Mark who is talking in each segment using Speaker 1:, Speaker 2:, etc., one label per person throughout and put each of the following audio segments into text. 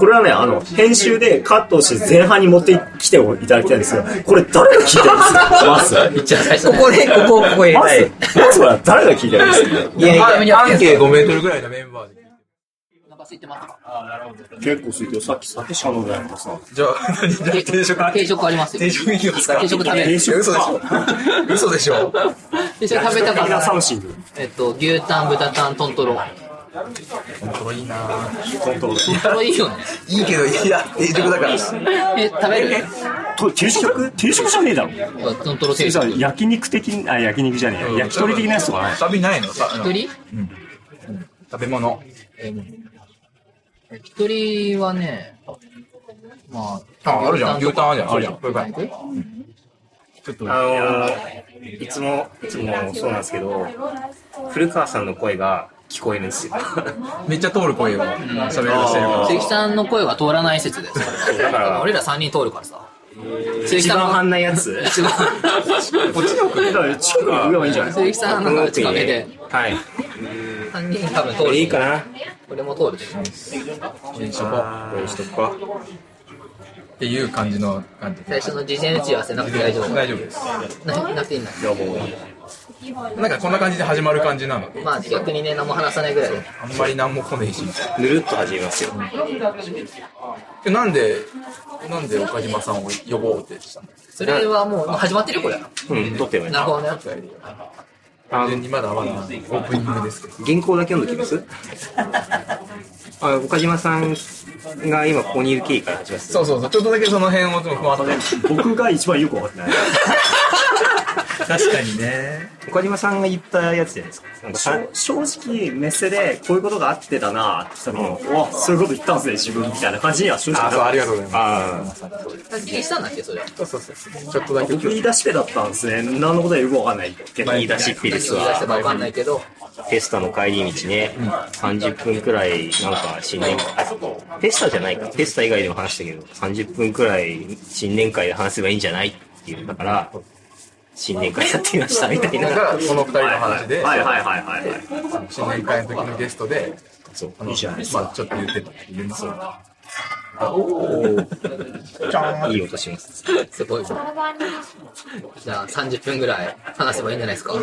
Speaker 1: これはね、あの、編集でカットして前半に持ってきていただきたいんですよ。これ誰が聞いてるんですか
Speaker 2: マス一番最初
Speaker 3: ここで、ここ、ここへ。
Speaker 1: マスマスは誰が聞いてるんですか
Speaker 3: いやいや、やめに
Speaker 4: 半
Speaker 3: け
Speaker 4: 径5メートルぐらいのメンバーで。
Speaker 1: 結構空いてる。さっき酒しか飲んでないからさ。
Speaker 4: じゃあ、何じゃあ定食
Speaker 3: 定食ありますよ。
Speaker 4: 定食いきますか
Speaker 3: 定食食べる。
Speaker 4: 嘘でし ょ嘘でしょ
Speaker 3: 定食食べたか
Speaker 1: みんな
Speaker 3: ら
Speaker 1: サ、ムシング。
Speaker 3: えっと、牛タン、豚タン、トントロ。
Speaker 1: コントロー
Speaker 3: トントロいいよね。
Speaker 4: いいけど、いや、定食だから。
Speaker 3: え、食べる
Speaker 1: ル。定食定食じゃねえだろ。
Speaker 3: トントロ定
Speaker 1: じゃあ
Speaker 3: 食。
Speaker 1: 焼肉的な、あ、焼肉じゃねえや。焼き鳥的なやつとかない。
Speaker 4: 旅ないのさあの
Speaker 3: 一人
Speaker 4: 食べ物。
Speaker 3: 一人はね、まあ、
Speaker 4: あ、あるじゃん。牛タンあるじゃん。あるじゃん。これか
Speaker 3: 牛タン行く
Speaker 5: あのー、いつも、いつもそうなんですけど、古川さんの声が聞こえるんですよ。
Speaker 4: めっちゃ通る声を喋り出してるから。
Speaker 3: 関さんの声が通らない説です。
Speaker 5: だから
Speaker 3: 俺ら3人通るからさ。
Speaker 5: 一
Speaker 3: 関さん
Speaker 5: 番
Speaker 3: の
Speaker 5: 反ないやつ。
Speaker 3: 一番、
Speaker 1: こっちで送る。だから近くに送ればいいんじゃない
Speaker 3: 鈴木さんの近くで
Speaker 5: はい。
Speaker 3: 3人多分通る。
Speaker 5: いいかな
Speaker 3: これも通るでしょ。
Speaker 5: これにしとくか。
Speaker 4: っていう感じの感じで。
Speaker 3: 最初の事前打ち合わせなくて大丈夫。
Speaker 4: 大丈夫です。
Speaker 3: ななくていいんだ。
Speaker 4: なんかこんな感じで始まる感じなので、
Speaker 3: まあ逆にね、何も話さないぐらいで。
Speaker 4: あんまり何も来ねえし。
Speaker 5: ぬるっと始めますよ。
Speaker 4: でなんで、なんで岡島さんを呼ぼうってしたの
Speaker 3: それはもう、もう始まってるよこれ。な
Speaker 5: うん、撮ってよね。
Speaker 3: るほどね。
Speaker 5: あ
Speaker 4: 完全にまだまだオープニングですけど。
Speaker 5: 原稿だけ読んできますあ岡島さんが今ここにいる経緯から始めます。
Speaker 4: そうそうそう、ちょっとだけその辺をちょっと回って。
Speaker 1: 僕が一番よくわかってない。
Speaker 4: 確かにね。
Speaker 5: 岡島さんが言ったやつじゃないですか。なんかさ
Speaker 1: 正直、メッセでこういうことがあってたなって言った時に、うわ、そういうこと言ったんすね、自分みたいな感じには正直
Speaker 4: あ、そう、ありがとうございま
Speaker 5: あ
Speaker 3: 気にしたんだっけ、それは。
Speaker 4: す。そうそうそう。ちょっとだけ
Speaker 1: 僕
Speaker 4: 今
Speaker 1: 言
Speaker 4: 日。
Speaker 1: い出しっぺだったんですね。何のことやよくわかんないけど。
Speaker 5: あ、言い出しっぺで
Speaker 3: 何
Speaker 5: す
Speaker 3: を言い出し
Speaker 5: わ
Speaker 3: た。かわかんないけど、
Speaker 5: フェスタの帰り道ね、30分くらい、なんか新年会、あフェスタじゃないか、フェスタ以外でも話したけど、30分くらい新年会で話せばいいんじゃないっていう、だから、新年会やってみましたみたい
Speaker 4: だ
Speaker 5: な。
Speaker 4: から、この二人の話で、
Speaker 1: はいはいはいはいはい。
Speaker 4: 新年会の時のゲストで、
Speaker 5: そう
Speaker 4: あの、まあちょっと言ってたっていうのそう。
Speaker 5: いい音します。
Speaker 3: すごい。じゃあ30分ぐらい話せばいいんじゃないですか。
Speaker 5: ま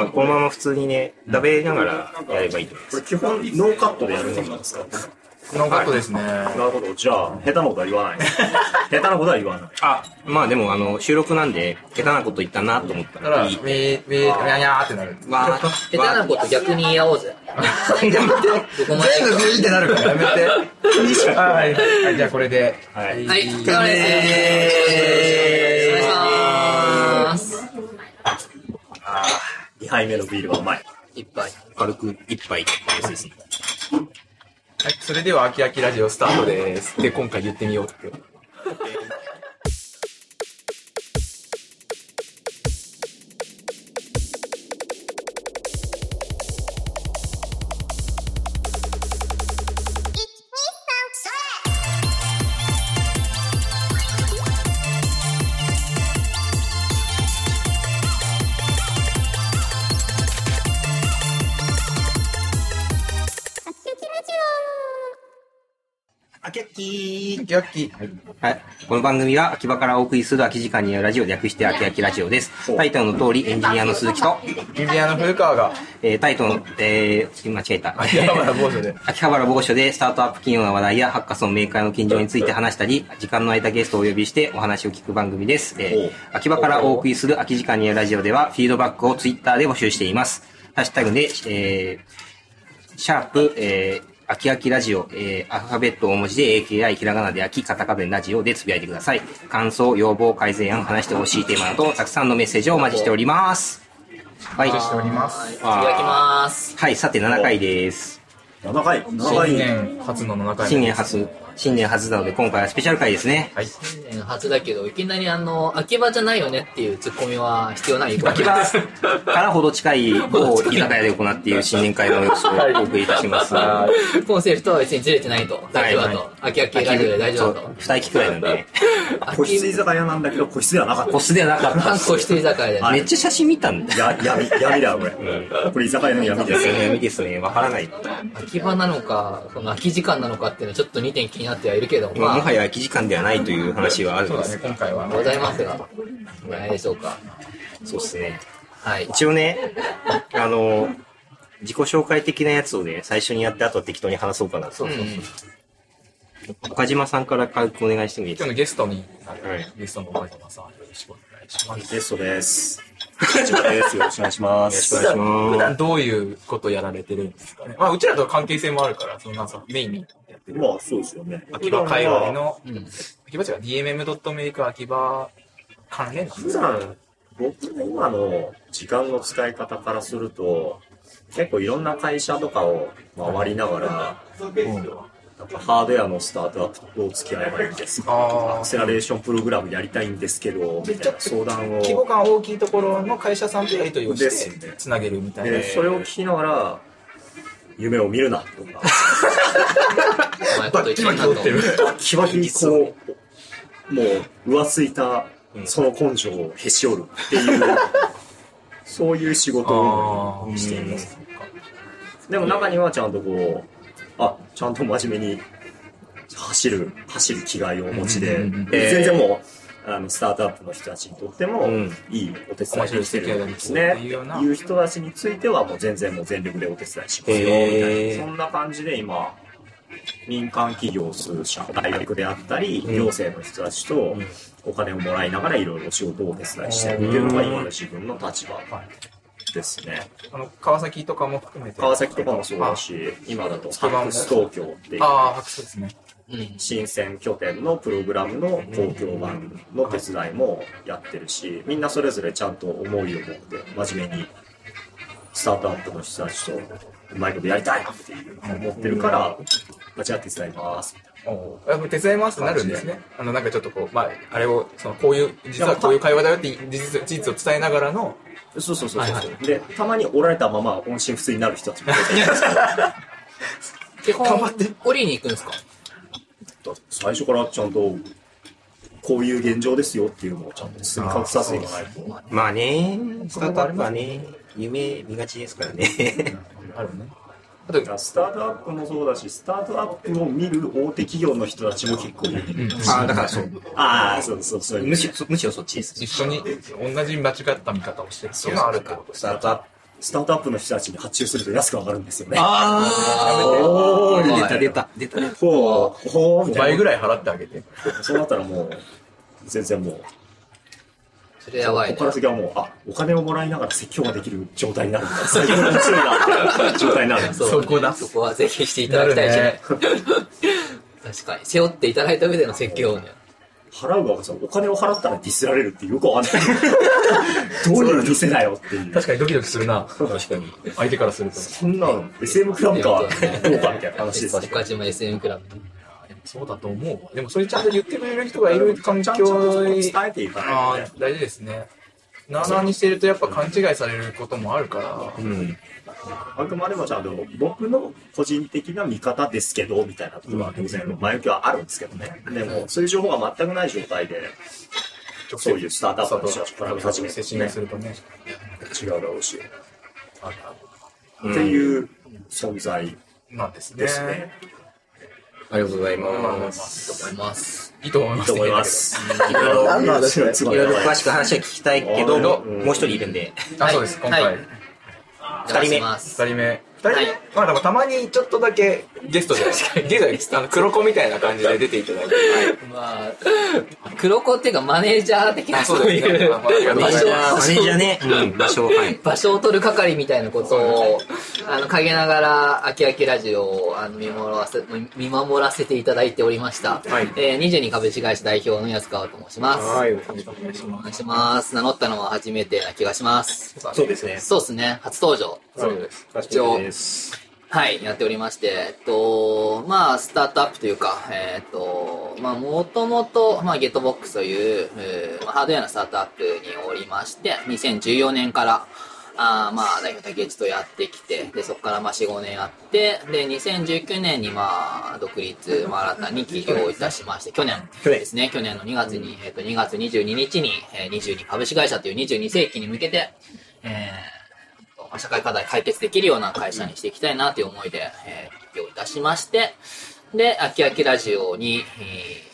Speaker 5: あ、このまま普通にね、食べながらやればいいと
Speaker 1: こ
Speaker 5: 思います。
Speaker 1: れ基本ノーカットでやるもんなんですか
Speaker 4: このことですね。
Speaker 1: なるほど。じゃあ、下手なことは言わない。 下手なことは言わない。
Speaker 5: あ、まあでも、あの、収録なんで、下手なこと言ったなと思った
Speaker 4: だから、
Speaker 5: ら、
Speaker 4: み
Speaker 5: いい。
Speaker 4: ー、みー、みーにゃーってなる。
Speaker 5: わー、
Speaker 3: 下手なこと逆に言い合おうぜ。
Speaker 4: やめて。
Speaker 3: どこまで
Speaker 4: 全部ビーってなるからやめて。 はいはい。じゃあこれで。
Speaker 1: はい
Speaker 3: はい、お疲れです。お願いします。
Speaker 1: 2杯目のビールはうまい。
Speaker 3: いっぱい。
Speaker 5: 軽く一杯ですね。
Speaker 4: はい、それでは、秋秋ラジオスタートです。で、今回言ってみようって。
Speaker 5: あけっきー。
Speaker 4: 秋秋。
Speaker 5: はい。この番組は秋葉からお送りする空き時間にあるラジオ略して秋秋ラジオです。タイトルの通りエンジニアの鈴木と、
Speaker 4: エンジニアの古川が、
Speaker 5: えータイトルの、えー、間違えた。
Speaker 4: 秋 葉原某所で。
Speaker 5: 秋葉原某所でスタートアップ企業の話題やハッカソンメーカーの近所について話したり、時間の空いたゲストをお呼びしてお話を聞く番組です。えー秋葉からお送りする空き時間にあるラジオでは、フィードバックをツイッターで募集しています。ハッシュタグで、えー、シャープ、えー、秋秋ラジオ、えー、アルファベット大文字で AKI ひらがなで秋、カタカナでラジオでつぶやいてください。感想、要望、改善案、話してほしいテーマなど、たくさんのメッセージをお待ちしております。はい。
Speaker 4: しております。
Speaker 3: いただきます。
Speaker 5: はい、さて7回です。
Speaker 1: 7回。7回。
Speaker 4: 新年初の7回
Speaker 5: 新
Speaker 4: 目。
Speaker 5: 年初、新年初なので今回はスペシャル回ですね。
Speaker 4: はい。
Speaker 3: 新年初だけど、いきなりあの、秋葉じゃないよねっていうツッコミは必要ないよ。
Speaker 5: 秋葉からほど近い某居酒屋で行っている新年会の様子をお送りいたします。は
Speaker 3: コンセプトは別にずれてないと。大丈夫だと。秋秋ラジオで大丈夫だと。
Speaker 5: 二駅くらいなんで、
Speaker 1: 個室
Speaker 3: 秋
Speaker 1: 居酒屋なんだけど、個室ではなかっ
Speaker 5: 個室ではなか った
Speaker 3: 観
Speaker 5: っす
Speaker 3: 光して居酒屋で。
Speaker 5: めっちゃ写真見たんだ。
Speaker 1: た。や、闇、闇だ、これ。これ居酒屋の闇
Speaker 5: いい
Speaker 1: で
Speaker 5: ですす
Speaker 1: よ。
Speaker 5: ね、いいですね、わからない。
Speaker 3: 秋秋葉なのか、この空き時間なのかっていうのはちょっと2点気になってはいるけど、
Speaker 6: まあ、
Speaker 3: ま
Speaker 6: もは
Speaker 3: あ、
Speaker 6: や空き時間ではないという話はあるん
Speaker 4: そう
Speaker 6: で
Speaker 4: だ
Speaker 6: す
Speaker 4: ね、今回は。
Speaker 3: ございますが、いかがでしょうか。
Speaker 6: そうですね。
Speaker 3: はい。
Speaker 6: 一応ね、あの、自己紹介的なやつをね、最初にやって、あとは適当に話そうかなと。
Speaker 3: うん
Speaker 6: 岡島さんから軽くお願いしてもいいですか
Speaker 4: 今日のゲストになる、
Speaker 6: はい
Speaker 4: ゲストの岡島さん、よろしくお願いします。
Speaker 1: ゲストです。こちらです。よろしくお願いしま
Speaker 6: お
Speaker 1: す。
Speaker 6: 願いし
Speaker 4: 普
Speaker 6: ま
Speaker 4: 段どういうことやられてるんですかね。まあ、うちらとは関係性もあるから、そんなさ、メインにやってる。
Speaker 1: まあ、そうですよね。
Speaker 4: 秋葉界隈の、
Speaker 3: うん
Speaker 4: 秋葉違う、DMM.maker 秋葉関連なんで
Speaker 1: 普
Speaker 4: すか
Speaker 1: 段、僕の今の時間の使い方からすると、結構いろんな会社とかを回りながら、なんかハードウェアのスタートアップと付き合えばいいんですかア
Speaker 4: あ
Speaker 1: クセラレーションプログラムやりたいんですけど、みたいな相談
Speaker 4: 規模
Speaker 1: を。
Speaker 4: 感大きいところの会社さんとやり取りをし
Speaker 1: です
Speaker 4: て
Speaker 1: ね、
Speaker 4: つなげるみたいな。
Speaker 1: で、それを聞きながら、夢を見るなとか、
Speaker 3: うまいこと言ってるなと。
Speaker 1: きわきこう、もう、浮ついた、その根性をへし折るって いう、そういう仕事
Speaker 4: あ
Speaker 1: を
Speaker 4: ー
Speaker 1: しています。でも中にはちゃんとこう、あ、ちゃんと真面目に走る、走る気概をお持ちで、
Speaker 4: うんうんうんうん
Speaker 1: で全然もう、あの、スタートアップの人たちにとっても
Speaker 6: うん、
Speaker 1: いいお手伝いできてるんですね
Speaker 4: 面白い付き合いができてるっていうような。
Speaker 1: いう人たちについては、もう全然もう全力でお手伝いしますよ、みた
Speaker 6: へー
Speaker 1: いな。そんな感じで今、民間企業数社、大学であったり、
Speaker 6: ん
Speaker 1: 行政の人たちと
Speaker 6: ん
Speaker 1: お金をもらいながらいろいろ仕事をお手伝いしてるっていうのが今の自分の立場ですね。
Speaker 4: あの、川崎とかも含めて。
Speaker 1: 川崎とかもそうだし、今だとハックス東京っていう
Speaker 4: あ。ああ、白そうですね。
Speaker 3: うん。
Speaker 1: 新鮮拠点のプログラムの東京版の手伝いもやってるし、みんなそれぞれちゃんと思いを持って、真面目にスタートアップの人たちとうまいことやりたいっていうのを思ってるから、まあじゃあ手伝います。
Speaker 4: おーやっぱ手伝いますってなるんですね。あの、なんかちょっとこう、まあ、あれを、その、こういう、実はこういう会話だよって、事実事実を伝えながらの、
Speaker 1: そうそうそうそう。
Speaker 4: はいはい
Speaker 1: で、たまにおられたまま音信不通になる人たちもいるじゃないですか
Speaker 3: 基本
Speaker 4: 頑張って、
Speaker 3: 降りに行くんですか
Speaker 1: 最初からちゃんと、こういう現状ですよっていうのをちゃんとすり隠さずにいかないと。
Speaker 6: す。まあね、スタートアップはね、夢見がちですからね。
Speaker 4: あるね。あと、
Speaker 1: スタートアップもそうだし、スタートアップを見る大手企業の人たちも結構いる。
Speaker 6: ああ、だからそう。
Speaker 1: ああ、そうそうそう。
Speaker 6: むしろ、そむしろそっちです。
Speaker 4: 一緒に同じ間違った見方をしてるっていうのはあるってこと
Speaker 6: スタートアップ。
Speaker 1: スタートアップの人たちに発注すると安く上がるんですよね。
Speaker 6: あ
Speaker 1: お
Speaker 6: 出
Speaker 1: ー
Speaker 6: た出た、出た。
Speaker 1: ほう、ほう、み
Speaker 4: 5
Speaker 1: た
Speaker 4: 倍
Speaker 1: い
Speaker 4: ぐ
Speaker 1: な。
Speaker 4: らい払ってあげて
Speaker 1: そうなったらもう、全然もう、
Speaker 3: それやば
Speaker 1: こ
Speaker 3: いね
Speaker 1: こか。ら先はもう、あ、お金をもらいながら説教ができる状態になるんだ。最高の注意な状態になるんです。
Speaker 3: う
Speaker 4: そこだ
Speaker 3: そこはぜひしていただきたいしね。 確かに。背負っていただいた上での説教ね。
Speaker 1: 払う側がさ、お金を払ったらディスられるってよくわかんない。 どういうディスだよっていう。
Speaker 4: 確かにドキドキするな
Speaker 6: 確かに。
Speaker 4: 相手からすると
Speaker 1: そんなの、SM クラブか、どうかみたいな話です。
Speaker 3: 岡島 SM クラブ。
Speaker 4: そうだと思うわでもそれちゃんと言ってくれる人がいる環
Speaker 1: ちゃんと
Speaker 4: 境
Speaker 1: 伝
Speaker 4: に
Speaker 1: えていか
Speaker 4: あ
Speaker 1: ないとね
Speaker 4: ー大事ですねなあなあにしてるとやっぱ勘違いされることもあるから
Speaker 6: うん。
Speaker 1: あくまでもちゃんと僕の個人的な見方ですけどみたいなところは当然前置きはあるんですけどねでもそういう情報が全くない状態でそういうスタートアップの人たちと比べ始め
Speaker 4: 接
Speaker 1: て
Speaker 4: 触するとね
Speaker 1: 違うだろうし
Speaker 4: あるある
Speaker 1: っていう存在
Speaker 4: なんですね
Speaker 1: ですね
Speaker 6: ありがとうござい
Speaker 4: まあまあまあ
Speaker 6: ま
Speaker 4: い
Speaker 6: す。
Speaker 3: います。
Speaker 4: いと思いま
Speaker 1: と
Speaker 4: す
Speaker 1: 思います
Speaker 6: いろいろ、
Speaker 1: 何の話だっけ
Speaker 6: いろいろ詳しく話は聞きたいけ
Speaker 1: あ
Speaker 6: ど、
Speaker 1: ー
Speaker 6: もう一人いるんで。
Speaker 4: あそうです今
Speaker 3: は
Speaker 4: 回
Speaker 6: 二人目
Speaker 3: いお願いします
Speaker 4: 二人目二人目、まあでもたまにちょっとだけゲストでゲストであの黒子みたいな感じで出ていただいて
Speaker 3: まあ、黒子っていうかマネージャー的な
Speaker 4: そうだよね
Speaker 3: いう
Speaker 4: あまあありがとう
Speaker 6: マ
Speaker 4: ご
Speaker 3: 場
Speaker 6: ネー
Speaker 4: ざ
Speaker 6: ジ
Speaker 4: い
Speaker 6: ャ
Speaker 3: 所
Speaker 6: ー、マネージャーね。うん、場所、はい。
Speaker 3: 場所を取る係みたいなことを、あの、陰ながら、あきあきラジオを、あの、見守らせ、見守らせていただいておりました。
Speaker 6: はい
Speaker 3: えー、22株式会社代表の安川と申します。
Speaker 6: い。
Speaker 3: お願いします。名乗ったのは初めてな気がします。
Speaker 6: そうですね。
Speaker 3: そうですね。初登場。
Speaker 4: そうです
Speaker 3: 一応
Speaker 6: です。
Speaker 3: はい、やっておりまして、えっと、まあ、スタートアップというか、えっと、まあ、もともと、まあ、ゲットボックスという、えーまあハードウェアのスタートアップにおりまして、2014年から、あーまあ、代表竹内とやってきて、で、そこからまあ、4、5年やって、で、2019年にまあ、独立、まあ、新たに起業いたしまして、去年
Speaker 6: 去年
Speaker 3: ですね、去年の2月に、えっと、2月22日に、えー22株式会社という22世紀に向けて、えー社会課題解決できるような会社にしていきたいなという思いで、えー表いたしまして、で、秋秋ラジオに、え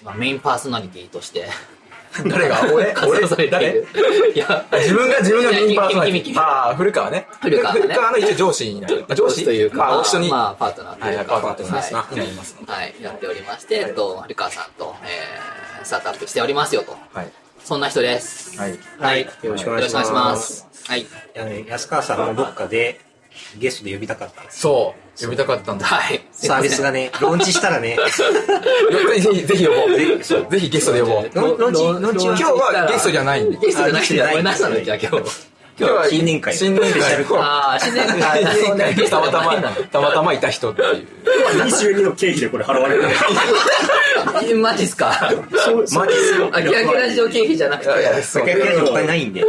Speaker 3: ーまあ、メインパーソナリティとして
Speaker 4: 誰が 俺
Speaker 3: 活動されている。いや、
Speaker 4: 自分が自分がメインパーソナ
Speaker 3: 君
Speaker 4: リ
Speaker 3: 君
Speaker 4: テ
Speaker 3: 君
Speaker 4: ィ。ああ、古川ね。
Speaker 3: 古川ね
Speaker 4: 古川の一応上司に なる。上司
Speaker 3: というか、
Speaker 4: まあ、一緒に。
Speaker 3: まあ、
Speaker 4: は
Speaker 3: パートナーと
Speaker 4: い
Speaker 3: い
Speaker 4: は
Speaker 3: う
Speaker 4: い、
Speaker 3: か、
Speaker 4: パートナーですね。
Speaker 3: はい
Speaker 4: なりますので。
Speaker 3: はい、やっておりまして、えっと、古川さんと、えー、スタートアップしておりますよと。
Speaker 4: はい。
Speaker 3: そんな人です。
Speaker 4: はい。
Speaker 3: はい。
Speaker 6: よろしくお願いします
Speaker 3: よろしくお願いします。はい。
Speaker 6: いやね、安川さんもどっかでゲストで呼びたかったんです。
Speaker 4: そう。呼びたかったんだ。
Speaker 3: はい。
Speaker 6: サービスが
Speaker 3: ね。
Speaker 6: ね、ローンチしたらね、
Speaker 4: ぜひ、ぜひ呼ぼう。ぜひゲストで呼ぼう。
Speaker 6: ローンローンチ、ローンチ
Speaker 4: 今
Speaker 6: は
Speaker 4: 日はゲストじゃないんで。
Speaker 3: ゲストじゃないんだ。これ何したのじゃあ今日。今日は。
Speaker 6: 新年会
Speaker 4: 新年
Speaker 6: スペシャル
Speaker 4: 会。
Speaker 3: ああ、新年会。 そうね。
Speaker 4: たまたま、たまたまいた人っていう。
Speaker 1: 22の経費でこれ払われる。
Speaker 3: えマジっすか。
Speaker 1: そうそう
Speaker 3: あきあきラジオ経費じゃなくて。
Speaker 6: 酒屋にお金ないんで、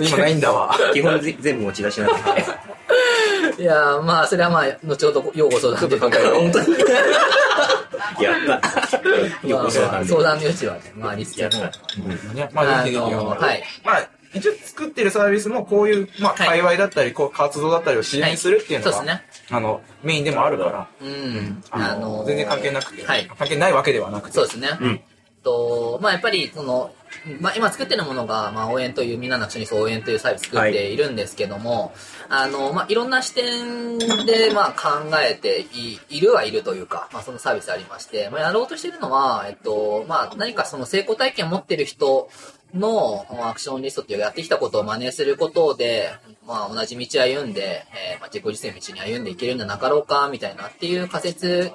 Speaker 4: 今ないんだわ。
Speaker 6: 基本ぜ全部持ち出しなんで。
Speaker 3: いやーまあ、それはまあ、後ほど用ご相談ということで。本当に。
Speaker 1: やった。
Speaker 6: よこ相談で
Speaker 3: 相談の余地はね、まあ、リスキー
Speaker 1: やっ
Speaker 4: まあ、
Speaker 3: あのはい。
Speaker 4: まあ、一応作ってるサービスもこういう、まあ、
Speaker 3: は
Speaker 4: 界
Speaker 3: い
Speaker 4: 隈だったり、こう、活動だったりを支援するっていうのが、
Speaker 3: はいそうで
Speaker 4: あの、メインでもあるから、
Speaker 3: うん。
Speaker 4: あの、全然関係なくて、
Speaker 3: はい。
Speaker 4: 関係ないわけではなくて。
Speaker 3: そうですね。
Speaker 6: うん
Speaker 3: と、まあ、やっぱり、その、まあ、今作ってるものが、まあ、応援という、みんなの一緒に応援というサービス作っているんですけども、あの、まあ、いろんな視点で、まあ、考えていいるはいるというか、まあ、そのサービスありまして、まあ、やろうとしてるのは、えっと、まあ、何かその成功体験を持ってる人のアクションリストっていうやってきたことを真似することで、まあ、同じ道歩んで、えーまあ、自己実践の道に歩んでいけるんじゃなかろうか、みたいなっていう仮説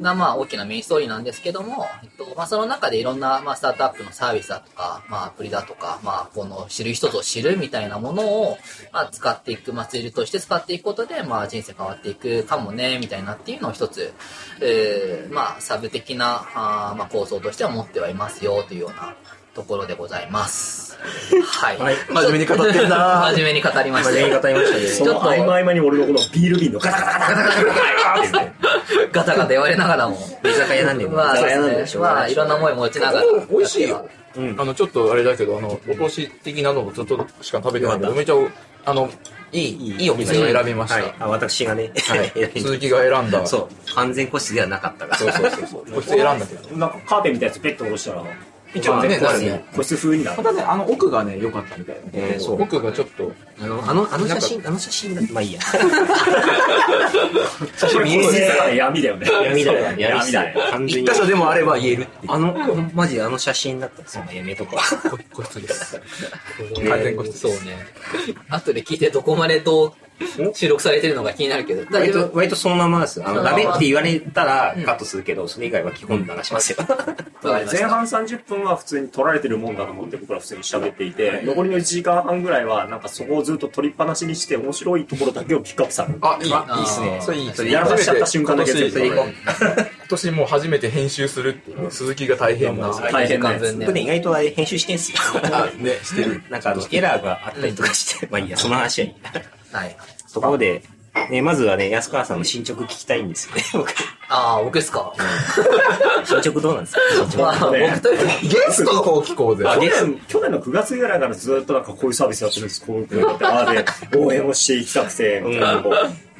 Speaker 3: が、まあ、大きなメインストーリーなんですけども、えっと、まあ、その中でいろんな、まあ、スタートアップのサービスだとか、まあ、アプリだとか、まあ、この知る人ぞ知るみたいなものを、まあ、使っていく、まあ、ツールとして使っていくことで、まあ、人生変わっていくかもね、みたいなっていうのを一つ、えーまあ、サブ的な、あーまあ、構想としては持ってはいますよ、というような、ところでございます。はい。
Speaker 6: はい
Speaker 4: 真面目に語ってるな
Speaker 3: 真面目に語りました。
Speaker 6: 全員方いましたけ
Speaker 1: その合間合間に俺のこのビール瓶のガタガタガタガタガタガタって言って
Speaker 3: ガタガタ言われながらも。
Speaker 6: 居酒屋なんで
Speaker 3: まあ、
Speaker 6: 居
Speaker 3: そう
Speaker 6: 酒屋なん
Speaker 3: で
Speaker 6: ですし
Speaker 3: ね。
Speaker 6: ょうが
Speaker 3: まあ、
Speaker 6: ない
Speaker 3: いろんな思い持ちながら。
Speaker 4: 美味しいよ。
Speaker 6: うん
Speaker 4: あの、ちょっとあれだけど、あの、お通し的なのをずっとしか食べてないけど、めちゃ、あの、いい、いいお店を選びました。
Speaker 6: はいあ私がね、
Speaker 4: はい。鈴木が選んだ。
Speaker 6: そう完全個室ではなかったが
Speaker 4: そうそうそうそう。個室選んだけど。
Speaker 1: なんかカーテンみたいなやつペット下ろしたら、
Speaker 4: 一応ね、
Speaker 1: ま
Speaker 4: な
Speaker 1: あ
Speaker 4: る
Speaker 1: 個
Speaker 4: ね
Speaker 1: 室。個室風にな
Speaker 4: た
Speaker 1: る。
Speaker 4: だね、あの奥がね、良かったみたいな。
Speaker 6: えーそう
Speaker 4: 奥がちょっと、
Speaker 6: あのあのあの写真あの写真がまあいいや写真見えね
Speaker 1: これ個室だから
Speaker 6: え
Speaker 1: 闇だよね。
Speaker 6: 闇だ
Speaker 1: そう
Speaker 6: ね闇
Speaker 1: 闇だね。
Speaker 6: 完全に
Speaker 4: 一箇所でもあれば言えるっていう。
Speaker 6: あのマジであの写真だったらそのやめとか
Speaker 4: こ個室です。完全個室。
Speaker 3: そうね。後で聞いてどこまでどう収録されてるのか気になるけど。だけ
Speaker 6: 割と
Speaker 3: ど、
Speaker 6: 割とそのままですあ
Speaker 3: そ
Speaker 6: の
Speaker 3: のま
Speaker 6: ダ
Speaker 3: ま
Speaker 6: メって言われたら
Speaker 3: うん
Speaker 6: カットするけどそれ以外は基本流しますよ
Speaker 3: わかりまし
Speaker 1: 前
Speaker 3: た。
Speaker 1: 半30分は普通に取られてるもんだと思って僕ら普通に喋っていて、残りの1時間半ぐらいはなんかそこをずっと取りっぱなしにして面白いところだけをピックアップされる。
Speaker 4: あ、いい。
Speaker 3: あ
Speaker 6: いいっすね
Speaker 4: それいい。それいい
Speaker 1: やらかしちゃった瞬間だけ全部
Speaker 6: それ以
Speaker 1: 取ら
Speaker 6: 降
Speaker 1: れる
Speaker 4: 今年もう初めて編集するっていう、鈴木が大変な。
Speaker 1: いや大変なやつ
Speaker 3: 時間分ね
Speaker 6: 僕ね意外とあれ編集してんすよ
Speaker 4: あね、してる。
Speaker 6: なんかあのエラーがあったりとかしてまあいいやその話はいいや
Speaker 3: はい。
Speaker 6: ところで、ね、まずはね、安川さんの進捗聞きたいんですよね、僕。
Speaker 3: ああ、僕ですか。
Speaker 6: 進捗どうなん ですか進
Speaker 3: ま
Speaker 6: 捗。
Speaker 3: あ、 僕という
Speaker 4: ゲストの方聞こうぜ。
Speaker 1: 去年去年の9月ぐらいからずっとなんかこういうサービスやってるんです、こういうことやって、ああで応援をしていきたくて、みたいなこう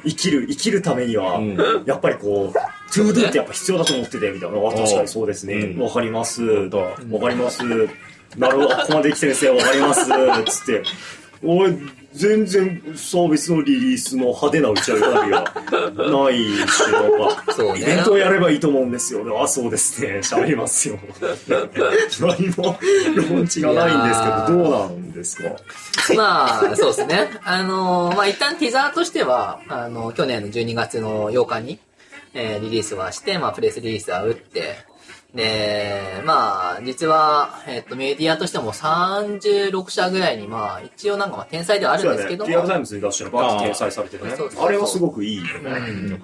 Speaker 1: 生きる、生きるためには、
Speaker 6: うん
Speaker 1: やっぱりこう、トゥードゥってやっぱ必要だと思ってて、みたいな。あ、確かにそうですね。
Speaker 6: うん
Speaker 1: わ、かります。わかります。なるほど、ここまで来てる先生、わかります。つって。俺、全然サービスのリリースの派手な打ち上げ花火がないし、なんか、
Speaker 3: そうね
Speaker 1: イベントをやればいいと思うんですよ。あ、そうです ね。喋りますよ。何も、ローンチがないんですけど、どうなんですか
Speaker 3: まあ、そうですね。あのーまあ一旦ティザーとしては、あの去年の12月の8日に、えーリリースはして、まあプレスリリースは打って、で、まあ、実は、えっと、メディアとしても36社ぐらいに、まあ、一応なんか、まあ、天才ではあるんですけども、
Speaker 1: リアルタイムズに出してるバーッて掲載されてるね
Speaker 3: そうそうそう
Speaker 1: あれはすごくいいよね、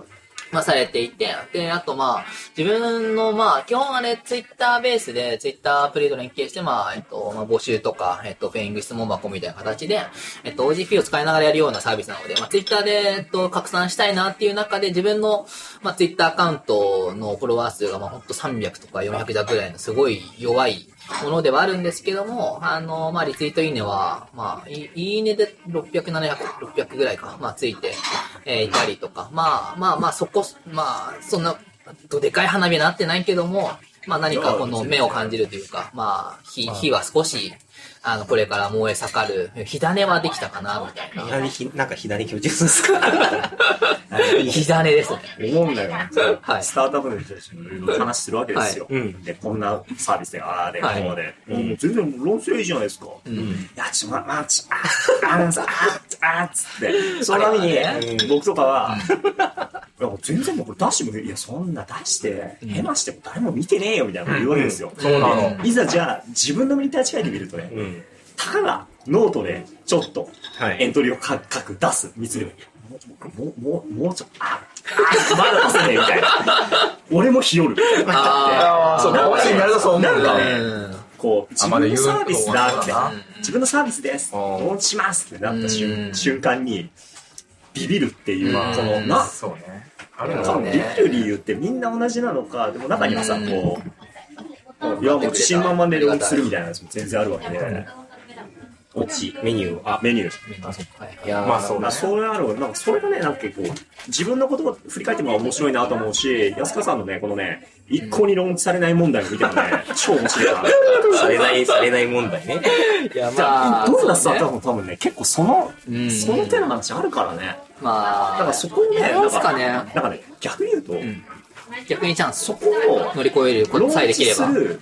Speaker 3: まあ、されていて、で、あとまあ、自分のまあ、基本はね、ツイッターベースで、ツイッターアプリと連携して、まあ、えっと、まあ、募集とか、えっと、ペイング質問箱みたいな形で、えっと、OGP を使いながらやるようなサービスなので、まあ、ツイッターで、えっと、拡散したいなっていう中で、自分の、まあ、ツイッターアカウントのフォロワー数が、まあ、ほんと300とか400弱ぐらいのすごい弱い、ものではあるんですけども、あの、まあ、リツイートいいねは、まあ、いいいねで600、700、600ぐらいか、まあ、ついて、えーいたりとか、まあ、まあ、まあ、そこ、まあ、そんな、どでかい花火になってないけども、まあ、何かこの目を感じるというか、まあ、火、火は少し、あの、これから燃え盛る、火種はできたかな、みたいな。
Speaker 6: 左ひ、なんか左気持ちよするんですか
Speaker 3: 火種ですね。
Speaker 1: 思うんだよね。
Speaker 3: はい
Speaker 1: スタートアップの人たちにいろいろ話してるわけですよ。
Speaker 6: はいうん
Speaker 1: で、こんなサービスで、ああで、こ
Speaker 3: はいう
Speaker 1: で。もうもう全然論争いいじゃないですか。
Speaker 3: う
Speaker 1: い
Speaker 3: ん。
Speaker 1: や、ちょ、ま、ま、ち、あ、あ、あ、あ、あ、つって。そのため
Speaker 3: あれは
Speaker 1: に、僕とかは、いや、もう全然もうこれ出してもいい。いや、そんな出して、
Speaker 3: うん
Speaker 1: ヘマしても誰も見てねえよ、みたいなこと言うわけですよ。
Speaker 4: そうなの。
Speaker 1: いざじゃあ、自分の身に立ち返ってみるとね、
Speaker 6: うん。
Speaker 1: たかがノートでちょっと
Speaker 6: はい
Speaker 1: エントリーを書く、書く出す、見つめる。もう、もう、もうもうちょっと、あ、あ、まだ出せねえみたいな。俺も日和る。
Speaker 4: あーそう、
Speaker 1: なん
Speaker 4: 友
Speaker 1: か
Speaker 4: 達になるとそう思う
Speaker 1: な
Speaker 4: んだ
Speaker 1: んか
Speaker 4: ね。
Speaker 3: うん
Speaker 1: こう、自
Speaker 4: あまだ
Speaker 1: 分
Speaker 4: 言
Speaker 1: の
Speaker 4: う
Speaker 1: サービスだって
Speaker 4: そうだな、
Speaker 1: 自分のサービスです、
Speaker 4: うん
Speaker 1: お持ちしますってなった
Speaker 3: う
Speaker 1: 瞬
Speaker 3: ん
Speaker 1: 瞬間に、ビビるっていう、
Speaker 3: うん
Speaker 1: この、
Speaker 3: うん
Speaker 1: な、
Speaker 4: そうね。ある
Speaker 1: 多
Speaker 4: の
Speaker 3: そう
Speaker 1: 分ビ
Speaker 3: ね
Speaker 1: ビる理由ってみんな同じなのか、でも中にはさ、
Speaker 3: うん
Speaker 1: こう、いやもう自信満々で料理するみたいなやつも全然あるわけで、落ち、
Speaker 6: メニューを、あ、
Speaker 1: メニュー。
Speaker 3: いやー
Speaker 4: まあそう
Speaker 1: まあ、それあるわなんかそれがね、なんか結構、自分のことを振り返っても面白いなと思うし、安川さんのね、このね、一向に論知されない問題を見てもね、超面白いな。
Speaker 6: されない、されない問題ね。
Speaker 3: いや、ま
Speaker 1: ま
Speaker 3: あ、
Speaker 1: あ、どうだった
Speaker 3: そうね
Speaker 1: ら多分ね、結構その、
Speaker 3: うん
Speaker 1: その手の話あるからね。
Speaker 3: まあ、
Speaker 1: だからそこをね、
Speaker 3: なんす
Speaker 1: だ
Speaker 3: からね
Speaker 1: なんかね、逆に言うと、
Speaker 3: ん逆にチャンス。
Speaker 1: そこを
Speaker 3: 乗り越えることさえできれば。うん
Speaker 1: ロ
Speaker 3: う
Speaker 1: ーン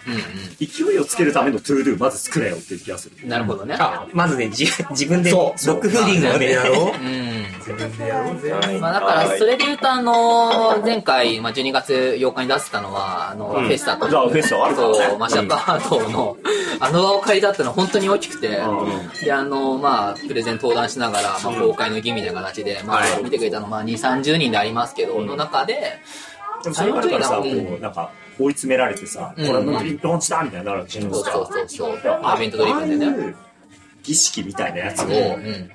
Speaker 1: チ
Speaker 3: ん。
Speaker 1: 勢いをつけるためのトゥードゥまず作れよっていう気がする。
Speaker 3: なるほどね。
Speaker 6: あ、まずね、じ自分で、ロ
Speaker 4: そう
Speaker 6: ックフーディングをね、
Speaker 4: やろう
Speaker 3: うん。
Speaker 4: 自分でやろうぜ。
Speaker 3: まあだから、それで言うと、あの、前回、まあ12月8日に出せたのは、あの、
Speaker 6: うん
Speaker 3: フェスタと、
Speaker 1: じゃあフェスタあるからね
Speaker 3: そう、マシャカハートの、あの場を借りだったのは本当に大きくて、
Speaker 1: う
Speaker 3: で、あの、まあ、プレゼン登壇しながら、まあ、公開の義味な形で、まあ
Speaker 1: は、い
Speaker 3: 見てくれたの、まあ、2、30人でありますけど、の中で、
Speaker 1: でもそれがあるからさ、こ
Speaker 3: うん
Speaker 1: う、なんか、追い詰められてさ、
Speaker 3: うん
Speaker 1: これもうローンチだみたいになるわけじゃないで
Speaker 3: そう
Speaker 1: すか。
Speaker 3: そうそうそう、
Speaker 1: だから
Speaker 3: イベント取り組んで
Speaker 1: ああ
Speaker 3: ね。
Speaker 1: いう儀式みたいなやつを、
Speaker 3: うんうん。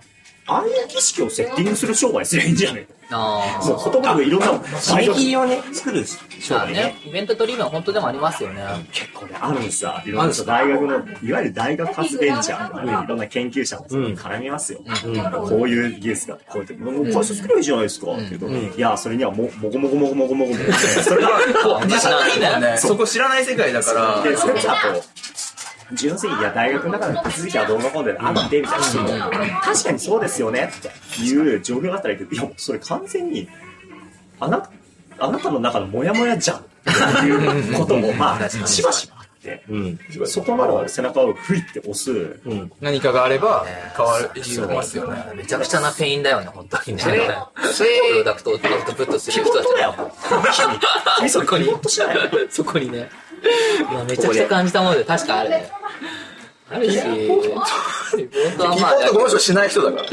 Speaker 1: ああいう儀式をセッティングする商売すりゃいいんじゃない
Speaker 3: ああ。
Speaker 1: もう言葉がいろんな
Speaker 6: 締め切り
Speaker 1: を
Speaker 6: をね、作る商
Speaker 3: まあ
Speaker 6: 売
Speaker 3: ね
Speaker 6: ね。、
Speaker 3: イベントドリブン本当でもありますよね。
Speaker 1: 結構ね、あるんですさ、いろんな大学の、いわゆる大学発ベンチャーとかね、いろんな研究者もさ
Speaker 6: うん
Speaker 1: 絡みますよ。
Speaker 6: うん。
Speaker 1: こういう技術があって、こうやって、もう会社作ればいいじゃないですか、って言うと、
Speaker 6: うん
Speaker 1: いや、それにはも、もごもごもごもごもごもごって、それが、こう、
Speaker 3: まあ知らないんだよね。
Speaker 4: そこ知らない世界だから。
Speaker 1: で、それもさ、こう、純粋に、いや、大学の中の手続きはどうのこうのであって、みたいな人も、確かにそうですよね、っていう状況があったらいいけど、いや、それ完全に、あな、あなたの中のモヤモヤじゃん、っていうことも、まあ、しばしばあって、
Speaker 6: うん。
Speaker 1: そこの背中をふいって押す、
Speaker 6: うん。
Speaker 4: 何かがあれば変わる、
Speaker 3: そ
Speaker 4: 言
Speaker 3: う
Speaker 4: いますよね。
Speaker 3: めちゃくちゃなペインだよね、本当にね。
Speaker 1: それ
Speaker 3: それプロダクトをアウトプットする
Speaker 1: 仕
Speaker 3: 人
Speaker 1: 事
Speaker 3: たち
Speaker 1: だよ、君。君そ
Speaker 3: そ
Speaker 1: れ
Speaker 3: こに
Speaker 1: 仕事しないよ。、
Speaker 3: そこにね。いやめちゃくちゃ感じたもので、確かあるね。あるし、本当は
Speaker 4: 基
Speaker 3: まあ
Speaker 4: 本とこの人しない人だから。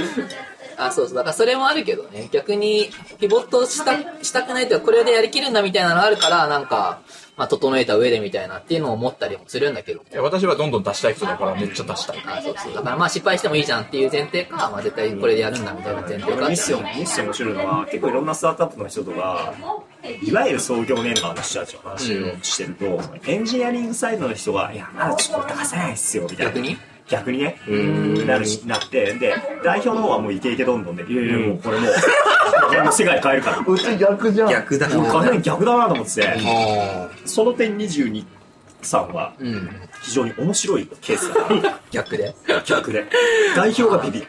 Speaker 3: あ、そうそう。だからそれもあるけどね。逆に、ピボットした、したくないというか、これでやりきるんだみたいなのあるから、なんか、まあ、整えた上でみたいなっていうのを思ったりもするんだけど。
Speaker 4: いや私はどんどん出したい人だからめっちゃ出したい。
Speaker 3: あ、そうそう。だからまあ、失敗してもいいじゃんっていう前提か、まあ、絶対これでやるんだみたいな前提か。
Speaker 1: ミッション、ミッション面白いのは、結構いろんなスタートアップの人とか、いわゆる創業メンバーの人たちの話をしてると、エンジニアリングサイドの人が、いや、まだちょっと出せないっすよ、みたいな。
Speaker 3: 逆に
Speaker 1: 逆にね、なるし、なって、で、代表の方はもうイケイケどんどんで、いやいや、もうこれ もう、これもう世界変えるから。もう
Speaker 6: 逆だ。
Speaker 1: 完全に逆だなと思ってて、
Speaker 6: あ
Speaker 1: その点22さんは
Speaker 3: うん。
Speaker 1: 非常に面白いケースだな。
Speaker 3: 逆で。
Speaker 1: 逆で。代表がビビる。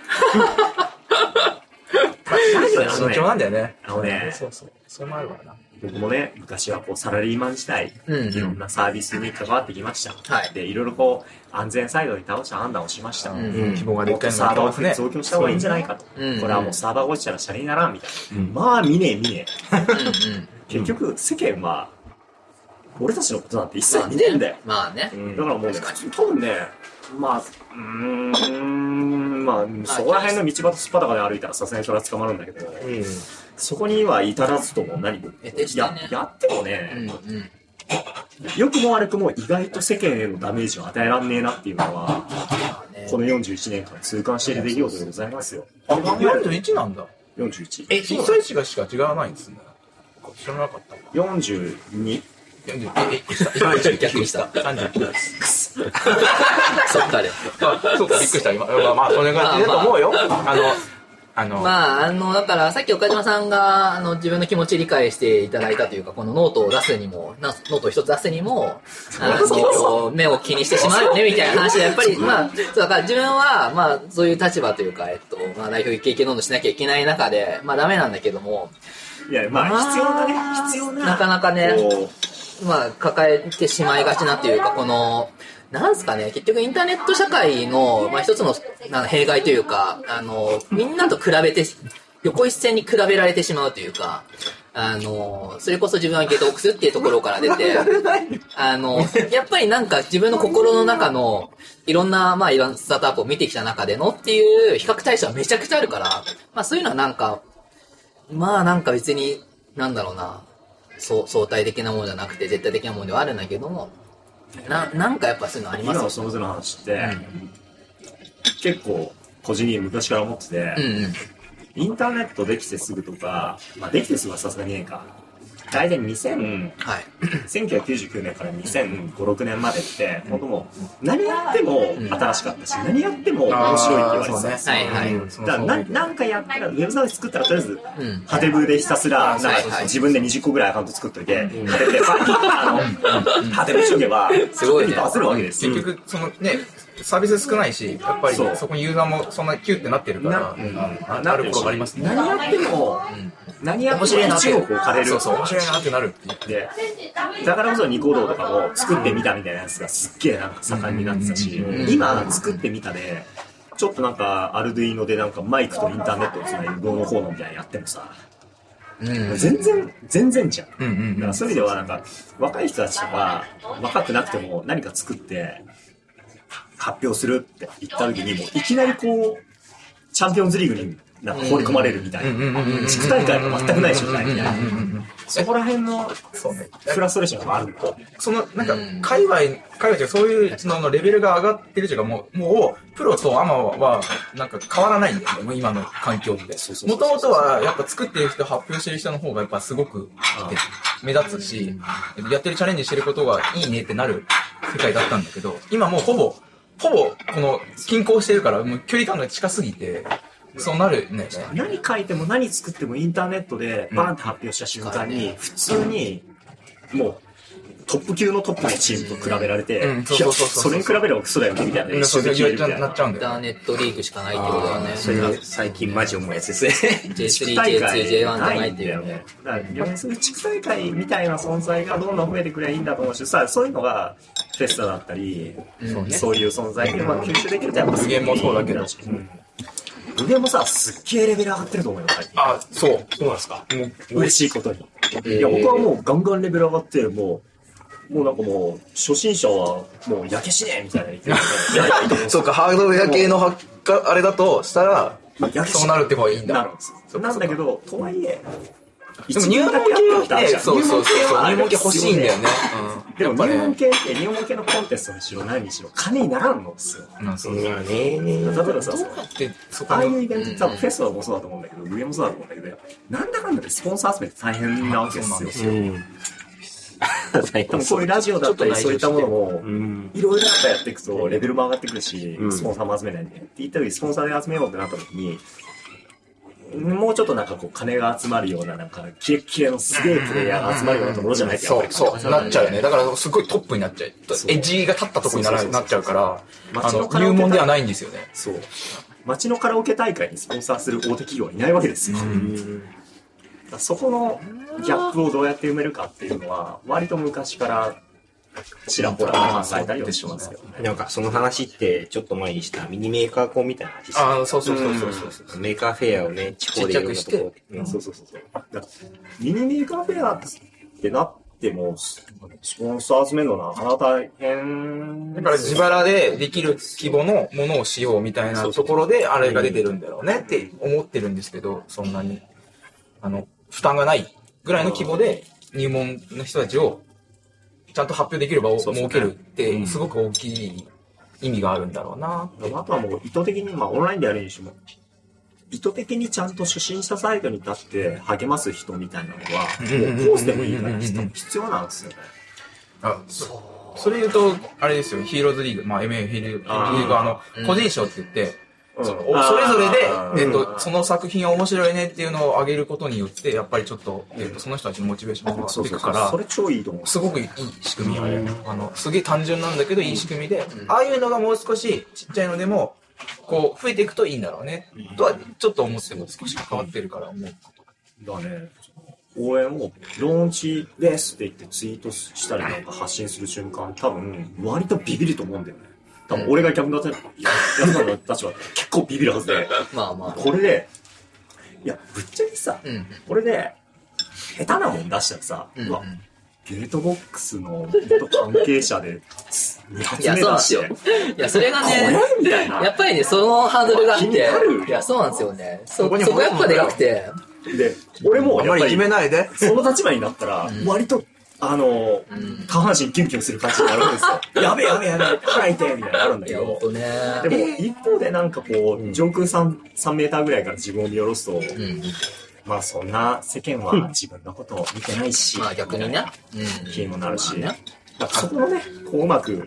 Speaker 1: あの
Speaker 4: 慎
Speaker 1: ね
Speaker 4: 重なんだよね。
Speaker 1: あのね
Speaker 4: そうそう。それもあるからな。
Speaker 1: 僕もね、昔はこうサラリーマン時代、
Speaker 3: うん
Speaker 1: いろんなサービスに関わってきました。
Speaker 3: はい
Speaker 1: で、いろいろこう、安全サイドに倒した判断をしました。
Speaker 3: ん
Speaker 6: うん。
Speaker 4: 希望がで
Speaker 1: も
Speaker 4: っ
Speaker 1: っ
Speaker 4: か
Speaker 1: と
Speaker 4: い
Speaker 1: サーバ
Speaker 4: の
Speaker 1: ーを増強した方がいいんじゃないかと。
Speaker 3: うん
Speaker 1: これはもうサーバーが落ちたらシャレにならんみたいな。
Speaker 6: うん
Speaker 1: まあ、見ねえ見ねえ。
Speaker 3: う
Speaker 1: 結局、世間は、俺たちのことなんて一切見ねえんだよ。
Speaker 3: まあね。
Speaker 1: だからもうね、多分ね、まあ、うーん、まあ、そこら辺の道端すっぱだかで歩いたらさすがにそれは捕まるんだけど、
Speaker 6: うん。
Speaker 1: そこには至らずとも何も、
Speaker 3: えでした
Speaker 1: や
Speaker 3: ね
Speaker 1: やってもね、
Speaker 3: うんうん。
Speaker 1: 良くも悪くも意外と世間へのダメージを与えらんねえなっていうのは、
Speaker 3: まあね
Speaker 1: この41年間痛感している出来事でございますよ。
Speaker 4: あ、41なんだ。
Speaker 1: 41。
Speaker 4: え、被災地がしか違わないんですね。知らなかったわ。
Speaker 1: 42。
Speaker 4: 42、え、下、下、
Speaker 3: 逆にした
Speaker 4: 39です。です。
Speaker 3: そっかで。
Speaker 4: あそうか、びっくりした。今まあ、まあ、そんな感じだと思うよ。あの、あの、
Speaker 3: まあ、あの、だから、さっき岡島さんが、あの、自分の気持ち理解していただいたというか、このノートを出すにも、なノートを一つ出すにも、あの、こう目を気にしてしまうよね、みたいな話で、やっぱり、まあ、そうだから自分は、まあ、そういう立場というか、えっと、まあ、代表イケイケどんどんしなきゃいけない中で、まあ、ダメなんだけども、
Speaker 1: いや、まあ、必要なね、必要な。
Speaker 3: なかなかね
Speaker 1: こ
Speaker 3: まあ、抱えてしまいがちなというか、この、なんすかね、結局インターネット社会の、まあ、一つのあの弊害というか、あの、みんなと比べて、横一線に比べられてしまうというか、あの、それこそ自分はゲートオックスっていうところから出て、あの、やっぱりなんか自分の心の中の、いろんな、まあ、いろんなスタートアップを見てきた中でのっていう比較対象はめちゃくちゃあるから、まあ、そういうのはなんか、まあなんか別に、なんだろうな、そう相対的なものじゃなくて絶対的なものではあるんだけども、ななんかやっぱそういうのあ
Speaker 1: う
Speaker 3: り
Speaker 1: 今
Speaker 3: ます
Speaker 1: のその
Speaker 3: よ
Speaker 1: 図の話って、結構、個人に昔から思ってて、
Speaker 3: うんうん。
Speaker 1: インターネットできてすぐとか、まあ、できてすぐはさすがにねえか。大体2000、
Speaker 3: はい。
Speaker 1: 1999年から2005、6年までって、本当もう、何やっても新しかったし、何やっても面白いって言われてたんですよ。
Speaker 3: はいはい
Speaker 4: うんそ
Speaker 1: だか
Speaker 4: うそ
Speaker 1: ら
Speaker 4: う
Speaker 1: ななんかやったら、ウェブサイト作ったら、とりあえず、
Speaker 3: うん。
Speaker 1: ハテブでひたすら、なん
Speaker 3: はいは
Speaker 1: か
Speaker 3: い
Speaker 1: 自分で20個ぐらいアカウント作っといて、ハテブでバッあの、ハテブしとけば、
Speaker 3: すごい
Speaker 1: 勝手に
Speaker 3: ね
Speaker 1: バズるわけですよ
Speaker 4: 結。局、そのね、サービス少ないし、やっぱり
Speaker 1: そう
Speaker 4: そこにユーザーもそんなキューってなってるから、あなることがありますね。
Speaker 1: 何やっても、何やっ
Speaker 3: 面
Speaker 1: て
Speaker 3: 白い
Speaker 1: も
Speaker 3: なって
Speaker 1: 中国を枯れる。
Speaker 4: そうそう、面白いなってなるっていう。
Speaker 1: で、だからこそニコ動とかも作ってみたみたいなやつがすっげえなんか盛んになってたし、今作ってみたで、ちょっとなんかアルドゥイノでなんかマイクとインターネットをつないでどうのこうのみたいなやってもさ、
Speaker 3: うん。
Speaker 1: 全然、全然じゃん。
Speaker 4: うんうんうん
Speaker 1: だからそういう意味ではなんか、若い人たちが若くなくても何か作って発表するって言った時にもういきなりこう、チャンピオンズリーグになんか放り込まれるみたいな。地区大会も全くない状態みたいな。そこら辺の
Speaker 4: そうね。
Speaker 1: フラストレーションがあるんだ。
Speaker 4: その、なんか、界隈、界隈というか、そういうののレベルが上がってるというか、もう、もう、プロとアマは、なんか変わらないんだよね、もう今の環境って
Speaker 1: そう。そうそ
Speaker 4: も
Speaker 1: うそう
Speaker 4: ともとは、やっぱ作ってる人、発表してる人の方が、やっぱすごく目立つし、やってるチャレンジしてることがいいねってなる世界だったんだけど、今もうほぼ、ほぼ、この、均衡してるから、もう距離感が近すぎて、そうなるね。
Speaker 1: 何書いても何作ってもインターネットでバーンって発表した瞬間に、普通にもうトップ級のトップのチームと比べられて、
Speaker 4: うん
Speaker 1: いや
Speaker 4: そうそうそう
Speaker 1: そ
Speaker 4: そう
Speaker 1: れに比べればクソだよねみたいな一
Speaker 4: そ
Speaker 1: 瞬
Speaker 4: う
Speaker 1: で消え
Speaker 4: い
Speaker 1: るみ
Speaker 4: う
Speaker 1: た
Speaker 4: 感じ
Speaker 1: い
Speaker 4: になっ
Speaker 1: な
Speaker 4: ちゃうん
Speaker 3: イン
Speaker 4: だ
Speaker 3: タ
Speaker 4: よ
Speaker 3: ー
Speaker 4: ね。
Speaker 3: ネットリークしかないってことだね。
Speaker 6: それが最近マジ思うやつですね。
Speaker 1: 地区
Speaker 3: J3、
Speaker 1: 大
Speaker 3: J2、
Speaker 1: 会
Speaker 3: J1 じゃ
Speaker 1: な
Speaker 3: ない
Speaker 1: い
Speaker 3: っ
Speaker 1: ん
Speaker 3: て
Speaker 1: だ
Speaker 3: いう
Speaker 1: よ
Speaker 3: ね
Speaker 1: ね。だから要するに地区大会みたいな存在がどんどん増えてくればいいんだと思うしさそういうのがフェスタだったり、
Speaker 3: うん
Speaker 1: そういう存在で、まあ、吸収できるとやっぱす
Speaker 4: 無
Speaker 1: げえ
Speaker 4: 限もそうだけど。
Speaker 1: 無限もさすっげえレベル上がってると思うよ最近
Speaker 4: あ、そう。そうなんですか。もう
Speaker 1: 嬉しいことに。いや、僕はもうガンガンレベル上がって、もう、もうなんかもう、初心者はもう焼け死ねみたいな言 ってるんでやりたいと思う
Speaker 4: そうか、ハードウェア系のはかあれだとしたら、そうなるって方がいいん
Speaker 1: な
Speaker 4: だ
Speaker 1: る。んですよなんだけど、とはいえ、
Speaker 4: でも入門系ね、そうそうそうそう、入門系欲しいんだよね。
Speaker 1: でも
Speaker 4: やっぱ
Speaker 1: 入
Speaker 4: ね
Speaker 1: 門系って入門系のコンテストにしろ何にしろ金にならんのですよ。
Speaker 4: うん、そう
Speaker 6: まあね。
Speaker 1: 例えばさ、
Speaker 4: で、そこ
Speaker 1: ああ
Speaker 4: の
Speaker 1: いうイベントって多分フェスはもそうだと思うんだけど、上もそうだと思うんだけど、なんだかんだでスポンサー集めって大変なわけで
Speaker 4: そうなんですす
Speaker 1: よ。
Speaker 6: うん。
Speaker 1: 多分そういうラジオだったり、そういったものも、
Speaker 6: うん。
Speaker 1: いろいろやっぱやっていくと、レベルも上がってくるし、スポンサーも集めないんで。って言った時、スポンサーで集めようってなった時に、もうちょっとなんかこう、金が集まるような、なんか、キレッキレのすげえプレイヤーが集まるようなところじゃないと、やっ
Speaker 4: そ
Speaker 1: ぱ
Speaker 4: う
Speaker 1: り
Speaker 4: そう、なっちゃうよね。だから、すごいトップになっちゃう。
Speaker 1: そう
Speaker 4: エッジが立ったとこになら
Speaker 1: そうそうそう
Speaker 4: なっちゃうから、あ
Speaker 1: 街の
Speaker 4: の、
Speaker 1: カラオケ
Speaker 4: 入門ではないんですよね。
Speaker 1: そう。街のカラオケ大会にスポンサーする大手企業はいないわけですよ。だからそこのギャップをどうやって埋めるかっていうのは、割と昔から、ちらほら考えたりはしますけどね。
Speaker 6: なんかその話って、ちょっと前にしたミニメーカーコンみたいな話した
Speaker 4: ああ、そうそうそうそうそうそう。
Speaker 6: メーカーフェアをね、地方でいろんなところ
Speaker 1: そうそうそうそう。だからミニメーカーフェアってなっても、スポンサー集めるのなかなか大変。
Speaker 4: だから自腹でできる規模のものをしようみたいなところであれが出てるんだろうねって思ってるんですけど、そんなに、あの、負担がないぐらいの規模で入門の人たちをちゃんと発表できる場を
Speaker 1: そう
Speaker 4: 設
Speaker 1: ですね
Speaker 4: けるって、すごく大きい意味があるんだろうな。
Speaker 1: あとはもう意図的に、まあオンラインでやるにしても、意図的にちゃんと初心者サイトに立って励ます人みたいなのは、もうコースでもいいから
Speaker 4: うんうんうんうん
Speaker 1: 必要なんですよね。
Speaker 4: あ、そそれ言うと、あれですよ、ヒーローズリーグ、まあ、MA ヒーローズリーグは、あの、個人賞って言って、
Speaker 1: うん
Speaker 4: そおそれぞれ
Speaker 1: あー
Speaker 4: で、えっと、その作品面白いねっていうのを上げることによって、やっぱりちょっと、えっと、その人たちのモチベーションが上が
Speaker 1: そ
Speaker 4: っ
Speaker 1: う
Speaker 4: てい
Speaker 1: そう
Speaker 4: く
Speaker 1: そ
Speaker 4: か
Speaker 1: うそ
Speaker 4: ら、
Speaker 1: れ超いいと思う
Speaker 4: すごくいい仕組みあれ。あの、すげえ単純なんだけど、いい仕組みで、ああいうのがもう少しちっちゃいのでも、こう、増えていくといいんだろうね。とは、ちょっと思っても少し変わってるから思う。
Speaker 1: だね。応援も、ローンチですって言ってツイートしたりなんか発信する瞬間、多分、割とビビると思うんだよね。多分、俺が客の立場やるの立場って結構ビビるはずで。
Speaker 3: まあまあ。
Speaker 1: これで、いや、ぶっちゃけさ、
Speaker 3: うん。
Speaker 1: これで、下手なもん出したらさ、
Speaker 3: うん
Speaker 1: うわ、ゲートボックスの元関係者で、2発
Speaker 3: いや、
Speaker 1: 目
Speaker 3: そう
Speaker 1: 出
Speaker 3: なんです
Speaker 1: し
Speaker 3: よ
Speaker 1: て、。
Speaker 3: いや、それがね、
Speaker 1: これみたいな
Speaker 3: やっぱりね、そのハードルがあっ
Speaker 1: 気に
Speaker 3: て
Speaker 1: なる、
Speaker 3: いや、そうなんですよね。そ、
Speaker 4: そこに
Speaker 3: そこやっぱでかくて、
Speaker 1: で、俺も
Speaker 2: あ
Speaker 1: や
Speaker 2: ま
Speaker 1: っ
Speaker 2: り
Speaker 1: ぱ
Speaker 2: 決め
Speaker 1: り、
Speaker 2: ないで。
Speaker 1: その立場になったら、割と、あの、
Speaker 3: うん。
Speaker 1: 下半身キュンキュンする感じになるんですよ。やべえやべえやべえ、腹痛いみたいになるんだ
Speaker 3: い
Speaker 1: け
Speaker 3: や、ほん
Speaker 1: ど。
Speaker 3: とね。
Speaker 1: でも、一方でなんかこう、上空 3, 3メーターぐらいから自分を見下ろすと、
Speaker 3: うん。
Speaker 1: まあそんな世間は自分のことを見てないし、
Speaker 3: まあ逆にね。うん。
Speaker 1: 気にもなるし、
Speaker 3: まあね
Speaker 1: だからそこのね、こううまく、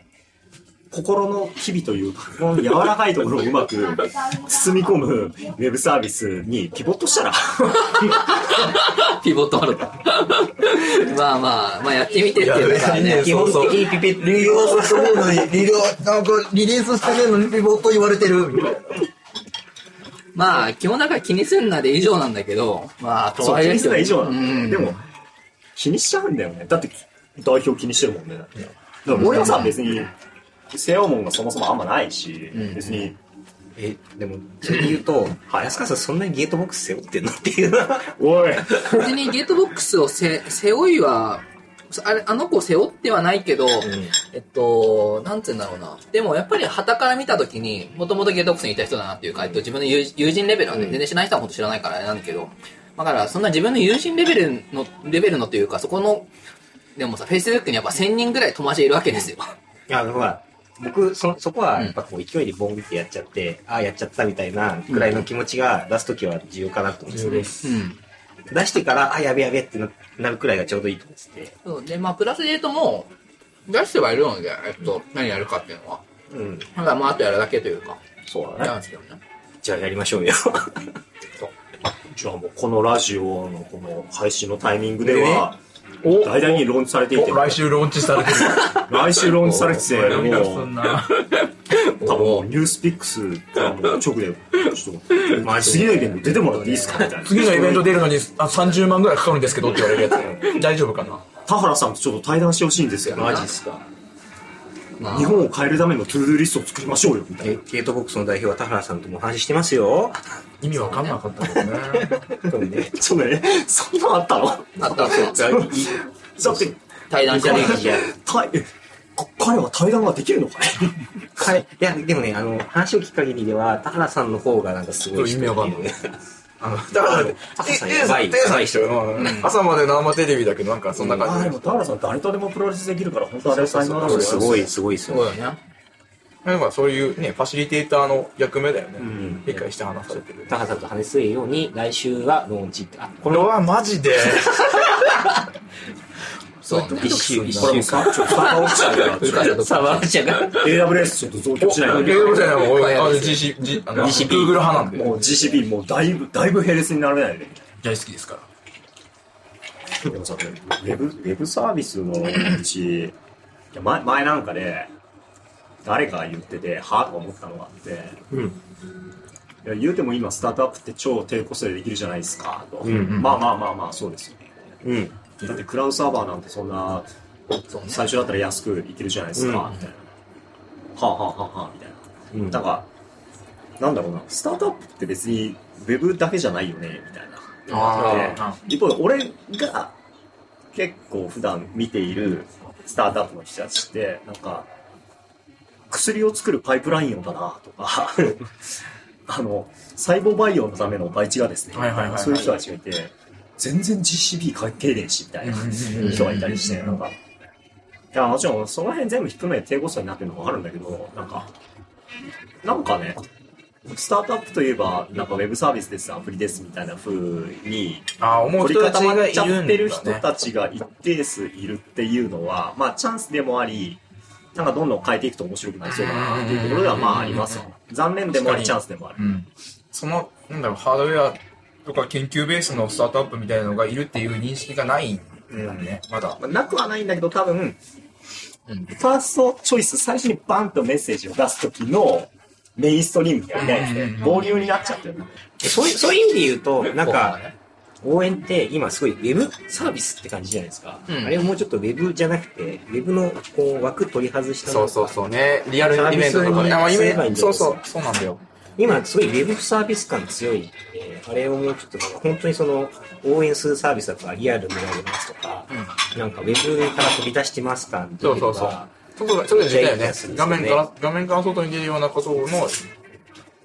Speaker 1: 心の機微というか、この柔らかいところをうまく包み込むウェブサービスにピボットしたら、
Speaker 3: ピボットある まあまあ、まあやってみてっていうのがね。
Speaker 6: 基本的にピペッ
Speaker 2: リリースしてねえのに、リリーなんかリリースしてねえのにピボット言われてるみたいな。
Speaker 3: まあ、基本だから気にすんなで以上なんだけど、まあ、と
Speaker 1: そう
Speaker 3: はい
Speaker 1: 気
Speaker 3: え
Speaker 1: にするのは以上な
Speaker 3: う
Speaker 1: の。
Speaker 3: ん。
Speaker 1: でも、気にしちゃうんだよね。だって、代表気にしてるもんね。だから俺はさ、別に、西洋門がそもそもあんまないし、
Speaker 3: ん
Speaker 1: 別に、
Speaker 6: え、でも、それで言うと、安川さんそんなにゲートボックス背負ってんのっていうな。
Speaker 1: おい、
Speaker 3: 別にゲートボックスをせ背負いはあれあの子背負ってはないけど、えっとなんつうんだろうなでもやっぱり旗から見た時にもともとゲートボックスにいた人だなっていうか、えっと、自分の友友人レベルはね、全然知らない人のこと知らないからあれなんだけどだからそんな自分の友人レベルのレベルのというかそこのでもさフェイスブックにやっぱ1000人ぐらい友達いるわけですよ
Speaker 6: あの、ほら、僕、そ、そこは、やっぱこう、勢いでボンってやっちゃって、ああ、やっちゃったみたいな、ぐらいの気持ちが出すときは重要かなと思うんですよね。出してから、あ、やべやべってななるくらいがちょうどいいと思ってて。
Speaker 3: そうでまあプラスで言うともう出してはいるので、えっと、何やるかっていうのは
Speaker 6: うん。
Speaker 3: だからまああとやるだけというか
Speaker 1: そうだ
Speaker 3: なん
Speaker 1: ね。
Speaker 3: ですけどね
Speaker 6: じゃあやりましょうよ。
Speaker 1: じゃあもう、このラジオのこの配信のタイミングでは、大々にローンチされていて、
Speaker 4: お来週ローンチされてる。
Speaker 1: 来週ローンチされてて、
Speaker 4: お前ら
Speaker 1: も
Speaker 4: そん
Speaker 1: う、
Speaker 4: な。
Speaker 1: 多分もうニュースピックスからもう直で、ちょっと、次のイベント出てもらっていいですかみたいな。
Speaker 4: 次のイベント出るのにあ30万ぐらいかかるんですけどって言われるやつ大丈夫かな
Speaker 1: 田原さんとちょっと対談してほしいんですけど、
Speaker 3: マジっ
Speaker 1: すか
Speaker 3: まあ
Speaker 1: 日本を変えるためのトゥードゥーリストを作りましょうよ、みた い
Speaker 6: え
Speaker 1: な。
Speaker 6: ゲートボックスの代表は田原さんともお話ししてますよ。
Speaker 4: 意味わかんなかったですね
Speaker 6: そうね。
Speaker 1: ちょっとね、そんなのあったの
Speaker 3: あったそう
Speaker 1: だって、
Speaker 3: 対談じゃねえ
Speaker 6: いや
Speaker 1: たいえこ彼は対談ができるのかね
Speaker 6: はい。いや、でもね、あの、話を聞く限りでは、田原さんの方がなんかすごい人っていう。
Speaker 4: そう意味わかんないあのだから
Speaker 6: テ
Speaker 4: テ
Speaker 6: イさんやばい
Speaker 4: テイさん一緒よ朝まで生テレビだけどなんかそんな
Speaker 1: あ
Speaker 4: 感
Speaker 1: あ、
Speaker 4: じ
Speaker 1: で
Speaker 4: で
Speaker 1: も田原さん誰とでもプロレスできるから、本当あれは才能だ
Speaker 6: すご
Speaker 1: い。
Speaker 6: い、すごいです
Speaker 3: そう
Speaker 6: よ。
Speaker 3: よね
Speaker 4: なんかそういうねファシリテーターの役目だよね、
Speaker 1: ん
Speaker 4: 理解して話されてる
Speaker 6: 田原さんと話すように、来週はローンチって、あ、
Speaker 4: これはマジで
Speaker 3: そうね
Speaker 6: 一周、一
Speaker 1: これも
Speaker 6: 周
Speaker 1: うさ、ちょっと差が起きちゃうから、
Speaker 3: 浮か れたとこ
Speaker 6: サバーちゃんが。
Speaker 1: AWS ちょっと増強しないと
Speaker 4: ゲームじゃないもん俺あの GC G あの
Speaker 6: GCP
Speaker 4: Google 派なんで
Speaker 1: もう GCP もうだいぶ、だいぶ並列に並べないで。
Speaker 4: 大好きですから
Speaker 1: でもさ、ウェブ、ウェブサービスのうち、いや前前なんかで、誰かが言ってて、はぁとか思ったのがあって、いや言うても今、スタートアップって超低コストでできるじゃないですか、と。まあまあまあまあ、そうですよね。
Speaker 6: うん。
Speaker 1: だってクラウドサーバーなんてそんな
Speaker 3: そうね
Speaker 1: 最初だったら安くいけるじゃないですか、
Speaker 6: うん
Speaker 1: みたいなはあはあはあはあみたいな、
Speaker 6: うん
Speaker 1: だからなんだろうなスタートアップって別にウェブだけじゃないよねみたいな
Speaker 4: あ
Speaker 1: で一方で俺が結構普段見ているスタートアップの人たちってなんか薬を作るパイプラインをだなとか あの細胞培養のための培地がですね、
Speaker 4: はいはいはいはい
Speaker 1: そういう人たちがいて全然 GCB 関係ねえしみたいな人がいたりしてなんかいやもちろんその辺全部含めて低コストになってるのもあるんだけどなんかなんかねスタートアップといえばなんかウェブサービスですアプリですみたいな風に
Speaker 4: あー思う
Speaker 1: 取り
Speaker 4: 人た
Speaker 1: 固
Speaker 4: ち
Speaker 1: ま
Speaker 4: が
Speaker 1: っ
Speaker 4: い
Speaker 1: ちゃ
Speaker 4: る
Speaker 1: っ
Speaker 4: ん
Speaker 1: てる人
Speaker 4: だね
Speaker 1: たちが一定数いるっていうのは、まあチャンスでもあり、なんかどんどん変えていくと面白くなりそうだなっていうところではまあありますよね。残念でもありチャンスでもある
Speaker 4: う。ん、そのなんだろうハードウェアとか研究ベースのスタートアップみたいなのがいるっていう認識がないんだね、まだ。
Speaker 1: まあなくはないんだけど多分、
Speaker 4: うん
Speaker 1: ファーストチョイス、最初にバンとメッセージを出す時のメインストリームにはないですね。合流になっちゃってる。
Speaker 5: そういう、そういう意味で言うと、なん
Speaker 3: は
Speaker 5: か、
Speaker 3: ね
Speaker 5: 応援って今すごいウェブサービスって感じじゃないですか。
Speaker 3: うん
Speaker 5: あれをもうちょっとウェブじゃなくて、ウェブのこう枠取り外した
Speaker 4: そうそうそうね、リアルイベントとかね。
Speaker 5: サービスに
Speaker 4: イベン
Speaker 5: すればいいんじゃ
Speaker 4: そう
Speaker 5: ないですか
Speaker 4: そう、そうなんだよ。
Speaker 5: 今すごいウェブサービス感強いんで、あれをもうちょっと本当にその応援するサービスだとかリアルになりますとか、なんかウェブから飛び出してます感ってい
Speaker 4: そうう
Speaker 5: の
Speaker 4: そ
Speaker 5: が
Speaker 4: うそう。そこが、それでだよ
Speaker 5: めっちゃいい
Speaker 4: ね
Speaker 5: やつです。ね
Speaker 4: 画面から、画面から外に出るようなことの、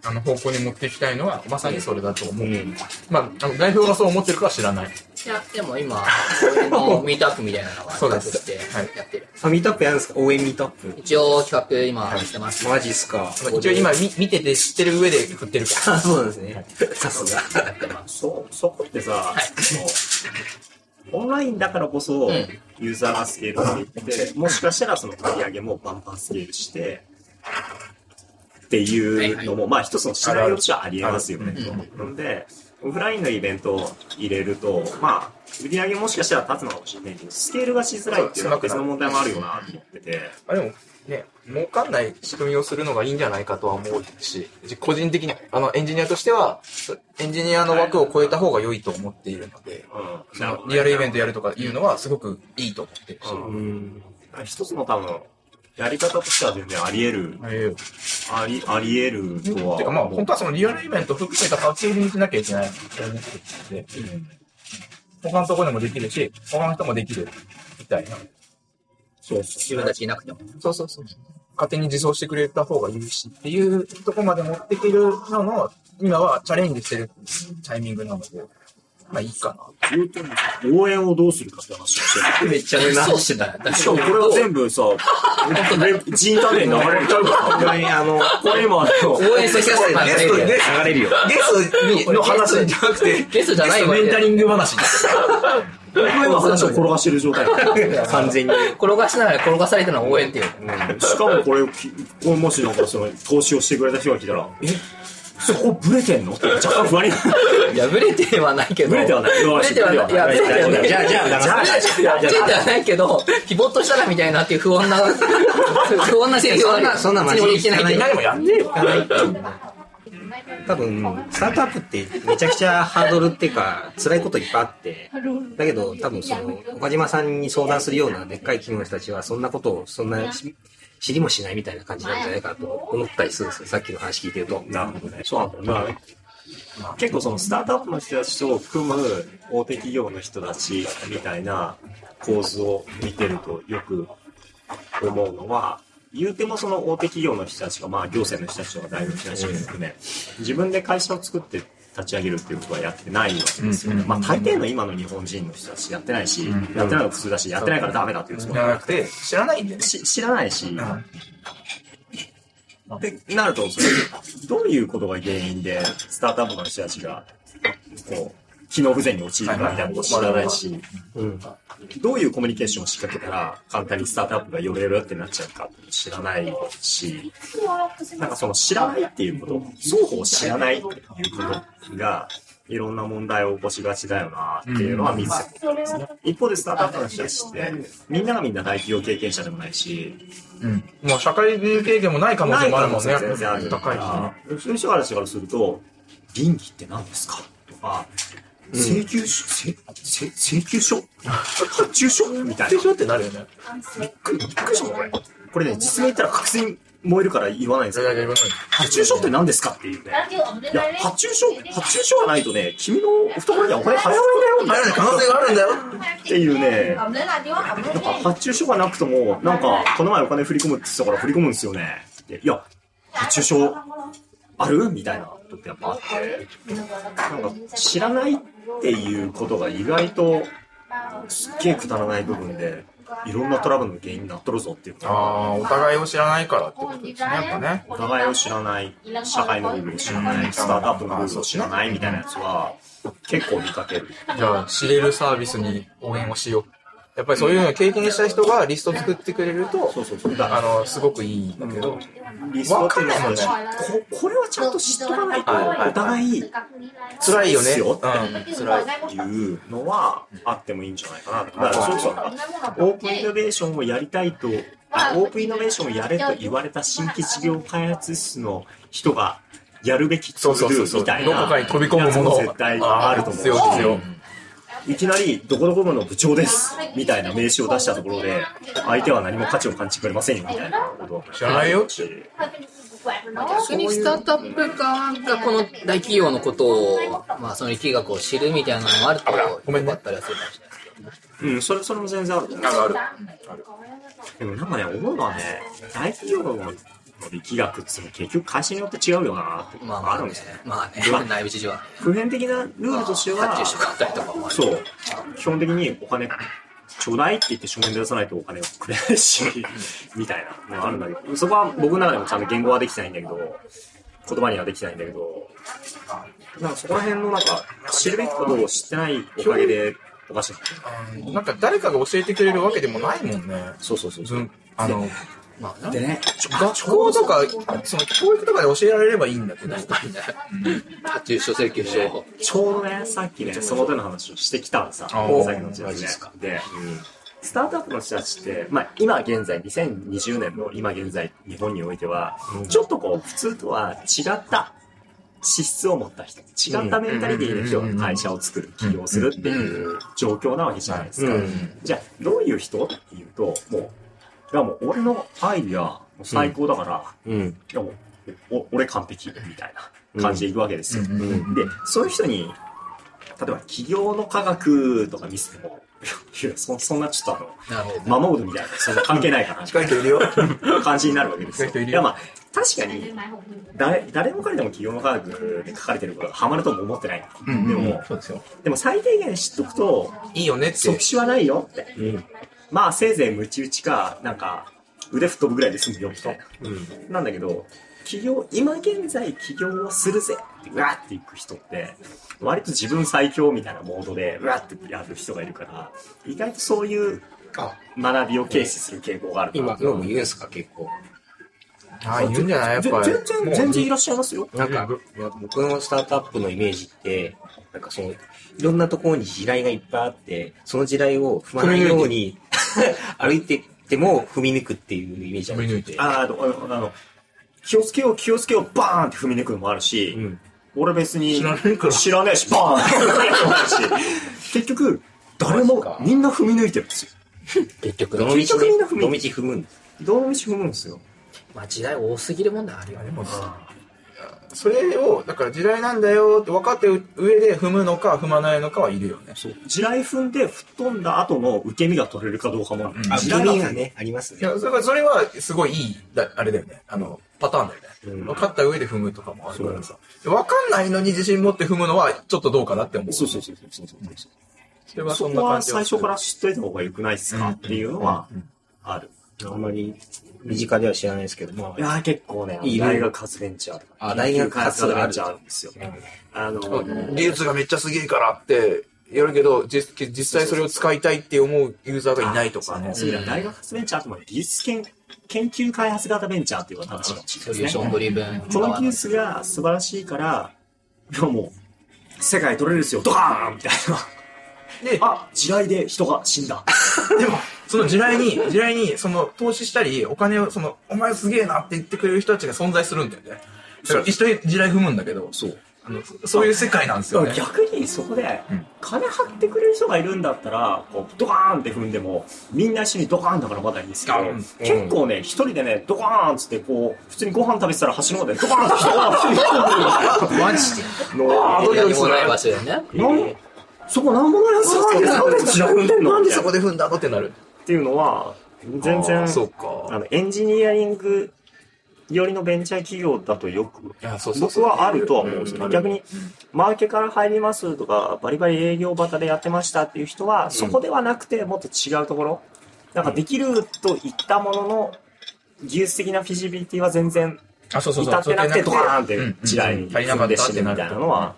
Speaker 4: あの、方向に持っていきたいのは、まさにそれだと思う。
Speaker 5: うん
Speaker 4: まあ、あの代表がそう思ってるかは知らない。
Speaker 3: いや、でも今、そういうのをミートアップみたいなのが
Speaker 4: そう
Speaker 3: 企
Speaker 4: で
Speaker 3: 画
Speaker 4: す
Speaker 3: して
Speaker 4: はい
Speaker 3: やってる。
Speaker 5: あ、ミートアップやるんですか応援ミートアップ。
Speaker 3: 一応企画今してます。
Speaker 5: マジっすか。
Speaker 4: 一応今見見てて知ってる上で振ってるから。
Speaker 5: あ、そうなんですね。 さすが。
Speaker 1: そ、そこってさ、そのオンラインだからこそ、ユーザーがスケールしていって、もしかしたらその取り上げもバンバンスケールして、っていうのも、まあ一つのシナリオとしてはありえますよね。となんで、オフラインのイベントを入れると、まあ、売り上げもしかしたら立つのかもしれないけど、スケールがしづらいっていうのは別の問題もあるよなと思ってて、
Speaker 4: あでもね、儲かんない仕組みをするのがいいんじゃないかとは思うし、じ個人的には、あの、エンジニアとしては、そエンジニアの枠を超えた方が良いと思っているので、
Speaker 1: うん。
Speaker 4: そのリアルイベントやるとかいうのはすごくいいと思ってるし。
Speaker 5: うん。
Speaker 1: 一つの多分、やり方としては全然あり得る、
Speaker 4: え
Speaker 1: あり、あり得るとは。
Speaker 4: てかまあ、本当はそのリアルイベントを含めたパッケージにしなきゃいけないと思ってるので、他のところでもできるし、他の人もできる、みたいな。
Speaker 1: そう
Speaker 3: 自分たちいなくても。
Speaker 4: そうそうそう。勝手に自走してくれた方がいいしっていうとこまで持ってくるのの、今はチャレンジしてるタイミングなので、まあいいかな。
Speaker 1: 言うと応援をどうするかって話をしてる。
Speaker 5: めっちゃ上な。
Speaker 3: そうしてたよ。
Speaker 1: しかもこれは全部さ、人タネに流れるちゃう
Speaker 5: 本
Speaker 1: か
Speaker 5: 当にあ の、
Speaker 1: ら。これ今、
Speaker 3: 応援してきた
Speaker 2: ゲストにね、
Speaker 5: 流れるよ。
Speaker 2: ゲストの話じゃなくて、
Speaker 3: ゲストじゃないわ
Speaker 2: メンタリング話。
Speaker 1: 僕は今話を転がしてる状態。
Speaker 5: 完全に。
Speaker 3: 転がしながら転がされたのは応援っていう。
Speaker 1: しかもこれをき、これもしなんかその投資をしてくれた人が来たら、えそこブレてんのって若干不安になる。
Speaker 3: いや、ブレてはないけど。
Speaker 1: ブレてはない
Speaker 3: ブレてはない。いや、ブレてはない。
Speaker 5: じゃあ、じゃあ、だから、
Speaker 3: いやブレてはないけど、ピボッとしたらみたいなっていう不穏な、 不穏な性
Speaker 5: そんなそんな真面目に
Speaker 3: にないけど。
Speaker 4: 何もやんねえよ。
Speaker 5: 多分、スタートアップってめちゃくちゃハードルっていうか、辛いこといっぱいあって、だけど多分その、岡島さんに相談するようなでっかい企業の人たちは、そんなことを、そんなし知りもしないみたいな感じなんじゃないかと思ったりするんですよ。さっきの話聞いてると。
Speaker 1: なるほどね。そうなんだよね。結構そのスタートアップの人たちと組む大手企業の人たちみたいな構図を見てるとよく思うのは、言うてもその大手企業の人たちが、まあ行政の人たちとか大学の人たちも含め、自分で会社を作って立ち上げるっていうことはやってないわけですよね。まあ大抵の今の日本人の人たちやってないし、やってないのが普通だし、やってないからダメだっていう人も
Speaker 4: じゃなくて、知らないんだよね。
Speaker 1: し知らないし、
Speaker 4: ん
Speaker 1: ってなると、それどういうことが原因で、スタートアップの人たちが、こう、機能不全に陥るかみたいなことを知らないし、
Speaker 5: うん。
Speaker 1: どういうコミュニケーションを仕掛けたら、簡単にスタートアップがよれよってなっちゃうかって知らないし、なんかその知らないっていうこと、双方知らないっていうことが、いろんな問題を起こしがちだよなっていうのは見つけ一方でスタートアップの人たちって、みんながみんな大企業経験者でもないし、
Speaker 4: うん。もう社会人経験もない可能性もあるもんね。
Speaker 1: 全然ある
Speaker 4: 高いしね。
Speaker 1: そういう人からすると、倫理って何ですかとか、請求書、請請請求書発注書みたいな。
Speaker 4: しょってなるよね。
Speaker 1: びっくりしたもん、これ。これね、実名言ったら確信燃えるから言わないんですけど、発注書って何ですかっていうね。いや、発注書、発注書がないとね、君の懐にはお金入らないんだよ、みたいな。
Speaker 2: 可能性があるんだよ。
Speaker 1: っていうね、
Speaker 7: Cảm thấy là thiếu, cảm thấy
Speaker 1: なんか
Speaker 7: thiếu.
Speaker 1: 発注書がなくとも、なんか、この前お金振り込むって言ってたから振り込むんですよね。っていや、発注書あるみたいなことってやっぱあって。なんか知らないっていうことが意外とすっげえくだらない部分でいろんなトラブルの原因になっとるぞっていう
Speaker 4: ああ、お互いを知らないからってことですね。やっぱね。
Speaker 1: お互いを知らない社会のルールを知らないスタートアップのルールを知らないみたいなやつは結構見かける
Speaker 4: じゃあ、知れるサービスに応援をしよう。やっぱりそういうのを経験した人がリストを作ってくれると
Speaker 1: そうそうそう。だか
Speaker 4: あ
Speaker 1: ら
Speaker 4: のすごくいいんだけど、
Speaker 1: リストっていうの
Speaker 4: わかんないもんね
Speaker 1: はここれはちゃんと知っとかないと、
Speaker 4: はいはい
Speaker 1: お互い
Speaker 4: 辛いよね
Speaker 1: そうっす
Speaker 4: うん、辛い
Speaker 1: っていうのはあってもいいんじゃないかなと。だからそうそうオープンイノベーションをやりたいと、あオープンイノベーションをやれと言われた新規事業開発室の人がやるべきツ
Speaker 4: そうそうそう
Speaker 1: ール
Speaker 4: そう
Speaker 1: みたい
Speaker 4: どこか
Speaker 1: な
Speaker 4: に飛び込むもの
Speaker 1: やつ絶対あると思う
Speaker 4: 必要必要
Speaker 1: いきなり、どこどこの部長です、みたいな名刺を出したところで、相手は何も価値を感じてくれませんよ、みたいなこと。
Speaker 4: 知らないよ
Speaker 3: 逆にスタートアップ側がこの大企業のことを、まあ、その力学を知るみたいなのがあると、
Speaker 4: ごめんね
Speaker 3: よかったりはするかもしれないですけど。
Speaker 1: うん、それ、それも全然あると思う。
Speaker 4: なんか
Speaker 1: でもなんかね、思うのはね、大企業の力学っていうのは結局会社によって違うよなって、
Speaker 3: まあ
Speaker 1: あ、
Speaker 3: まあ
Speaker 1: るん
Speaker 3: ね
Speaker 1: ですね。、
Speaker 3: まあね
Speaker 1: まあ、
Speaker 3: 内部事情はね。
Speaker 1: 普遍的なルールとして
Speaker 3: ま
Speaker 1: は
Speaker 3: あ発注、してもらったりとかもある
Speaker 1: そう、基本的にお金、ちょうだいって言って書面で出さないとお金をくれないし、みたいなのがあるんだけど、そこは僕の中でもちゃんと言語はできてないんだけど、言葉にはできてないんだけど、なんかそこら辺のなんか、知るべきことを知ってないおかげで、おかしい。
Speaker 4: なんか誰かが教えてくれるわけでもないもんね
Speaker 1: そうそうそうそう。
Speaker 4: 文あの
Speaker 3: まあね
Speaker 1: でね、
Speaker 4: 学校とかその教育とかで教えられればいいんだけど
Speaker 3: 確かにね。発注書請求書を。
Speaker 1: ちょうどね、さっきね、その手の話をしてきたんさ、さ
Speaker 4: あー
Speaker 1: っきの
Speaker 3: マジっす
Speaker 1: 話
Speaker 3: か
Speaker 1: で、で、スタートアップの人たちって、まあ、今現在、2020年の今現在、日本においては、ちょっとこう、普通とは違った資質を持った人、違ったメンタリティーの人が会社を作る、起業するっていう状況なわけじゃないですか。じゃあ、どういう人っていうと、もう、いやもう俺のアイディア、もう最高だから、
Speaker 5: うん。
Speaker 1: いやもう、お俺完璧みたいな感じでいくわけですよ。
Speaker 4: うんうんう
Speaker 1: で、そういう人に、例えば企業の科学とか見せても、いやそそんなちょっと
Speaker 3: なるほど
Speaker 1: あの、マモードみたいな、そんな関係ないか
Speaker 4: 近い人いるよ
Speaker 1: な感じになるわけですよ。
Speaker 4: 近い人いるよ
Speaker 1: やまあ、確かに、誰誰も彼でも企業の科学で書かれてることがハマるとも思ってない。でも、
Speaker 4: そうですよ
Speaker 1: でも最低限知っとくと、
Speaker 4: いいよねって
Speaker 1: 即死はないよって。まあ、せいぜいムチ打ちか、なんか、腕吹っ飛ぶぐらいで済むよみたいな。なんだけど、起業、今現在起業をするぜって、うわーっていく人って、割と自分最強みたいなモードで、うわーってやる人がいるから、意外とそういう学びを軽視する傾向がある
Speaker 5: 今、ノブ言うんすか、結構。
Speaker 4: ああ言うんじゃないやっ
Speaker 1: ぜ
Speaker 4: ぱり
Speaker 1: 全然、全然いらっしゃいますよ。
Speaker 5: なんか、いや僕のスタートアップのイメージって、なんかその、いろんなところに地雷がいっぱいあって、その地雷を踏まないように 歩いてっても踏み抜くっていうイメージある。
Speaker 4: 踏み抜いて
Speaker 1: あーあの、あのあの、気をつけよう、気をつけよう、バーンって踏み抜くのもあるし、
Speaker 5: うん。
Speaker 1: 俺別に
Speaker 4: 知らねえから
Speaker 1: 知らねえし、バーンって踏み抜くのもあるし、結局、誰
Speaker 4: マジ
Speaker 1: も
Speaker 4: か
Speaker 1: みんな踏み抜いてるんですよ。
Speaker 3: 結局
Speaker 5: ど
Speaker 3: の
Speaker 5: の道ね、
Speaker 1: 結
Speaker 5: ど
Speaker 1: 局みんな踏み抜く
Speaker 5: の道踏むんです。
Speaker 1: どの道踏むんですよ。
Speaker 3: まあ時代多すぎる問題あるよね。
Speaker 4: それをだから時代なんだよって分かってる上で踏むのか踏まないのかはいるよね
Speaker 1: そう地雷踏んで吹っ飛んだ後の受け身が取れるかどうかも、地
Speaker 4: ん
Speaker 5: 意味
Speaker 1: 雷
Speaker 5: が
Speaker 1: が
Speaker 5: ね、ありますね
Speaker 4: い。やだからそれはすごいいいだあれだよねあのパターンだよね、
Speaker 1: うん
Speaker 4: 分かった上で踏むとかもあるからさ分かんないのに自信持って踏むのはちょっとどうかなって思う
Speaker 1: そうそうそうそうそうそう
Speaker 4: それは
Speaker 1: そ
Speaker 4: そんな
Speaker 1: こ
Speaker 4: 感
Speaker 1: は
Speaker 4: じ
Speaker 1: 最
Speaker 4: はす
Speaker 1: 初
Speaker 4: る
Speaker 1: から知っといた方が良くないですか、っていうのはある、
Speaker 5: あんまり身近では知らないですけど、ま
Speaker 1: いやー結構ね
Speaker 5: いいね
Speaker 1: 大学発電チャー
Speaker 5: あ大学
Speaker 1: 発
Speaker 5: 発
Speaker 1: 電
Speaker 5: 電
Speaker 1: チ
Speaker 5: チ
Speaker 1: ャ
Speaker 5: ャ
Speaker 1: ー
Speaker 5: ー
Speaker 1: あ
Speaker 5: あ
Speaker 1: る
Speaker 5: る
Speaker 1: んですよ、あの
Speaker 4: 技術がめっちゃすげえからってやるけど実実際それを使いたいって思うユーザーがいないとかね
Speaker 1: そういう意味では大学発電チャーとも技術研研究開発型ベンチャーっていうのが正しいかもしれ
Speaker 3: ソ
Speaker 1: ない
Speaker 3: リュ
Speaker 1: で
Speaker 3: ー
Speaker 1: す
Speaker 3: シ
Speaker 1: ね
Speaker 3: ョンドリブン。
Speaker 1: その技術が素晴らしいからいやもう世界取れるですよドカーンみたいな
Speaker 4: で
Speaker 1: あ地雷で人が死んだ
Speaker 4: でもその地雷に地雷にその投資したりお金をそのお前すげえなって言ってくれる人たちが存在するんだよねだから一緒に地雷踏むんだけど
Speaker 1: そう
Speaker 4: あのそういう世界なんですよね
Speaker 1: 逆にそこで
Speaker 4: うん
Speaker 1: 金張ってくれる人がいるんだったらこうドカーンって踏んでもみんな一緒にドカーンだからまだいいんですけど、
Speaker 4: うん
Speaker 1: 結構ね一人でねドカーンっつってこう普通にご飯食べてたら橋の方でドカーンって人が踏み込ん でる
Speaker 3: マジで
Speaker 1: のあ
Speaker 3: ど
Speaker 1: ド
Speaker 3: う
Speaker 1: キドキ
Speaker 3: に
Speaker 1: す
Speaker 3: も
Speaker 1: る
Speaker 3: ない場所だよね。
Speaker 1: なんそこなんもないやつなんでなんで地雷踏んでんの
Speaker 4: なんでそこで踏んだのってなる
Speaker 1: っていうのは全然
Speaker 4: あーそう
Speaker 1: あ
Speaker 4: か
Speaker 1: のエンジニアリング寄りのベンチャー企業だとよく
Speaker 4: いやそうそう
Speaker 1: 僕
Speaker 4: そう
Speaker 1: はあるとは思うんです
Speaker 4: う
Speaker 1: よ。
Speaker 4: ん
Speaker 1: 逆に、マーケから入りますとか、バリバリ営業バタでやってましたっていう人は、そこではなくて、もっと違うところ、なんかできると言ったものの、技術的なフィジビリティは全然
Speaker 4: あそうそうそう
Speaker 1: 至ってなくて、ドカーンって地雷に
Speaker 4: うんうん足りな
Speaker 1: 踏
Speaker 4: か
Speaker 1: ん
Speaker 4: っ
Speaker 1: で
Speaker 4: たっ
Speaker 1: 死
Speaker 4: て
Speaker 1: ぬ
Speaker 4: な
Speaker 1: み
Speaker 4: る
Speaker 1: たいなのは、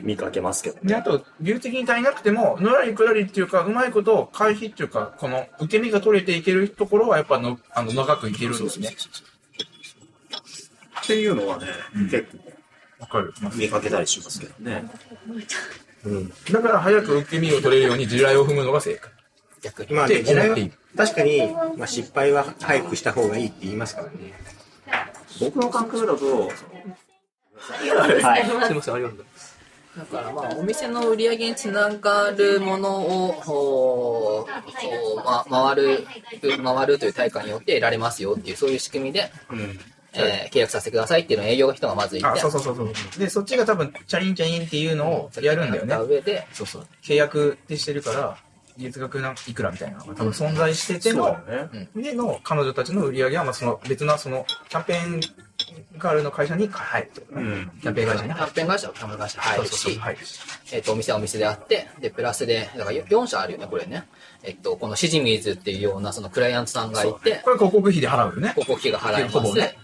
Speaker 1: 見かけますけど
Speaker 4: で、あと、理由的に足りなくても、のらりくらりっていうか、うまいことを回避っていうか、この、受け身が取れていけるところは、やっぱの、あの、長くいけるんですね。
Speaker 1: っていうのはね、結構
Speaker 4: わかる。
Speaker 1: 見かけたりしますけどね。
Speaker 4: だから、早く受け身を取れるように、地雷を踏むのが正解。
Speaker 3: 逆に。
Speaker 5: まあ、で
Speaker 4: って思っていい
Speaker 5: 地雷は確かに、まあ、失敗は早くした方がいいって言いますからね。
Speaker 1: 僕の感覚だと、
Speaker 6: すいません、ありがとうございます。
Speaker 3: だからまあお店の売り上げにつながるものをこう、ま、回る回るという対価によって得られますよっていうそういう仕組みで、えー契約させてくださいっていうのを営業の人がまず言っ
Speaker 4: あ、
Speaker 3: て
Speaker 4: そうそうそうそう。で、そっちが多分、チャリンチャリンっていうのをやるんだよね
Speaker 3: や。った上で
Speaker 4: そうそう。契約ってしてるから、月額なんいくらみたいなのが多分存在してて
Speaker 1: そう
Speaker 4: の、
Speaker 1: だよね。
Speaker 4: での彼女たちの売り上げは、まあ、その別なそのキャンペーンガールの会社に入ると、
Speaker 1: ん
Speaker 4: キャンペーン会社に
Speaker 3: キャンペーン会社はキャンペーン会社に入
Speaker 4: 入
Speaker 3: る
Speaker 4: るし
Speaker 3: し、
Speaker 4: 入る
Speaker 3: えっとお店はお店であってでプラスでだから4社あるよねこれね、えっとこのシジミーズっていうようなそのクライアントさんがいて
Speaker 4: これ広告費で払うよね。
Speaker 3: 広告費が払いま
Speaker 4: ほぼ
Speaker 3: す、
Speaker 4: ね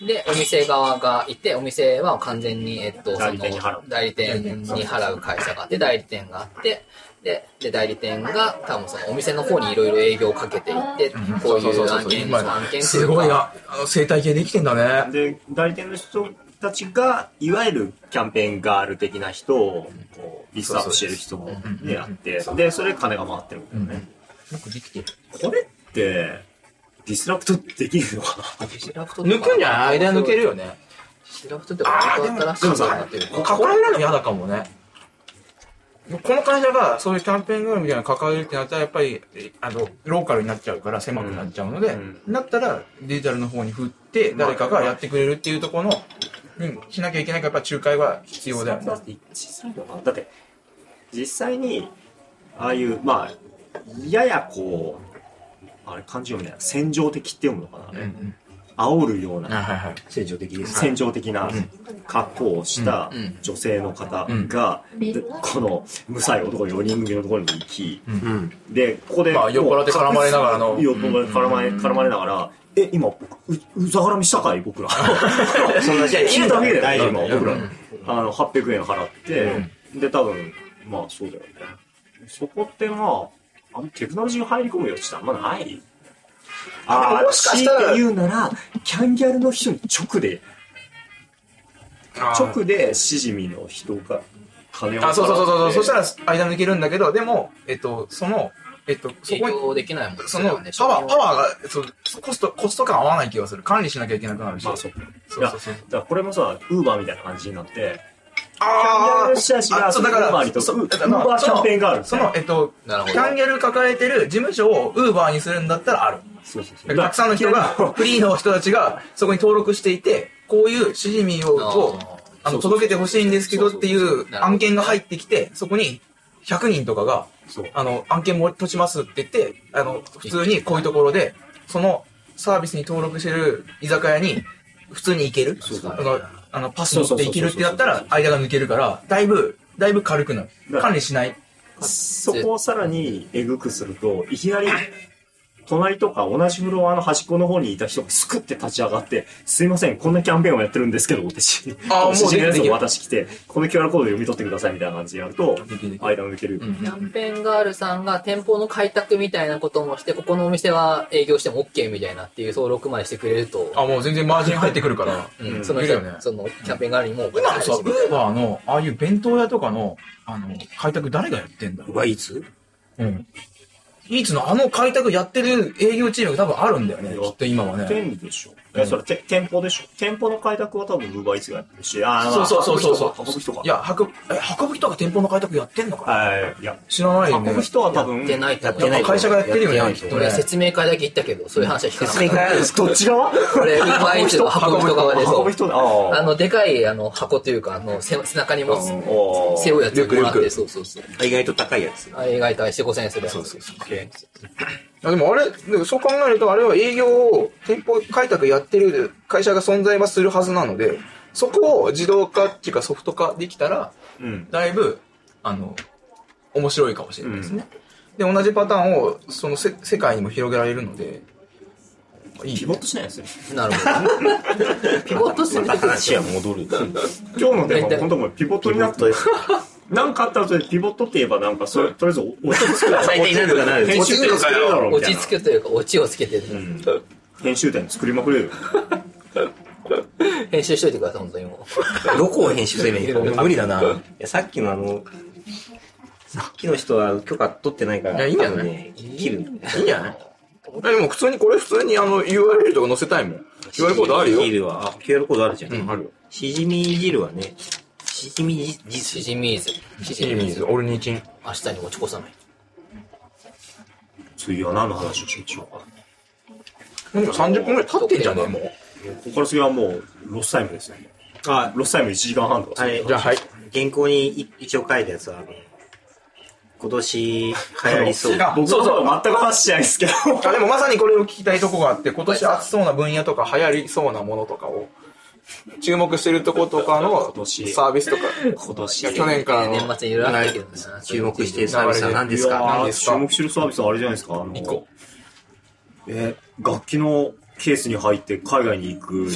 Speaker 3: でお店側がいてお店は完全に、えっと、その
Speaker 1: 代理店に払う
Speaker 3: 代理店に払う会社があって代理店があってでで代理店が多分そのお店の方にいろいろ営業をかけていって、こういう案件
Speaker 4: 今
Speaker 3: 案件っていうか
Speaker 4: すごいな、あの生態系できてんだね。
Speaker 1: で、代理店の人たちが、いわゆるキャンペーンガール的な人を、こう、リストアップしてる人でやって、で、それ金が回ってるんだよね。
Speaker 4: よくできてる。
Speaker 1: これって、ディスラプトできるのかな
Speaker 3: 抜
Speaker 4: 間抜ける
Speaker 3: よ
Speaker 4: よね。
Speaker 3: シラフトって本当新しい
Speaker 1: でも
Speaker 3: んだな
Speaker 1: さ
Speaker 3: っていう、
Speaker 4: 囲われるの嫌だかもね。この会社がそういうキャンペーングループみたいなの関わるってなったら、やっぱり、えあの、ローカルになっちゃうから狭くなっちゃうので、
Speaker 1: うん
Speaker 4: だったらデジタルの方に振って、誰かがやってくれるっていうところの、にしなきゃいけないから、やっぱ仲介は必要だよね。
Speaker 1: だって、実際に、ああいう、まあ、ややこう、あれ漢字読みない。戦場的って読むのかなあれ煽るような
Speaker 4: はいはい。
Speaker 5: 正常的です。
Speaker 1: 戦場的な格好をした
Speaker 3: うん
Speaker 1: 女性の方が、でこの無才男4人組のところに行き、
Speaker 5: うん。
Speaker 1: で、ここで、
Speaker 4: まあ酔っ払って絡まれながら
Speaker 1: も
Speaker 4: の
Speaker 1: う確実に酔っ払って絡まれ絡まれながら、え、今、僕う、うざがらみしたかい僕ら。そんな、いや、いるだけで大丈夫、僕ら。あの、800円払って、で、多分、まあ、そうだよね。そこってまあ、あのテクノロジーが入り込む余地ってあんまない。ああ、もしかしたら。強いて言うなら、キャンギャルの人に直で、直でしじみの人が金を払って。
Speaker 4: あ、そうそうそうそう。そしたら間抜けるんだけど、でも、えっと、その、えっと、そ
Speaker 3: 営
Speaker 4: こに、
Speaker 3: 業できないもん
Speaker 4: その、パワー、パワーが、そう、コスト、コスト感合わない気がする。管理しなきゃいけなくなるし。
Speaker 1: まあ、そうか。
Speaker 4: そうそうそう。
Speaker 1: だからこれもさ、ウーバーみたいな感じになって、
Speaker 4: あ
Speaker 1: キャンギャルシャシが
Speaker 4: あそうだから
Speaker 1: ウーバーにと
Speaker 4: そう
Speaker 1: ウー
Speaker 4: だから
Speaker 1: バーキャンペーンがある
Speaker 4: その、えっと、キ
Speaker 3: なるほど
Speaker 4: ャンギャル抱えてる事務所をウーバーにするんだったらある。
Speaker 1: そうそうそ
Speaker 4: だからたくさんの人が、フリーの人たちがそこに登録していて、こういうシジミを、をあの、届けてほしいんですけどっていう案件が入ってきて、そこに100人とかが、
Speaker 1: そう
Speaker 4: あの、案件も閉じますって言って、あの、普通にこういうところで、そのサービスに登録してる居酒屋に、普通に行ける。
Speaker 1: そう
Speaker 4: あの、あの、パス持って行けるってなったら、間が抜けるから、だいぶ、だいぶ軽くなる
Speaker 1: だ。
Speaker 4: 管理しない。
Speaker 1: そこをさらにえぐくすると、いきなり、隣とか同じフロアの端っこの方にいた人がすくって立ち上がって、すいません、こんなキャンペーンをやってるんですけど、私、
Speaker 4: あーもう
Speaker 1: 私のや
Speaker 4: で
Speaker 1: つ
Speaker 4: きる
Speaker 1: を私来て、この QR コード読み取ってくださいみたいな感じでやると
Speaker 4: できるでき、る
Speaker 1: 間抜ける。
Speaker 4: うん
Speaker 3: キャンペーンガールさんが店舗の開拓みたいなこともして、ここのお店は営業しても OK みたいなっていう登録までしてくれると、
Speaker 4: あ、もう全然マージン入ってくるから。
Speaker 3: うんその
Speaker 4: いる
Speaker 3: 人、
Speaker 4: よね
Speaker 3: そのキャンペーンガールにもお金
Speaker 4: 今の
Speaker 3: 入る
Speaker 4: さ、
Speaker 3: し
Speaker 4: ウーバーの、ああいう弁当屋とかの、あの、開拓誰がやってんだろ
Speaker 5: はいつ
Speaker 4: う。うん。いつのあの開拓やってる営業チームが多分あるんだよね、きっと今はね。
Speaker 1: 店でしょえ、それ、て店舗でしょ店舗の開拓は多分 Uber Eats がやってるし、あー
Speaker 4: そうそうそうそうそう
Speaker 1: 運ぶ人か。
Speaker 4: いや、運ぶ、え、運ぶ人が店舗の開拓やってんのかな
Speaker 1: はい、いや、
Speaker 4: 知らないよね。
Speaker 1: 運ぶ人は多分、
Speaker 3: やってないと思う。
Speaker 4: やっぱ会社がやってるよ
Speaker 5: や
Speaker 4: ね、
Speaker 5: って
Speaker 4: き
Speaker 5: な
Speaker 4: っと
Speaker 5: いと
Speaker 3: 俺
Speaker 4: ね
Speaker 3: は。説明会だけ行ったけど、そういう話は聞かなかった。
Speaker 1: どっち側
Speaker 3: これ、ウーバーイーツの運ぶ人側で
Speaker 1: 運ぶ
Speaker 3: そう。
Speaker 1: 人だ。あ
Speaker 3: あ
Speaker 1: あ。
Speaker 3: の、でかい、あの、箱というか、あの、背背中に持つ、
Speaker 1: おー
Speaker 3: 背負うやつをもらっ
Speaker 5: リュックリュッ
Speaker 3: て、
Speaker 5: ク
Speaker 3: そうそうそう。
Speaker 5: 意外と高いやつ。
Speaker 3: あ意外として5000円するやつ。そうそう
Speaker 4: あでもあれ、でもそう考えると、あれは営業を店舗開拓やってる会社が存在はするはずなので、そこを自動化っていうかソフト化できたら、
Speaker 1: うん。
Speaker 4: だいぶ、あの、面白いかもしれないですね。で、同じパターンを、そのせ、世界にも広げられるので、い
Speaker 1: ピ
Speaker 4: い
Speaker 1: ボットしないんですよ。
Speaker 3: なるほど。ピボットして
Speaker 5: ま
Speaker 3: る
Speaker 5: た話は戻る。
Speaker 1: 今日のでも
Speaker 3: 大体
Speaker 1: 本当もうピボットになって、なんかあったらそれピボットって言えばなんかそれ、とりあえずお落ち着くだろう。
Speaker 5: 最低なんと かなる。
Speaker 1: 編集点作るだろうみ
Speaker 3: 落
Speaker 1: たい
Speaker 3: ち
Speaker 1: な
Speaker 3: 着。くというか、オチをつけてる、
Speaker 1: 編集点作りまくれるよ。
Speaker 3: 編集しといてください、本当にも
Speaker 5: どこを編集すればいいのか無理だな。
Speaker 6: いやさっきのあの、さっきの人は許可取ってないから、
Speaker 4: いやいいんじゃない
Speaker 6: 多分ね、切る。
Speaker 4: いいんじゃないえでも普通にこれ普通にあの URL とか載せたいもん。URL コードあるよ。
Speaker 6: 汁は、あ、QR コードあるじゃん。
Speaker 4: うん、あるよ。
Speaker 6: しじみ汁はね、しじみじ
Speaker 3: う。シジミーズ。シ
Speaker 4: いい
Speaker 3: ジミー
Speaker 4: 水、
Speaker 3: ズ。
Speaker 4: オルニチン。
Speaker 3: 明日に持ち越さない。
Speaker 1: 次は何の話をしましょうか。
Speaker 4: なんか30分ぐらい経ってんじゃねえもう。
Speaker 1: ここから次はもう、ロスタイムですよね。
Speaker 6: あ、
Speaker 1: ロスタイム1時間半とか。
Speaker 6: はい。
Speaker 4: じゃあはい。
Speaker 6: 原稿にい一応書いたやつは、あの今年流行りそう。
Speaker 4: あ
Speaker 1: 僕
Speaker 4: そう
Speaker 1: の
Speaker 4: そう。
Speaker 1: こと全く話しないですけど。
Speaker 4: あでもまさにこれを聞きたいとこがあって、今年熱そうな分野とか流行りそうなものとかを、注目してるとことかの
Speaker 1: 年
Speaker 4: サービスとか、
Speaker 1: 今年
Speaker 4: いや去年からの
Speaker 3: 年末にいろいろあったけどな。
Speaker 6: 注目してるサービスは何です
Speaker 1: いやー
Speaker 6: か
Speaker 4: 何ですか
Speaker 1: 注目してるサービスはあれじゃないですか。あの
Speaker 4: 一個。
Speaker 1: えー、楽器のケースに入って海外に行く。
Speaker 3: い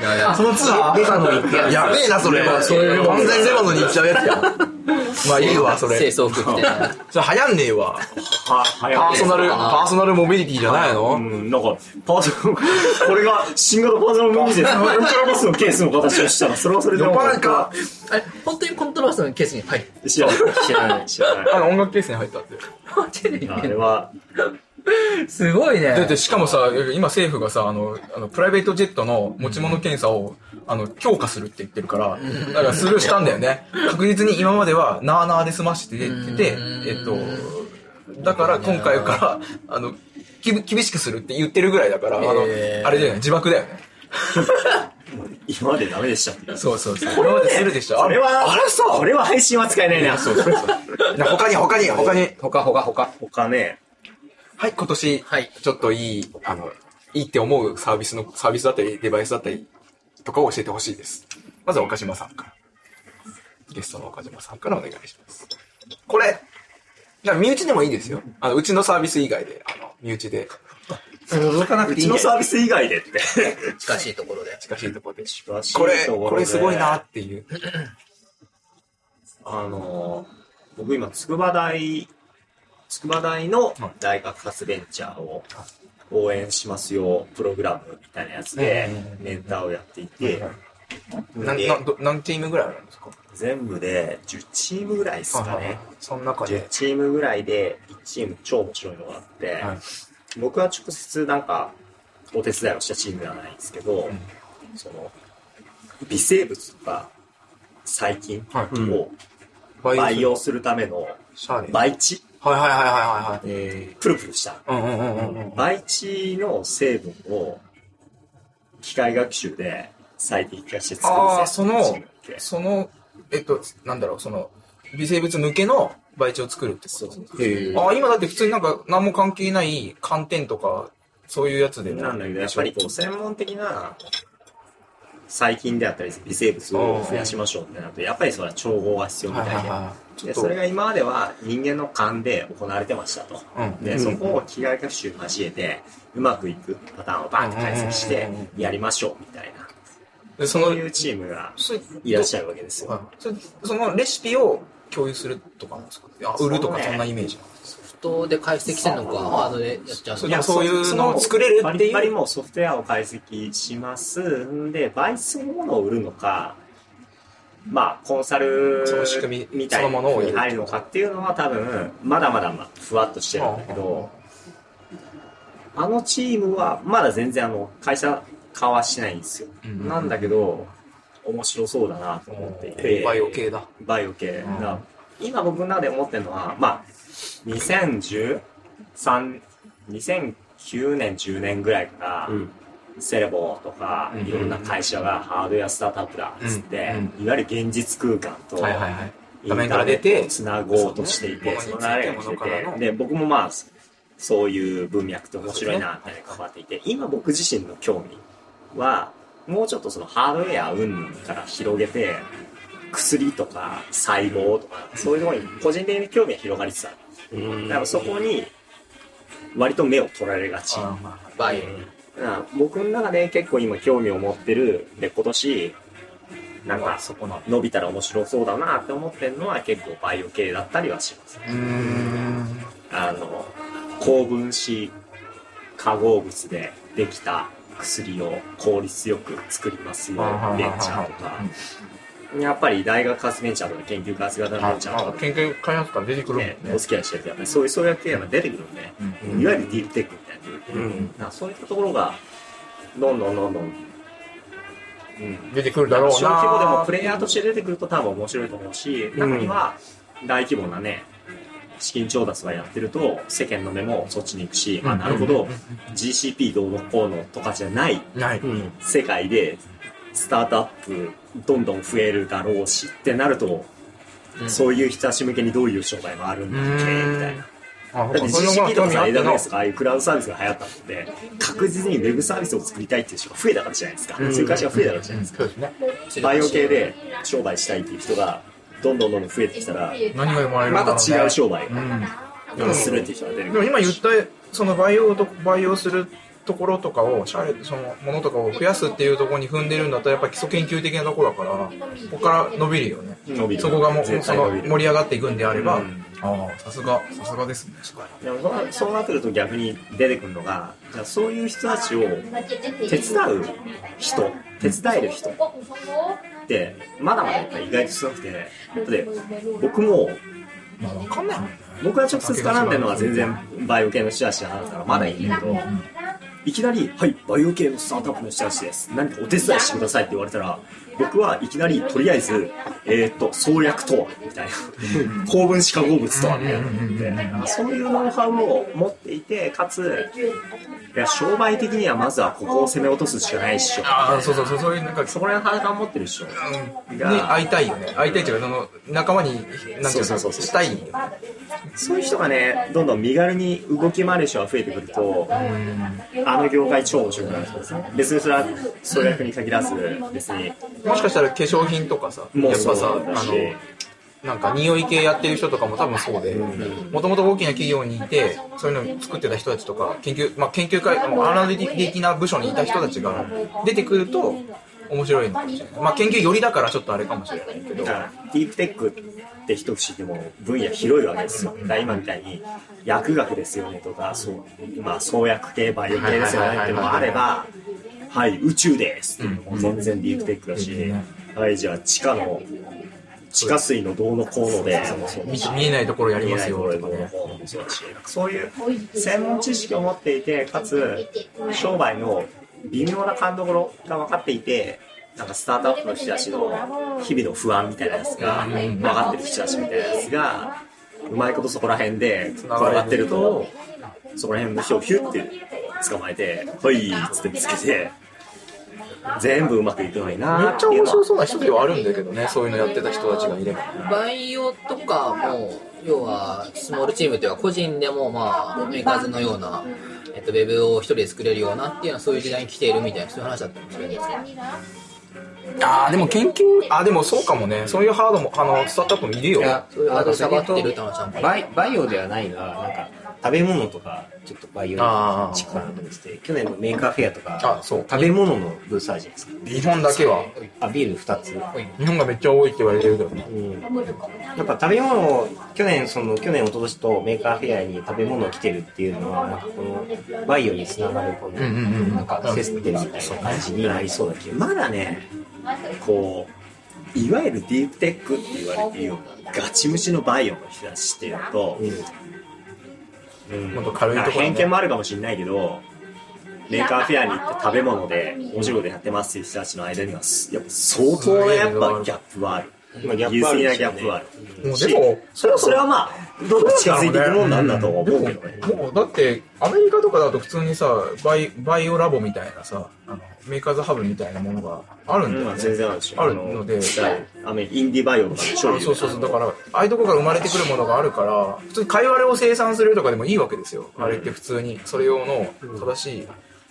Speaker 3: やいや
Speaker 4: そのツアーレバノン行くやべえな、それ。完全レバノンに行っちゃうやつや。まあいいわ、そ れ。
Speaker 3: 清掃服みたいな。
Speaker 4: それ流行んねえわ。
Speaker 1: は、早
Speaker 4: パ
Speaker 1: く
Speaker 4: ーソナル、パーソナルモビリティじゃないの、
Speaker 1: うん、なんか、パーソ これが新型パーソナルミニで、コントラバスのケースの形をしたら、それはそれで
Speaker 4: 酔っ
Speaker 1: も
Speaker 4: 払いか。
Speaker 3: あれ、本当にコントラバスのケースに入って
Speaker 1: 知らない。知らない。知らない。
Speaker 4: あの音楽ケースに入ったって。
Speaker 3: テレビ
Speaker 1: あれは、
Speaker 3: すごいね。
Speaker 4: だってしかもさ、今政府がさ、あの、あのプライベートジェットの持ち物検査を、あの、強化するって言ってるから、だからスルーしたんだよね。確実に今までは、なあなあで済ましてて、えっと、だから今回から、あの、きぶ厳しくするって言ってるぐらいだから、あの、
Speaker 3: へー
Speaker 4: あれだよね、自爆だよね。
Speaker 1: 今までダメでしたって。
Speaker 4: そうそうそう。これまでするでしょ。
Speaker 1: あれは、
Speaker 4: あれさ、
Speaker 1: あれは配信は使えないな。
Speaker 4: そうそうそう。他に他に他に。
Speaker 5: ほかほかほか。
Speaker 1: 他ね、
Speaker 4: はい、今年、
Speaker 3: はい
Speaker 4: ちょっといい、あの、いいって思うサービスの、サービスだったり、デバイスだったりとかを教えてほしいです。まずは岡島さんから。ゲストの岡島さんからお願いします。これ、じゃあ身内でもいいですよ。あの、うちのサービス以外で、あの、身内で、
Speaker 6: 覗かなく
Speaker 1: う
Speaker 6: ていい
Speaker 1: ち
Speaker 6: ん
Speaker 1: の
Speaker 6: じゃ
Speaker 1: サービス以外でって。
Speaker 3: 近しいところで。
Speaker 4: 近しいところで。
Speaker 1: 近しいと
Speaker 4: こ
Speaker 1: ころ
Speaker 4: れ
Speaker 1: で、
Speaker 4: これすごいなっていう。
Speaker 1: あのー僕今筑波大筑波大の大学活ベンチャーを応援しますよプログラムみたいなやつでメンターをやっていて、
Speaker 4: な
Speaker 1: で
Speaker 4: など何チームぐらいあるんですか
Speaker 1: 全部で10チームぐらいですか
Speaker 4: はいはいはい
Speaker 1: ね
Speaker 4: その中
Speaker 1: 10
Speaker 4: で。
Speaker 1: チームぐらいで1チーム超面白いのがあって、
Speaker 4: はい
Speaker 1: 僕は直接なんかお手伝いをしたチームではないんですけど、その微生物とか細菌
Speaker 4: はい
Speaker 1: を
Speaker 4: バ
Speaker 1: 培
Speaker 4: イオ
Speaker 1: 養するための
Speaker 4: シャーレン。はい
Speaker 1: 培地
Speaker 4: はいはいはいはいはい。
Speaker 1: プルプルした
Speaker 4: うんうんうんうんうん。
Speaker 1: 培地の成分を機械学習で最適化して作る
Speaker 4: ああ、そ
Speaker 1: 製品
Speaker 4: の
Speaker 1: を作る、
Speaker 4: その、えっと、なんだろう、その、微生物向けの培地を作るってことですね
Speaker 6: へー
Speaker 4: ああ、今だって普通になんか何も関係ない寒天とか、そういうやつでね。
Speaker 1: なんだけどやっぱりこう専門的な細菌であったり微生物を増やしましょうってなるとやっぱりそれは調合が必要み
Speaker 4: はいはい
Speaker 1: たいで
Speaker 4: はい。ちょ
Speaker 1: で
Speaker 4: っと、
Speaker 1: それが今までは人間の勘で行われてましたと。
Speaker 4: うん。
Speaker 1: で、そこを機械学習交えて、うまくいくパターンをバーンって解析して
Speaker 4: うんうんうん、
Speaker 1: やりましょうみたいな、
Speaker 4: で、その
Speaker 1: そう、いうチームが
Speaker 4: それ
Speaker 1: いらっしゃるわけですよ。
Speaker 4: はいそれそのレシピを共有するとかなんですかあ売ると
Speaker 1: そ
Speaker 4: か、
Speaker 1: うね
Speaker 4: そんなイメージ。
Speaker 3: 不当で解析してんのか、ハードでやっちゃう
Speaker 1: い
Speaker 4: そう
Speaker 3: の
Speaker 4: で
Speaker 1: や
Speaker 4: もそういうのを作れる
Speaker 1: バ
Speaker 4: って
Speaker 1: リ
Speaker 4: い
Speaker 1: ッバリ
Speaker 4: う。
Speaker 1: もうソフトウェアを解析しますんで倍数のものを売るのかまあコンサル
Speaker 4: その仕組み
Speaker 1: みたい
Speaker 4: そのもの
Speaker 1: な
Speaker 4: を売る
Speaker 1: に入るのかっていうのは多分まだまだまあふわっとしてるんだけどあのチームはまだ全然あの会社化はしないんですよ、
Speaker 4: うん
Speaker 1: なんだけど面白そうだなと思っていて
Speaker 4: バイオ系だ。
Speaker 1: バイオ系が、今僕の中で思ってるのは、まあ、2013、2009年、10年ぐらいから、
Speaker 5: うん
Speaker 1: セレボとか、
Speaker 4: うん
Speaker 1: いろんな会社がハードウェアスタートアップだっつって、
Speaker 4: う
Speaker 1: いわゆる現実空間と、
Speaker 4: はいはいはい。
Speaker 1: インタ
Speaker 4: 画面から
Speaker 1: ーネ
Speaker 4: 出
Speaker 1: ット
Speaker 4: て
Speaker 1: をつなごうとしていて、
Speaker 4: そ
Speaker 1: そうの
Speaker 4: ね
Speaker 1: 流れが来て
Speaker 4: 物についてるものからの
Speaker 1: て、で、僕もまあ、そういう文脈って面白いな、みたいな関わっていて、今僕自身の興味は、もうちょっとそのハードウェア云々から広げて、薬とか細胞とか、そういうところに個人的に興味が広がりつつある。だからそこに、割と目を取られがち。
Speaker 3: バイオ。
Speaker 1: うん僕の中で結構今興味を持ってる、で、今年、なんか、
Speaker 7: そこなの
Speaker 1: 伸びたら面白そうだなって思ってるのは結構バイオ系だったりはします。あの、高分子化合物でできた薬を効率よく作りますよ、ベンチャーとか。やっぱり大学発ベンチャーとか研究開発型のベンチャーとか
Speaker 7: 研究開発から出てくるもん
Speaker 1: ね
Speaker 7: ね、
Speaker 1: お付き合いしてるとやっぱりそういうそういうテーマ出てくるんで、いわゆるディープテックみたいなの出てくる、なんかそういったところがどんどんどんどん、うん、
Speaker 7: 出てくるだろうな
Speaker 1: 小規模でもプレイヤーとして出てくると多分面白いと思うし、中には大規模なね、資金調達はやってると世間の目もそっちに行くし、あ、なるほど、GCP どうのこうのとかじゃない
Speaker 7: ない
Speaker 1: 世界でスタートアップどんどん増えるだろうしってなると、そういう人たち向けにどういう商売もあるんだっけみたいな。
Speaker 7: あ
Speaker 1: だって
Speaker 7: そういうも
Speaker 1: GCP
Speaker 7: の
Speaker 1: と
Speaker 7: 興
Speaker 1: かさ
Speaker 7: 味あって
Speaker 1: AWS とかああいうクラウドサービスが流行ったので確実にウェブサービスを作りたいっていう人が増えたからじゃないですか、そういう会社が増えたからじゃないですか、
Speaker 7: そうですね
Speaker 1: バイオ系で商売したいっていう人がどんどんどんどん増えてきたら
Speaker 7: 何が生まれる
Speaker 1: ま
Speaker 7: の
Speaker 1: た
Speaker 7: か
Speaker 1: 違う
Speaker 7: ょ
Speaker 1: 商売
Speaker 7: うん
Speaker 1: をするっていう人が出て
Speaker 7: で
Speaker 1: く
Speaker 7: も
Speaker 1: る
Speaker 7: 今言ったその培養と培養するところとかをシャレそのものとかを増やすっていうところに踏んでるんだったらやっぱ基礎研究的なところだからここから伸びるよね
Speaker 1: 伸びる
Speaker 7: そこがもう
Speaker 1: 絶
Speaker 7: そ
Speaker 1: 対
Speaker 7: の
Speaker 1: 伸びる
Speaker 7: 盛り上がっていくんであれば、
Speaker 1: うん
Speaker 7: ああさすがさすがですね
Speaker 1: でもそうそうなってくると逆に出てくるのがじゃあそういう人たちを
Speaker 8: 手
Speaker 1: 手伝う人手伝える人ってまだまだやっぱり意外と少なくてで僕も
Speaker 7: まあわかんないもんね
Speaker 1: 僕が直接絡んでるのは全然バイオ系の人たちだからまだいいんだけど、いきなり「はいバイオ系のスタートアップの人たちです何かお手伝いしてください」って言われたら僕はいきなりとりあえず「えーっと創薬とは」みたいな「高分子化合物とは」みたいなのがあってそういうノウハウを持っていてかついや商売的にはまずはここを攻め落とすしかないっしょ
Speaker 4: ああ、そうそうそう、そういう、なんか、
Speaker 1: そ
Speaker 4: そ
Speaker 1: こら辺裸を持ってるっしょ
Speaker 4: に
Speaker 1: が
Speaker 4: 会いたいよね。会いたいっていうか、その、仲間に、なんていう
Speaker 1: そう
Speaker 4: か、
Speaker 1: そうそう
Speaker 4: したいよね。
Speaker 1: そういう人がねどんどん身軽に動き回る人が増えてくるとあの業界超面白くなるんですね別にそれは創薬に限らず別に
Speaker 4: もしかしたら化粧品とかさ、やっ
Speaker 1: もう
Speaker 4: ぱ
Speaker 1: そう
Speaker 4: さ、
Speaker 1: だ
Speaker 4: あ
Speaker 1: し
Speaker 4: の、なんか匂い系やってる人とかも多分そうで、もともと大きな企業にいて、そういうのを作ってた人たちとか、研究、まあ、研究会、アナリティ的な部署にいた人たちが出てくると、面白いのかもしれない。まあ、研究寄りだからちょっとあれかもしれないけど
Speaker 1: だ、からディープテックって一節でも分野広いわけですよだから今みたいに薬学ですよねとかそう、まあ、創薬系バイオ系ですよねっていうのもあればはい宇宙ですっていうのも全然ディープテックだし、はいじゃあ地下の地下水のどうのこうので
Speaker 4: 見見えないところやり
Speaker 1: 見え
Speaker 4: ま
Speaker 1: な
Speaker 4: す
Speaker 1: いとこ
Speaker 4: よ、
Speaker 1: ろで
Speaker 4: と
Speaker 1: どうの
Speaker 4: かね。
Speaker 1: こうのもそうだしそういう専門知識を持っていてかつ
Speaker 8: 商
Speaker 1: 商売の微妙な勘どころが分かっていてなんかスタートアップの人たちの日々の不安みたいなやつが分かってる人たちみたいなやつがうまいことそこら辺で転がってるとそこら辺の人をヒュッて捕まえて「ほい」っつって見つけて全部うまくいくのに
Speaker 4: め
Speaker 1: な
Speaker 4: っ
Speaker 1: って
Speaker 4: ちゃ
Speaker 1: いうの
Speaker 4: 面
Speaker 1: は
Speaker 4: 白そうな人ではあるんだけどね、そういうのやってた人たちがいれば。
Speaker 3: バイオとかも、要は、スモールチームというか、個人でも、まあ、メーカーズのような、えっと、ウェブを一人で作れるようなっていうのは、そういう時代に来ているみたいな、そういう話だったんですよね。
Speaker 4: ああ、でも研究、あでもそうかもね、そういうハードも、あの、スタートアップもいるよ。
Speaker 3: そういうハードル下がってるって話なんか
Speaker 5: バイバイオではないが、なんか、食べ物とか、ちょっとバイオ
Speaker 4: あー
Speaker 5: チックなのして、去年のメーカーフェアとか
Speaker 4: あ、そう。
Speaker 5: 食べ物のブースあるじゃないですか。
Speaker 4: 日本だけは、
Speaker 5: あ、ビール2つ。
Speaker 4: 日本がめっちゃ多いって言われてるけどね。
Speaker 5: うん。やっぱ食べ物を、去年、その、去年、一昨年とメーカーフェアに食べ物を来てるっていうのは、なんかこの、バイオにつながる、こ
Speaker 4: うん
Speaker 5: の、
Speaker 4: うんうん
Speaker 5: なんか、セステルみたいな感じになりそうだけど。
Speaker 1: まだねこういわゆるディープテックって言われているようなガチムチのバイオの人たちっていうのと、うん
Speaker 4: もっと軽いところね
Speaker 1: なんか偏見もあるかもしれないけどメーカーフェアに行って食べ物でお仕事やってますっていう人たちの間にはやっぱ相当なやっぱギャップはある
Speaker 5: まあギャ
Speaker 1: 有
Speaker 5: ップある
Speaker 1: すぎ
Speaker 5: んで
Speaker 1: な
Speaker 5: す
Speaker 1: ギ
Speaker 5: よ
Speaker 1: ャップはあるし
Speaker 4: もうで
Speaker 5: ね
Speaker 4: も、
Speaker 1: それはそれはまあどんどん近づいていくもんなんだとは思うけどね
Speaker 4: でももうだって、アメリカとかだと普通にさ、バイバイオラボみたいなさ、あのメーカーズハブみたいなものがあるんだ
Speaker 1: ま
Speaker 4: よ
Speaker 1: あ
Speaker 4: ね。
Speaker 1: 全然あるでしょ
Speaker 4: あるので。
Speaker 1: あのインディバイオとかで超有名
Speaker 4: そうそうそう、だから、ああいうとこから生まれてくるものがあるから、普通にカイワレを生産するとかでもいいわけですよ。あれって普通に、それ用の正しい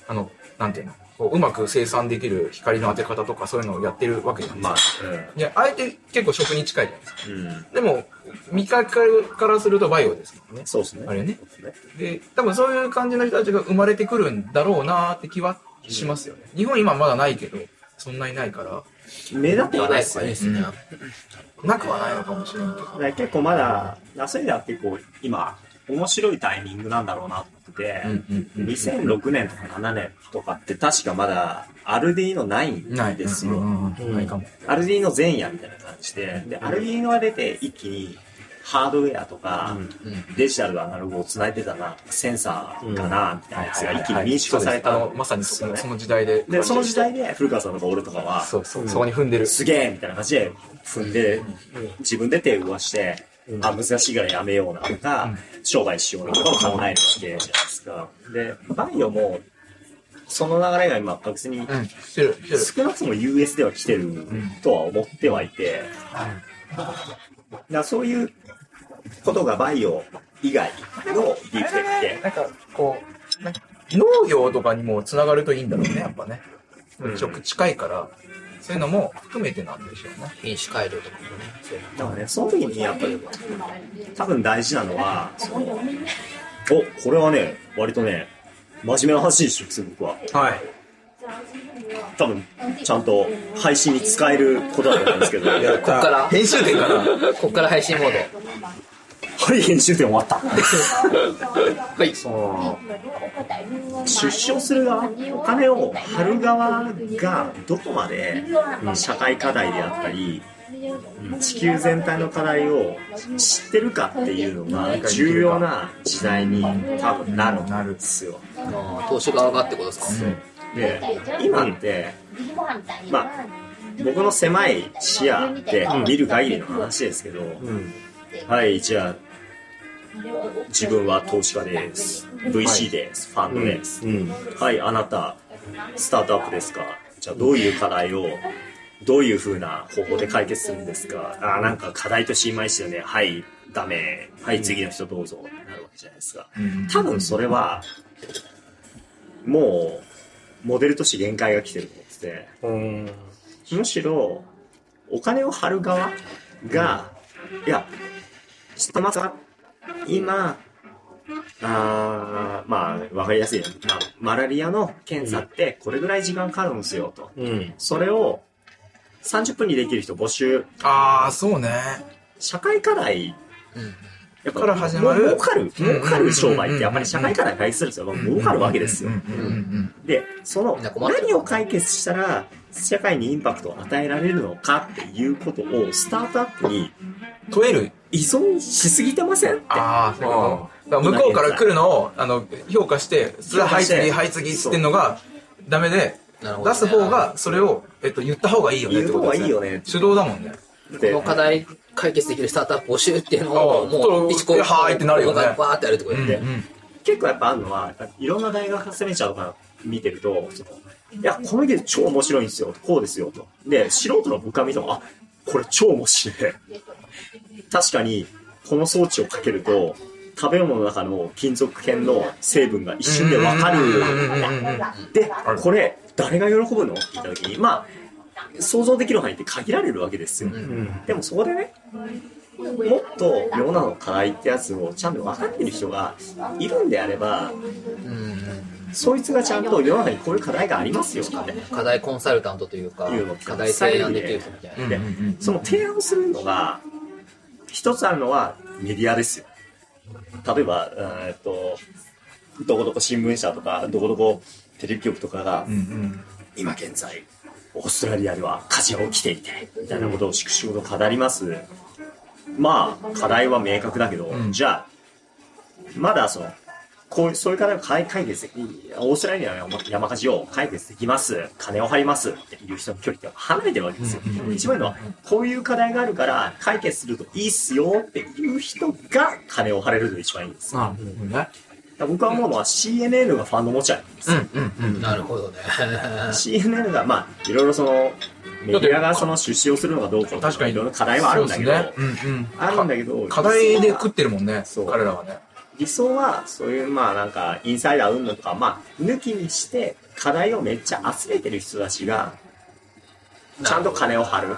Speaker 4: あの、なんていうの、こううまく生産できる光の当て方とかそういうのをやってるわけじゃないです
Speaker 1: ま
Speaker 4: か
Speaker 1: あ。、
Speaker 4: いや、あえて結構食に近いじゃないですか。
Speaker 1: うん。うん
Speaker 4: でも、見かけからするとバイオですもんね。
Speaker 1: そうですね。
Speaker 4: あれね
Speaker 1: そうっすね。
Speaker 4: で、多分そういう感じの人たちが生まれてくるんだろうなーって気はしますよね。日本今まだないけど、そんなにないから、
Speaker 1: 目立ってはないです
Speaker 3: いい
Speaker 1: ね
Speaker 3: で。すね。
Speaker 4: なくはないのかもしれんけ
Speaker 1: だ
Speaker 4: ど。
Speaker 1: から結構まだ、ナスイダー結構今、面白いタイミングなんだろうなって、2006年とか7年とかって確かまだ、アルディーノないんですよ。
Speaker 4: ないかも。
Speaker 1: アルディーノ前夜みたいな感じで、で、アルディーノが出て一気に、ハードウェアとか、デジタルとアナログを繋いでたな、とかセンサーかな、みたいなやつが一気に民主化された
Speaker 4: あの、まさにそ
Speaker 1: の
Speaker 4: のその時代で。
Speaker 1: で、その時代で古川さんとか俺とかは、
Speaker 4: そうそう、そこに踏んでる。
Speaker 1: すげえみたいな感じで踏んで、自分で手を動かして、あ、難しいからやめようなとか、商売しようなとかを考えるわけじゃないですか。で、バイオも、その流れが今、確実に
Speaker 4: うん、してる、してる。
Speaker 1: 少なくとも US では来てるとは思ってはいて、だからそういうことがバイオ以外のディープテックで、
Speaker 4: なんか、こう、なんか農業とかにもつながるといいんだろうね、やっぱね。食近いから、そういうのも含めてなんでしょうね。
Speaker 3: 品種改良とかもね、そういうの。
Speaker 1: だからね、その時にやっぱり、多分大事なのは、そのお、これはね、割とね、真面目な話にしようする、僕は。
Speaker 5: はい。
Speaker 1: 多分、ちゃんと配信に使えることだと思うんですけど、
Speaker 5: や
Speaker 3: こ
Speaker 5: っ
Speaker 3: っか
Speaker 5: た。
Speaker 3: ら、
Speaker 9: 編集点かな
Speaker 3: こっから配信モー
Speaker 1: はい、編集点終わった。
Speaker 3: ド。はい。
Speaker 1: その、出資をする側、お金を張る側がどこまで社会課題であったり、地球全体の課題を知ってるかっていうのが重要な時代に多分なるんですよ。
Speaker 3: あの投資側がってことですか
Speaker 1: で今ってまあ僕の狭い視野で見る限りの話ですけど、
Speaker 5: うん。
Speaker 1: はいじゃあ自分は投資家です。VC です。ファンドです。
Speaker 5: うん。
Speaker 1: はい、あなた、スタートアップですかじゃあどういう課題を、どういう風な方法で解決するんですかあーなんか課題としていまいちだね。はい、ダメ。はい、次の人どうぞ。なるわけじゃないですか。多分それは、もう、モデルとして限界が来てると思ってて。
Speaker 5: うん。
Speaker 1: むしろお金を張る側が、いや知ってますか今あーまあわかりやすいよ、まあ、マラリアの検査ってこれぐらい時間かかるんですよと
Speaker 5: うん。
Speaker 1: それを30分にできる人募集
Speaker 4: ああ、そうね。
Speaker 1: 社会課題やっぱ
Speaker 4: から始まる
Speaker 1: 儲かる儲かる商売ってやっぱり社会課題解決するんですよ儲かるわけですよ
Speaker 4: うんうんうん
Speaker 1: でその
Speaker 3: みんな困ってる
Speaker 1: 何を解決したら社会にインパクトを与えられるのかっていうことをスタートアップに
Speaker 4: 問える。
Speaker 1: 依存しすぎてませんって
Speaker 4: ああ、そういうことだから向こうから来るのを、あの、評価して、それははい次、はい次って言ってんのが、ダメで、
Speaker 3: なるほどね
Speaker 4: 出す方が、それを、えっと、言った方がいいよねっ
Speaker 1: 言
Speaker 4: て
Speaker 1: う
Speaker 4: こ
Speaker 1: 方
Speaker 4: と
Speaker 1: が
Speaker 4: で
Speaker 1: い
Speaker 4: す
Speaker 1: い
Speaker 4: ね。
Speaker 1: よね
Speaker 4: 手動だもんね。
Speaker 1: って
Speaker 3: この課題解決できるスタートアップ募集っていうのを、
Speaker 4: ああ
Speaker 3: もう、一個、
Speaker 4: ではーいってなるよね
Speaker 3: バーってやるとこ
Speaker 4: う
Speaker 3: や
Speaker 4: ん
Speaker 3: っ
Speaker 4: う
Speaker 3: て。
Speaker 4: ん。
Speaker 1: 結構やっぱあるのはやっぱいろんな大学発明者とか見てるとそのいやこのゲーム超面白いんですよこうですよとで素人の深みとかあこれ超面白い確かにこの装置をかけると食べ物の中の金属片の成分が一瞬でわかる
Speaker 4: うんうん
Speaker 1: で、これ、誰が喜ぶのって言った時に、まあ、想像できる範囲って限られるわけですよ。でもそこでね、もっと世の中の課題ってやつをちゃんと分かってる人がいるんであれば、そいつがちゃんと世の中にこういう課題がありますよって。
Speaker 3: 課題コンサルタントというか
Speaker 1: いうのを、
Speaker 3: 課題提案できる人みたいな。
Speaker 1: で、その提案をするのが、一つあるのはメディアですよ。例えば、えーっと、どこどこ新聞社とか、どこどこテレビ局とかが、今現在、オーストラリアでは火事が起きていて、みたいなことを粛々と語ります。まあ、課題は明確だけど、じゃあ、まだその、こういう、そういう課題を解解決でき、オーストラリアの山山火事を解決できます、金を張りますっていう人の距離って離れてるわけですよ。一番いいのは、こういう課題があるから解決するといいっすよっていう人が金を張れると一番いいんですよ。
Speaker 4: あうんね
Speaker 1: だから僕は思うのは CNN がファンド持ちゃうんですよ。
Speaker 3: なるほどね。
Speaker 1: CNN が、まあ、いろいろその、メディアがその出資をするのかどうかと
Speaker 4: 確かに
Speaker 1: いろいろ課題はあるんだけど、
Speaker 4: そうですねうんうん
Speaker 1: あるんだけど、
Speaker 4: 課題で食ってるもんね
Speaker 1: そう
Speaker 4: 彼らはね
Speaker 1: 理想はそういうまあなんかインサイダー運動とかまあ抜きにして課題をめっちゃ集めてる人たちがちゃんと金を張る、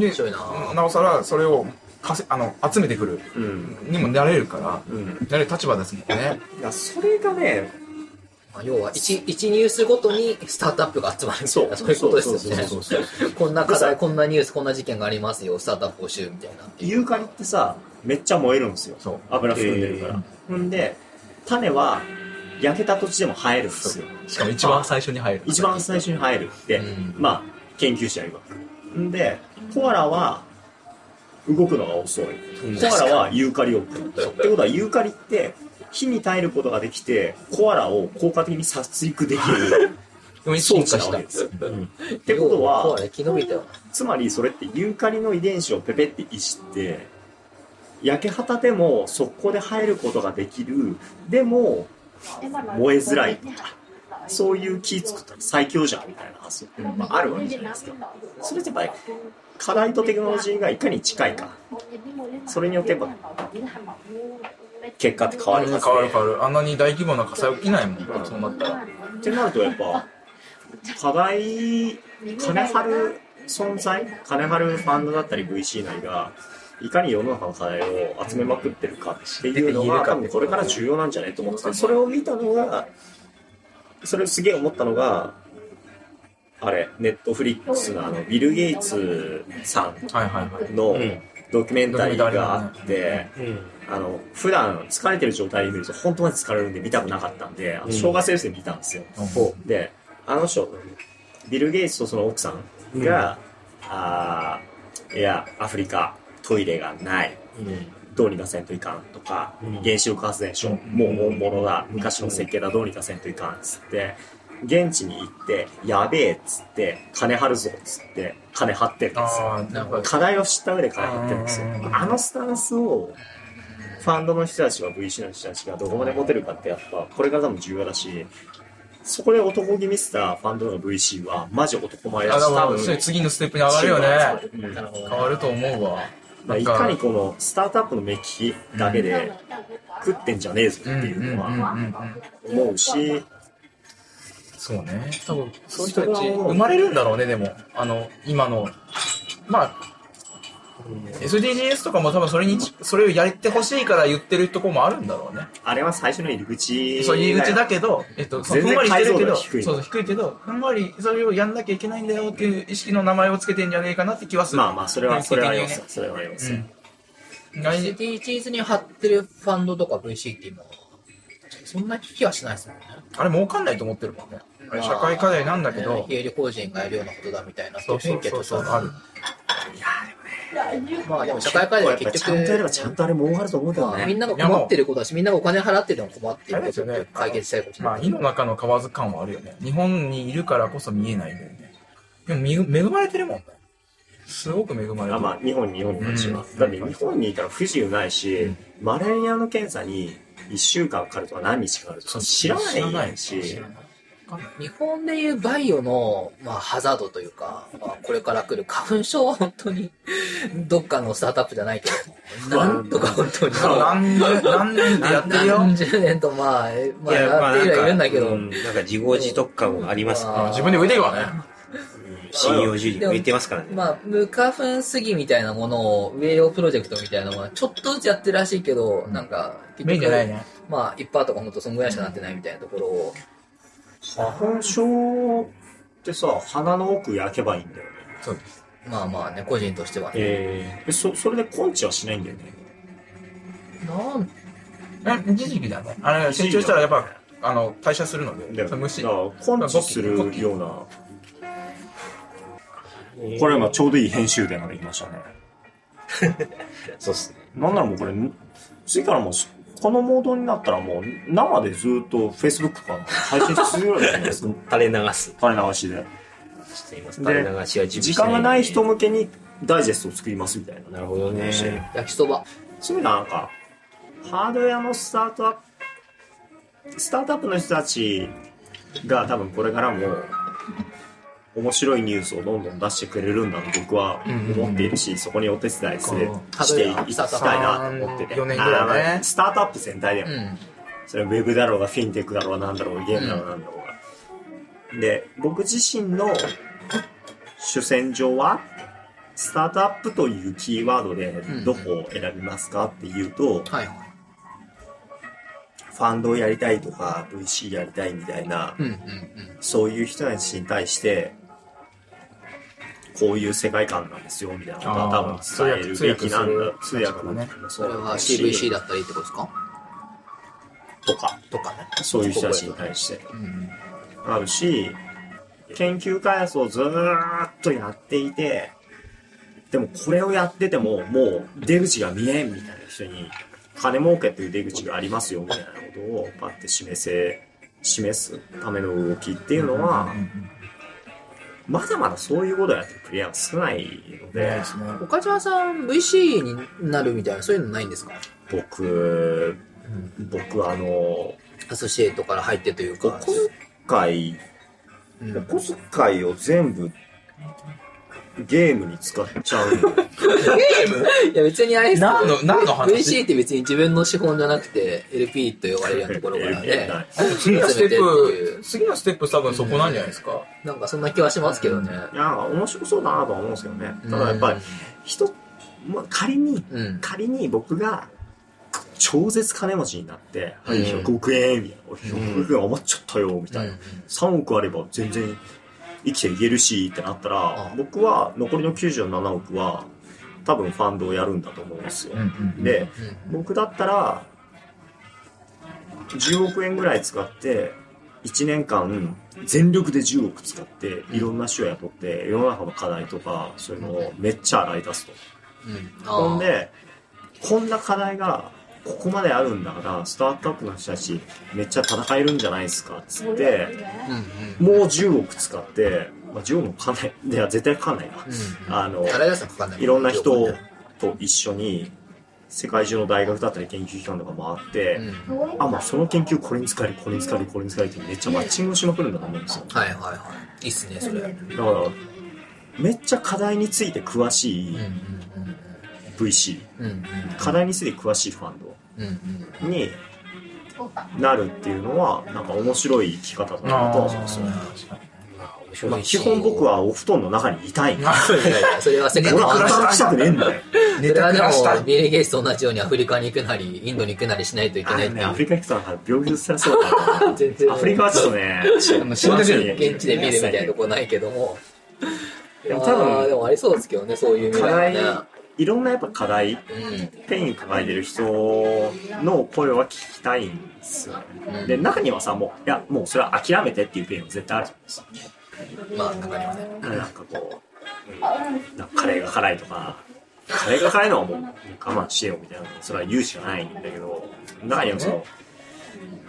Speaker 4: で
Speaker 3: 白いな
Speaker 4: なおさらそれをかせあの集めてくる
Speaker 1: うん
Speaker 4: にもなれるから、
Speaker 1: うん、
Speaker 4: なれる立場ですもんね
Speaker 1: いやそれがね
Speaker 3: まあ要は一、一ニュースごとにスタートアップが集まるみたいな、
Speaker 1: そ
Speaker 3: そうういうことですよね
Speaker 1: そうそうそう。
Speaker 3: こんな課題、こんなニュース、こんな事件がありますよ、スタートアップ募集みたいな。
Speaker 1: ユーカリってさめっちゃ燃えるんですよ
Speaker 4: そう
Speaker 1: 油含んでるから、ほんで種は焼けた土地でも生えるんですよ
Speaker 10: しかも一番最初に入る。
Speaker 1: 一番最初に生えるって、
Speaker 3: うん
Speaker 1: まあ研究者は言われるんでコアラは動くのが遅いコアラはユーカリを食うってことはユーカリって火に耐えることができてコアラを効果的に殺戮でき る
Speaker 10: でも
Speaker 1: 装
Speaker 10: 進
Speaker 1: 置
Speaker 10: 化
Speaker 1: な
Speaker 10: し
Speaker 1: わ
Speaker 10: た
Speaker 1: けで。すよ。ってこと
Speaker 3: 要コア
Speaker 1: は
Speaker 3: ラ生き延びたよ
Speaker 1: つまりそれってユーカリの遺伝子をペペっていじって焼け畑でも速攻で生えることができるでも
Speaker 7: 燃えづらい
Speaker 1: そ
Speaker 7: そうう
Speaker 1: い
Speaker 7: いうう
Speaker 1: 気
Speaker 7: 気
Speaker 1: 作
Speaker 7: 作
Speaker 1: っ
Speaker 7: ったた
Speaker 1: ら
Speaker 7: ら
Speaker 1: 最強じゃんみたいな発想って、ま
Speaker 7: ま
Speaker 1: あ、
Speaker 7: あ、
Speaker 1: あ
Speaker 7: あ
Speaker 1: る
Speaker 7: る
Speaker 1: わ
Speaker 7: わ
Speaker 1: け
Speaker 7: け
Speaker 1: じ
Speaker 7: じ
Speaker 1: ゃ
Speaker 7: ゃ
Speaker 1: な
Speaker 7: ない
Speaker 1: で
Speaker 7: いですす
Speaker 1: か
Speaker 7: か。
Speaker 1: そ
Speaker 7: そ
Speaker 1: れ
Speaker 7: れ
Speaker 1: っ
Speaker 7: ってて
Speaker 1: やっ
Speaker 7: や
Speaker 1: ぱり課
Speaker 7: っぱり
Speaker 1: 題とテクノロジーがいかに近いかそ
Speaker 7: そ
Speaker 1: れ
Speaker 7: れ
Speaker 1: によっ
Speaker 7: によってて
Speaker 1: やっ
Speaker 7: やっ
Speaker 1: ぱ
Speaker 7: ぱ
Speaker 1: 結
Speaker 7: 結
Speaker 1: 果
Speaker 7: 果
Speaker 1: っ
Speaker 7: ってて
Speaker 1: 変
Speaker 7: 変
Speaker 1: わ
Speaker 7: わ
Speaker 1: るんでよ
Speaker 4: 変わる変わ
Speaker 7: るんですすよ。
Speaker 4: るあんなに大規模な火災起きないもんそうなったら
Speaker 1: てなるとやっぱ課題金張る存在金張るファンドだったり VC なりがいかに世の中の課題を集めまくってるかっていうのが多分これから重要なんじゃないと思っててそれを見たのがそれをすげえ思ったのがあれネットフリックスのあのビル・ゲイツさん
Speaker 4: はいはいはい
Speaker 1: の
Speaker 5: ん
Speaker 1: ドキュメンタリーがあって、あの普段疲れてる状態で見ると本当に疲れるんで見たくなかったんで、あの正月先生見たんですよ、であの人ビル・ゲイツとその奥さんが、あーいやアフリカトイレがないどうにかせんといかんとか、原子力発電所、もう本物だ昔の設計だどうにかせんといかんっつって現地に行ってやべえっつって金張るぞっつって金張ってるんですよ
Speaker 4: ああなんか
Speaker 1: 課題を知った上で金張ってるんですよ
Speaker 4: うん
Speaker 1: あのスタンスをファンドの人たちは VC の人たちがどこまで持てるかってやっぱこれから多分重要だしそこで男気見せたファンドの VC はマジ男前だ
Speaker 4: あ
Speaker 1: し多
Speaker 4: でも
Speaker 1: 分
Speaker 4: それ次のステップに上がるよね
Speaker 1: うんだか
Speaker 4: 変わると思うわ
Speaker 1: らいかにこのスタートアップの目利きだけで食ってんじゃねえぞっていうの
Speaker 4: うんうんうん
Speaker 1: は
Speaker 4: うん
Speaker 1: 思うし
Speaker 4: そうね。多分、そういう人たち、生まれるんだろうね、でも。あの、今の。まあ、SDGs とかも多分それに、それをやってほしいから言ってるとこもあるんだろうね。
Speaker 1: あれは最初の入り口
Speaker 4: そういううちだけど、えっと、そ
Speaker 1: 全
Speaker 4: うふん
Speaker 1: 然
Speaker 4: わりしてるけ
Speaker 1: 解像
Speaker 4: ど、
Speaker 1: 度が低い
Speaker 4: そうそう、低いけど、ふんわりそれをやんなきゃいけないんだよっていう意識の名前をつけてんじゃねえかなって気はする。
Speaker 1: まあまあそれはそれはありますよ
Speaker 4: 雰
Speaker 1: それはありますよ
Speaker 4: 囲気的にねうん。来年
Speaker 3: SDGs に貼ってるファンドとか VC っていうのは、そんな危機はしないですもんね。
Speaker 4: あれ儲かんないと思ってるもんね。あれ社会課題なんだけ
Speaker 3: まあね
Speaker 4: ど、
Speaker 3: 営利法人がやるようなことだみたいな、
Speaker 4: そうそうそうそう、ある。
Speaker 3: まあでも社会課題は
Speaker 1: やっぱ
Speaker 3: 結
Speaker 1: ちゃんとやれば
Speaker 3: 局、
Speaker 1: ちゃんとあれ儲かると思うけど
Speaker 3: まあ、み
Speaker 1: ね
Speaker 3: んなが困ってることだし、みんながお金払ってでも困ってるこ
Speaker 4: あ
Speaker 3: と
Speaker 4: れ
Speaker 3: って
Speaker 4: ですよね
Speaker 3: 解決したいこと
Speaker 4: まあ、井の中の蛙感はあるよね。日本にいるからこそ見えないんだよね。でもみ、恵まれてるもんね。すごく恵まれ
Speaker 1: あ
Speaker 4: てる。
Speaker 1: まあ日本日本の話は、
Speaker 4: うん
Speaker 1: だって日本にいたら不自由ないし、マレーニアの検査に1週間かかるとか何日かかるとか知ら
Speaker 4: 知らな
Speaker 1: ない
Speaker 4: い
Speaker 1: し
Speaker 4: 知らない
Speaker 3: 日本でいうバイオの、まあ、ハザードというか、まあ、これから来る花粉症は本当に、どっかのスタートアップじゃないけど、なんとか本当に、
Speaker 4: 何年、何年ってやってるよ。
Speaker 3: 何十年と、まあ、えまあ、
Speaker 5: いやま
Speaker 3: や
Speaker 5: あ
Speaker 3: ってるはいるんだけど、
Speaker 5: うんなんか自業自得感もありますね。
Speaker 3: まあ
Speaker 4: 自分で植えてるからね。
Speaker 5: 信用樹里も言ってますからね。
Speaker 3: まあ、無花粉杉みたいなものを、栄養プロジェクトみたいなものは、ちょっとずつやってるらしいけど、なんか、結
Speaker 4: メインじゃないね。
Speaker 3: まあ、1%とかほんとそんぐらいしかなってないみたいなところを、
Speaker 1: 花粉症ってさ鼻の奥焼けばいいんだよね
Speaker 4: そうです。
Speaker 3: まあまあね、個人としてはね。
Speaker 1: ええそそれで根治はしないんだよね
Speaker 3: なん
Speaker 4: え、一時期だね。あれ、成長したらやっぱ、あの、代謝するので、
Speaker 1: だか
Speaker 4: それ
Speaker 1: ら
Speaker 4: 無視。
Speaker 1: 根治するようなこれ今ちょうどいい編集でなんか言いましたね
Speaker 5: そうっすね。
Speaker 1: なんならもうこれ次からもうこのモードになったらもう生でずっと Facebook とか配信するぐらいじゃないですか
Speaker 5: 垂れ流す。
Speaker 1: 垂れ流しで
Speaker 5: しています。
Speaker 1: で
Speaker 5: 垂れ流しは準備し
Speaker 1: 時間がない人。向けにダイジェストを作りますみたいな
Speaker 5: なるほどね。
Speaker 3: 焼きそば。
Speaker 1: そういうのはなんかハードウェアのスタートアップスタートアップの人たちが多分これからも面白いニュースをどんどん出してくれるんだと僕は思っているし、そこにお手伝いするしていきたいなと思ってて、
Speaker 7: 4年ぐらいね
Speaker 1: あースタートアップ全体でも、
Speaker 7: ん
Speaker 1: それはウェブだろうがフィンテックだろうがなんだろうがゲームだろうがなんだろうが、で僕自身の主戦場はスタートアップというキーワードでどこを選びますかっていうと、
Speaker 3: はいはい。
Speaker 1: ファンドをやりたいとか VC やりたいみたいな、
Speaker 3: うんうんうん。
Speaker 1: そういう人たちに対して、こういう世界観なんですよ、みたいなことは
Speaker 7: あー
Speaker 1: 多分伝えるべきなんだ。通訳もね。
Speaker 3: それは CVC だったりってことですか
Speaker 1: とか、
Speaker 3: とかね。
Speaker 1: そういう人たちに対して
Speaker 3: うんうん。
Speaker 1: あるし、研究開発をずーっとやっていて、でもこれをやっててももう出口が見えんみたいな人に、金儲けという出口がありますよ、みたいなことをパッて示せ、示すための動きっていうのは、まだまだそういうことをやってるプレイヤーは少ないので、
Speaker 3: 岡島さん VC になるみたいな、そういうのないんですか
Speaker 1: 僕、僕あの、
Speaker 3: アソシエイトから入ってという
Speaker 1: お
Speaker 3: か。
Speaker 1: 小遣い、
Speaker 3: うん
Speaker 1: お小遣いを全部ゲームに使っちゃうの。
Speaker 3: いや別にあれですよ
Speaker 7: 何の、何の話
Speaker 3: VC って別に自分の資本じゃなくて LP と呼ばれるようなところから ね
Speaker 1: LP
Speaker 3: 集
Speaker 7: 次のステ
Speaker 3: めてってい
Speaker 7: ッ
Speaker 3: う
Speaker 7: プ、次のステップ多分そこなんじゃないですか。
Speaker 3: なんかそんな気はしますけどね
Speaker 1: いや、面白そうだなとは思うんですけどね。ただやっぱり、人、まあ、仮に、
Speaker 3: うん
Speaker 1: 仮に僕が、超絶金持ちになって、はい、
Speaker 3: うん
Speaker 1: 100億円みたいな、俺100億円余っちゃったよ、みたいな、
Speaker 3: うん
Speaker 1: 3億あれば全然生きていけるし、ってなったら、
Speaker 3: あ
Speaker 1: 僕は残りの97億は、多分ファンドをやるんだと思うんですよ。で、僕だったら、10億円ぐらい使って、1年間、全力で10億使って、いろんな種を雇って、世の中の課題とか、そういうのをめっちゃ洗い出すと。
Speaker 3: うん
Speaker 1: ほん
Speaker 3: あ
Speaker 1: で、こんな課題が、ここまであるんだから、スタートアップの人たち、めっちゃ戦えるんじゃないですか、っつって、
Speaker 3: ーうんうん
Speaker 1: もう10億使って、まあ、10億もかかんない、いや、絶対かかんないな。あの、
Speaker 3: 洗い出すのかかんない
Speaker 1: いろんな人と一緒に、世界中の大学だったり研究機関とか回って、
Speaker 3: うん
Speaker 1: あ、まあその研究これに使える、これに使える、これに使えるってめっちゃマッチングしまくるんだと思うんですよ。
Speaker 3: はいはいはいいいっすねそれうん
Speaker 1: だから、めっちゃ課題について詳しい VC、
Speaker 3: うんうん
Speaker 1: 課題について詳しいファンド
Speaker 3: うんうん
Speaker 1: になるっていうのは、なんか面白い生き方だなとは思うんですよ。まあ、基本僕はお布団の中にいたいんで。
Speaker 3: いやい やそれは世界
Speaker 1: 俺
Speaker 3: の
Speaker 1: は働き
Speaker 3: 話
Speaker 1: たくねえんだよ。
Speaker 3: それはでもビル・ゲイツと同じようにアフリカに行くなりインドに行くなりしないといけ
Speaker 1: あ
Speaker 3: ない
Speaker 1: れ
Speaker 3: って
Speaker 1: ね、
Speaker 3: い
Speaker 1: ア
Speaker 3: う
Speaker 1: フリカ行くとなんか病気にされそうだな。
Speaker 3: 全然
Speaker 1: アフリカはちょっと ね、
Speaker 3: 現地で見るみたいなとこないけども
Speaker 1: でも多分
Speaker 3: あーでもありそうですけどねそういう未
Speaker 1: 課
Speaker 3: 来
Speaker 1: 題
Speaker 3: はね、
Speaker 1: いろんなやっぱ課題
Speaker 3: うん
Speaker 1: ペイン抱えてる人の声は聞きたいんですよね。で、中にはさ、もう、いや、もうそれは諦めてっていうペインも絶対あるじゃないですか。
Speaker 3: まあ中にはね
Speaker 1: なんかこう、なんかカレーが辛いとか、カレーが辛いのはもう我慢してよみたいな、それは勇士がないんだけど、中にはその、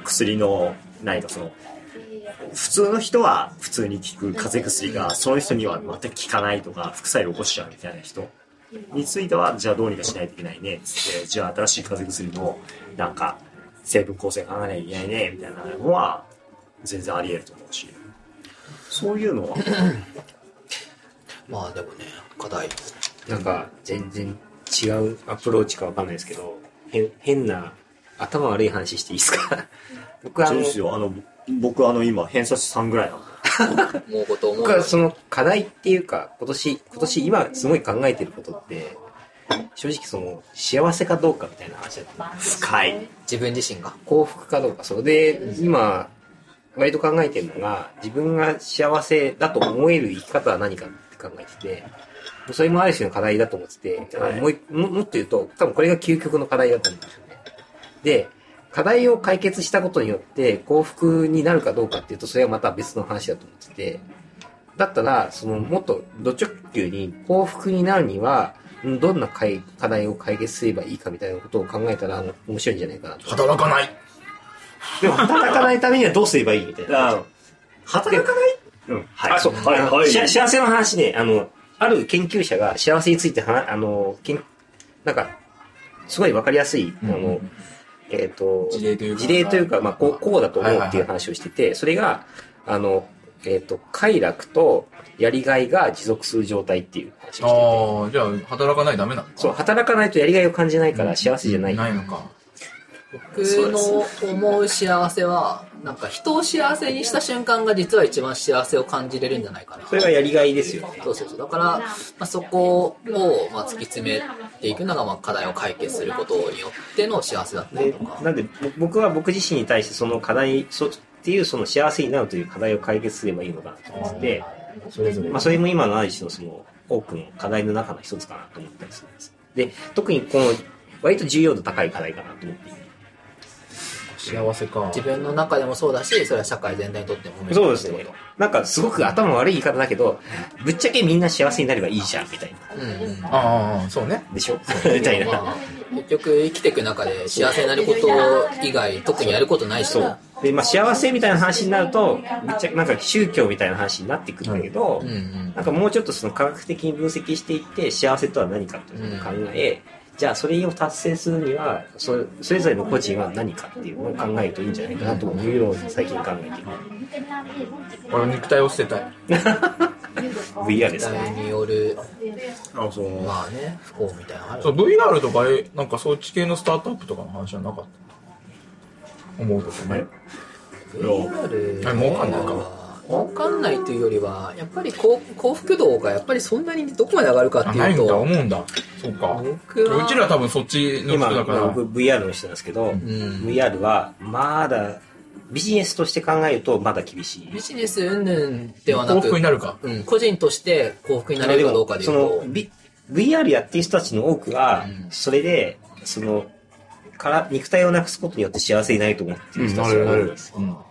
Speaker 1: 薬の、何かその、普通の人は普通に効く風邪薬が、その人には全く効かないとか、副作用を起こしちゃうみたいな人。については、じゃあどうにかしないといけないね、つって、じゃあ新しい風邪薬の、なんか、成分構成考えなきゃいけないね、みたいなのは、全然あり得ると思うし、そういうのは、
Speaker 3: まあでもね課題
Speaker 5: なんか全然違うアプローチかわかんないですけど、へ変な、頭悪い話していいですか 僕あ
Speaker 1: そう
Speaker 5: の
Speaker 1: で、すよ。あの、僕、あの、今、偏差値3ぐらいなの。
Speaker 3: 思うこと思う
Speaker 5: 僕はその課題っていうか、今年、今年今すごい考えてることって、正直その幸せかどうかみたいな話だった。
Speaker 1: 深い。
Speaker 3: 自分自身が
Speaker 5: 幸福かどうか。それで、今、割と考えてるのが、自分が幸せだと思える生き方は何かって考えてて、それもある種の課題だと思ってて、
Speaker 1: はい
Speaker 5: もういももっと言うと、多分これが究極の課題だと思うんですよね。で、課題を解決したことによって幸福になるかどうかっていうと、それはまた別の話だと思ってて、だったら、その、もっと、ど直球に幸福になるには、うんどんな解課題を解決すればいいかみたいなことを考えたら面白いんじゃないかなと。
Speaker 7: 働かない。
Speaker 5: でも働かないためにはどうすればいいみたいな。
Speaker 1: あ働かないうん。は
Speaker 5: あ
Speaker 1: い。
Speaker 5: そう、
Speaker 1: はい、はい。
Speaker 5: し幸せの話で、あの、ある研究者が幸せについては、あの、けんなんか、すごいわかりやすい、あの、えっ、と、
Speaker 7: 事例というか
Speaker 5: 事例というかまあ、こう、こうだと思うってい
Speaker 7: はいはいは
Speaker 5: う話をしてて、それが、あの、
Speaker 11: えっ、と、快楽とやりがいが持続する状態っていう話をしてて。
Speaker 7: ああ、じゃあ、働かないとダメなのか。
Speaker 11: そう、働かないとやりがいを感じないから幸せじゃない。
Speaker 7: ないのか。
Speaker 3: 僕の思う幸せは、なんか人を幸せにした瞬間が実は一番幸せを感じれるんじゃないかな。
Speaker 5: それがやりがいですよね。
Speaker 3: そうそうそう。だから、まあ、そこを、まあ、突き詰めていくのが、まあ、課題を解決することによっての幸せだったり
Speaker 5: で
Speaker 3: とか。
Speaker 5: なんでぼ僕は僕自身に対してその課題そっていうその幸せになるという課題を解決すればいいのかなと思ってて
Speaker 1: それぞれ
Speaker 5: まあ、それも今のアイのその多くの課題の中の一つかなと思ったりするんです。で、特にこの割と重要度高い課題かなと思っていて
Speaker 7: 幸せか。
Speaker 3: 自分の中でもそうだし、それは社会全体にとっても
Speaker 5: そうですね。なんかすごく頭悪い言い方だけど、ぶっちゃけみんな幸せになればいいじゃんみたいな。
Speaker 3: うんうん。
Speaker 7: ああ、そうね。
Speaker 5: でしょみたいな。
Speaker 3: まあ結局生きていく中で幸せになること以外特にやることないし
Speaker 5: そう。で、まあ幸せみたいな話になると、ぶっちゃけなんか宗教みたいな話になってくるんだけど、
Speaker 3: うんうん
Speaker 5: なんかもうちょっとその科学的に分析していって幸せとは何かというのを考え、じゃあそれを達成するにはそれそれぞれの個人は何かっていうのを考えるといいんじゃないかなというのを最近考えている
Speaker 7: 俺は肉体を捨てたい。
Speaker 5: VR ですね
Speaker 3: 誰による
Speaker 1: あそう
Speaker 3: まあね不幸みたいなのある
Speaker 7: そう、VR とか、えなんかそっち系のスタートアップとかの話はなかった。思うとこね。
Speaker 3: VR
Speaker 7: あ儲かんないか
Speaker 3: 儲かんないというよりはやっぱり幸幸福度がやっぱりそんなにどこまで上がるか
Speaker 7: あ、
Speaker 3: って
Speaker 7: ない
Speaker 3: うん
Speaker 7: だ、
Speaker 3: と
Speaker 7: 思うんだ。そうか。
Speaker 3: 僕は
Speaker 7: うちら多分そっちの
Speaker 5: 今
Speaker 7: 人だから。
Speaker 5: 僕 VR の人なんですけど、
Speaker 3: ん
Speaker 5: VR はまだビジネスとして考えるとまだ厳しい
Speaker 3: ビジネス云々ではな
Speaker 7: 幸
Speaker 3: く
Speaker 7: 福になるか。
Speaker 3: うん、個人として幸福になれるかどうかでいう
Speaker 5: そ
Speaker 3: と
Speaker 5: の、ビ VR やってる人たちの多くは、それで、その、から、肉体をなくすことによって幸せになると思ってる人たちが多いんですよ。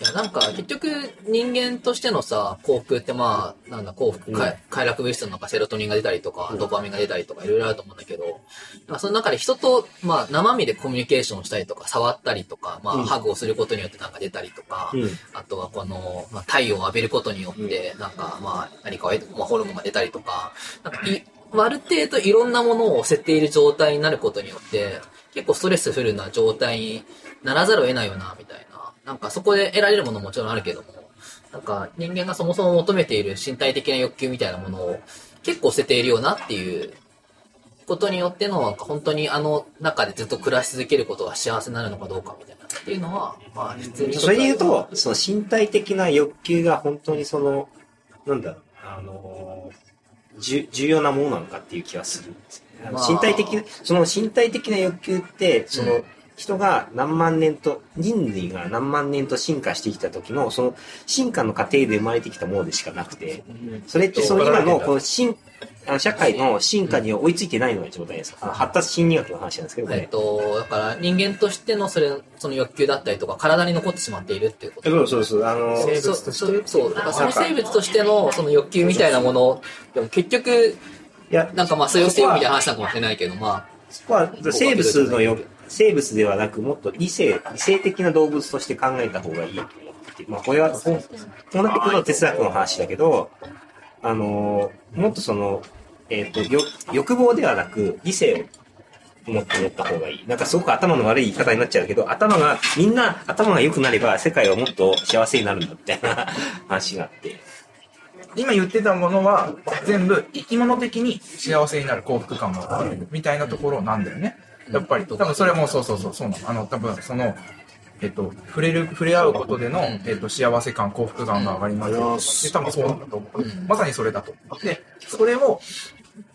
Speaker 3: いや、なんか、結局、人間としてのさ、幸福ってまあ、なんだ、幸福、快快楽物質の中、セロトニンが出たりとか、ドパミンが出たりとか、いろいろあると思うんだけど、まあその中で人と、まあ、生身でコミュニケーションしたりとか、触ったりとか、まあ、ハグをすることによってなんか出たりとか、あとはこの、まあ、太陽を浴びることによって、なんか、まあ、何かを得、まあ、ホルモンが出たりとか、なんかい、ある程度いろんなものを捨てている状態になることによって、結構ストレスフルな状態にならざるを得ないよな、みたいな。なんかそこで得られるものももちろんあるけども、なんか人間がそもそも求めている身体的な欲求みたいなものを結構捨てているよなっていうことによっての、なんか本当にあの中でずっと暮らし続けることが幸せになるのかどうかみたいな。っていうのは、まあ普通にちょっ
Speaker 5: それで言うと、その身体的な欲求が本当にその、なんだろう、あのーじゅ重要なものなのかっていう気はするんですね。あの
Speaker 3: まあ
Speaker 5: 身体的、その身体的な欲求って、その、人が何万年と、人類が何万年と進化してきた時の、その進化の過程で生まれてきたものでしかなくて、それってその今のこの進あの社会の進化には追いついてないのが状態です。あの発達心理学の話なんですけど、こ
Speaker 3: えっ
Speaker 5: れ。
Speaker 3: と、だから人間としてのそれ、その欲求だったりとか、体に残ってしまっているっていうこと。
Speaker 5: そうそうそう、あの、
Speaker 3: 生物としてそう、だからその生物としてのその欲求みたいなもの、でも結局、
Speaker 5: いや、
Speaker 3: なんかまあそれを捨てるみたいな話なのかもしれないけど、ま
Speaker 5: そこは生物のよ生物ではなくもっと理性理性的な動物として考えた方がいいと思ってまあこれはこうこうなってくると哲学の話だけどあのーもっとその、えっと欲欲望ではなく理性を持って持った方がいいなんかすごく頭の悪い言い方になっちゃうけど頭がみんな頭が良くなれば世界はもっと幸せになるんだみたいな話があって
Speaker 7: 今言ってたものは全部生き物的に幸せになる幸福感があるみたいなところなんだよね。やっぱり、多分それもそうそうそう、そうなの。あの、多分その、えっと、触れる、触れ合うことでの、えっと、幸せ感、幸福感が上がりますよ。で、多分そうなんだと思う。まさにそれだと。で、それを、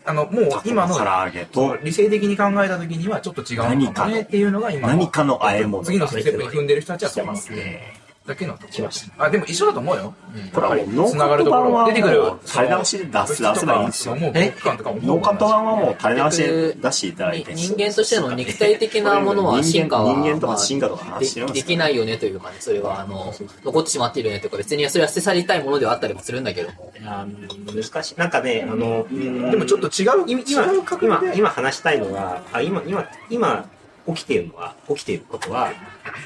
Speaker 7: あの、もう今の
Speaker 1: 唐揚げと
Speaker 7: 理性的に考えた時にはちょっと違うのかもねっていうのが今の
Speaker 1: 何かの和え物
Speaker 7: 次のステップに踏んでる人たちはそう思ってだけのところ。あ、でも一緒だと思うよ。
Speaker 1: これはもうノ
Speaker 7: つな
Speaker 1: ーカ
Speaker 7: がる
Speaker 1: ット
Speaker 7: とこ
Speaker 1: 版
Speaker 7: ろ
Speaker 1: は
Speaker 7: 出てくる
Speaker 1: もう垂れ流しで出す出せばいいんですよ
Speaker 7: もう幸福感とかも
Speaker 1: ノーカット版はもう垂れ流しで出していた
Speaker 3: あ、
Speaker 1: だい
Speaker 3: に
Speaker 1: て
Speaker 3: 人間としての肉体的なものは進化は、
Speaker 1: 人間人間と
Speaker 3: ま
Speaker 1: か
Speaker 3: あ
Speaker 1: 進化とか話して
Speaker 3: で
Speaker 1: ます
Speaker 3: できないよねというかね、それはあの、残ってしまっているよねというか、別にそれは捨て去りたいものではあったりもするんだけども。
Speaker 5: あの難しいなんかねあの、
Speaker 7: でもちょっと違う、
Speaker 5: 今
Speaker 7: 違う角度
Speaker 5: 今
Speaker 7: で。
Speaker 5: 今話したいのはあ今今今起きているのは起きていることは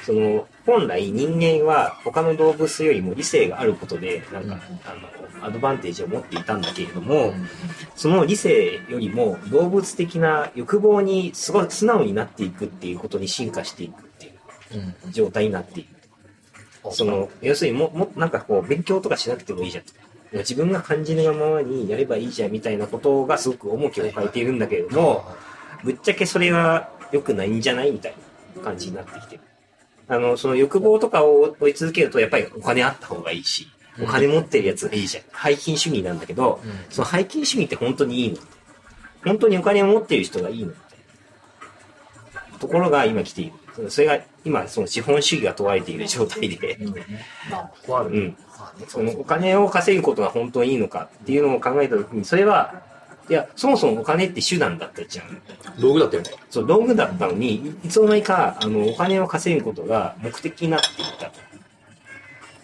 Speaker 5: その本来人間は他の動物よりも理性があることでなんか、あのアドバンテージを持っていたんだけれども、その理性よりも動物的な欲望にすごい素直になっていくっていうことに進化していくっていう状態になっている。その、要するにも、も、なんかこう、勉強とかしなくてもいいじゃん。自分が感じるがままにやればいいじゃんみたいなことがすごく重きを置かれているんだけれども、ぶっちゃけそれは良くないんじゃないみたいな感じになってきてる。あの、その欲望とかを追い続けると、やっぱりお金あった方がいいし、お金持ってるやつがいいじゃん。背金主義なんだけど、その背金主義って本当にいいの本当にお金を持ってる人がいいのところが今来ている。それが今、その資本主義が問われている状態で、うん、そのお金を稼ぐことが本当にいいのかっていうのを考えたときに、それは、いや、そもそもお金って手段だったじゃん。
Speaker 7: 道具だったよね。
Speaker 5: そう、道具だったのに、いいつの間にか、あの、お金を稼ぐことが目的になっていった。っ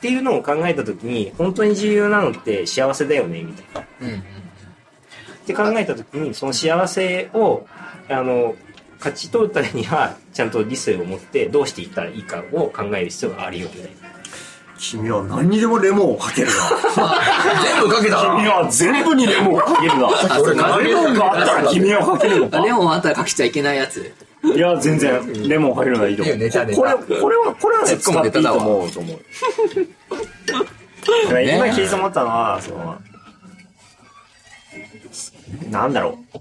Speaker 5: ていうのを考えたときに、本当に重要なのって幸せだよね、みたいな。って考えたときに、その幸せを、あの、勝ち取るためには、ちゃんと理性を持って、どうしていったらいいかを考える必要があるよ、みたいな。
Speaker 1: 君は何にでもレモンをかける
Speaker 7: 全部かけた
Speaker 1: な。君は全部にレモンをかける な。レモンがあったら君はかけるのか
Speaker 3: レ。モンあったらかけちゃいけないやつ。
Speaker 1: いや、全然、レモン入るのはいいと思う。
Speaker 7: いいよネタネタ
Speaker 1: これ、これは、これはね、使っていいと思うと思う。今聞いて思ったのは、その、なんだろう。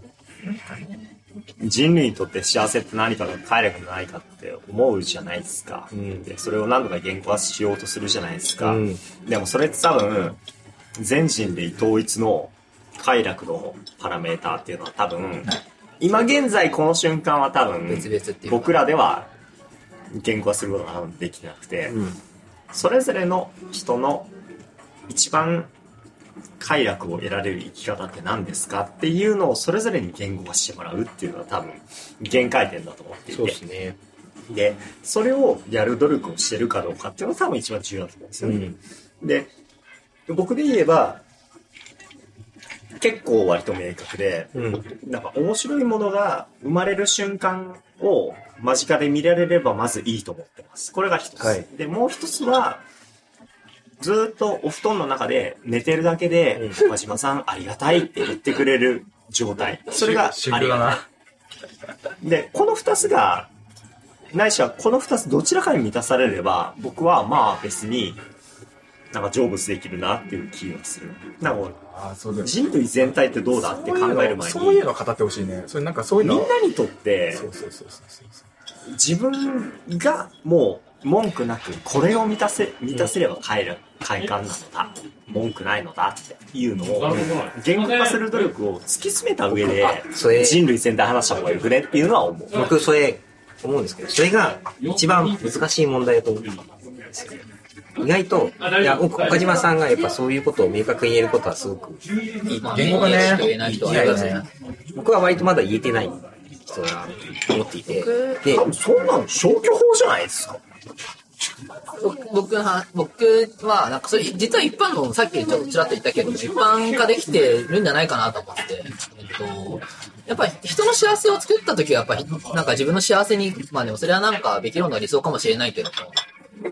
Speaker 1: 人類にとって幸せって何かが快楽の何かって思うじゃないですか。で、それを何度か言語化しようとするじゃないですか。
Speaker 5: うん
Speaker 1: でもそれって多分、全人類統一の快楽のパラメーターっていうのは多分、今現在この瞬間は多分、
Speaker 3: 別々っていうか
Speaker 1: 僕らでは言語化することが多分できてなくて、それぞれの人の一番快楽を得られる生き方って何ですかっていうのをそれぞれに言語化してもらうっていうのは多分限界点だと思っていて
Speaker 5: そうですね。
Speaker 1: でそれをやる努力をしてるかどうかっていうのが多分一番重要だと思うんですよね、で僕で言えば結構割と明確で、
Speaker 5: うん。
Speaker 1: なんか面白いものが生まれる瞬間を間近で見られればまずいいと思ってます。これが一つ。
Speaker 5: はい
Speaker 1: で、もう一つは、ずーっとお布団の中で寝てるだけで、小島さんありがたいって言ってくれる状態。それが
Speaker 7: シ
Speaker 1: あ
Speaker 7: ンプ
Speaker 1: り
Speaker 7: ルだ
Speaker 1: がたい。
Speaker 7: な。
Speaker 1: で、この二つが、ないしはこの二つどちらかに満たされれば、僕はまあ別になんか成仏できるなっていう気がする。なんか
Speaker 7: ああ、そうだよ。
Speaker 1: 人類全体ってどうだって考える前に。
Speaker 7: そういうの語ってほしいね。それなんかそういう
Speaker 1: み
Speaker 7: の。
Speaker 1: んなにとって
Speaker 7: そうそうそうそう。
Speaker 1: 自分がもう文句なくこれを満たせ満たせれば快楽快感なのだ文句ないのだっていうのを言語化する努力を突き詰めた上で
Speaker 5: それ
Speaker 1: 人類全体話した方がよくねっていうのは思う
Speaker 5: 僕、それ、思うんですけど、それが一番難しい問題だと思うんですよ意外と、いや、僕岡島さんがやっぱそういうことを明確に言えることはすごく、
Speaker 3: まあ
Speaker 7: 言語がね
Speaker 3: 言える人言えない人はありがとうね。
Speaker 5: 僕は割とまだ言えてない人だなと思っていて、で
Speaker 1: 多、分そんなの消去法じゃないですか
Speaker 3: 僕僕は、僕は、なんかそれ、実は一般論、さっきちょっとちらっと言ったけど、一般化できてるんじゃないかなと思って、えっと、やっぱり人の幸せを作った時は、やっぱり、なんか自分の幸せに、まあでもそれはなんかべき論の理想かもしれないけども、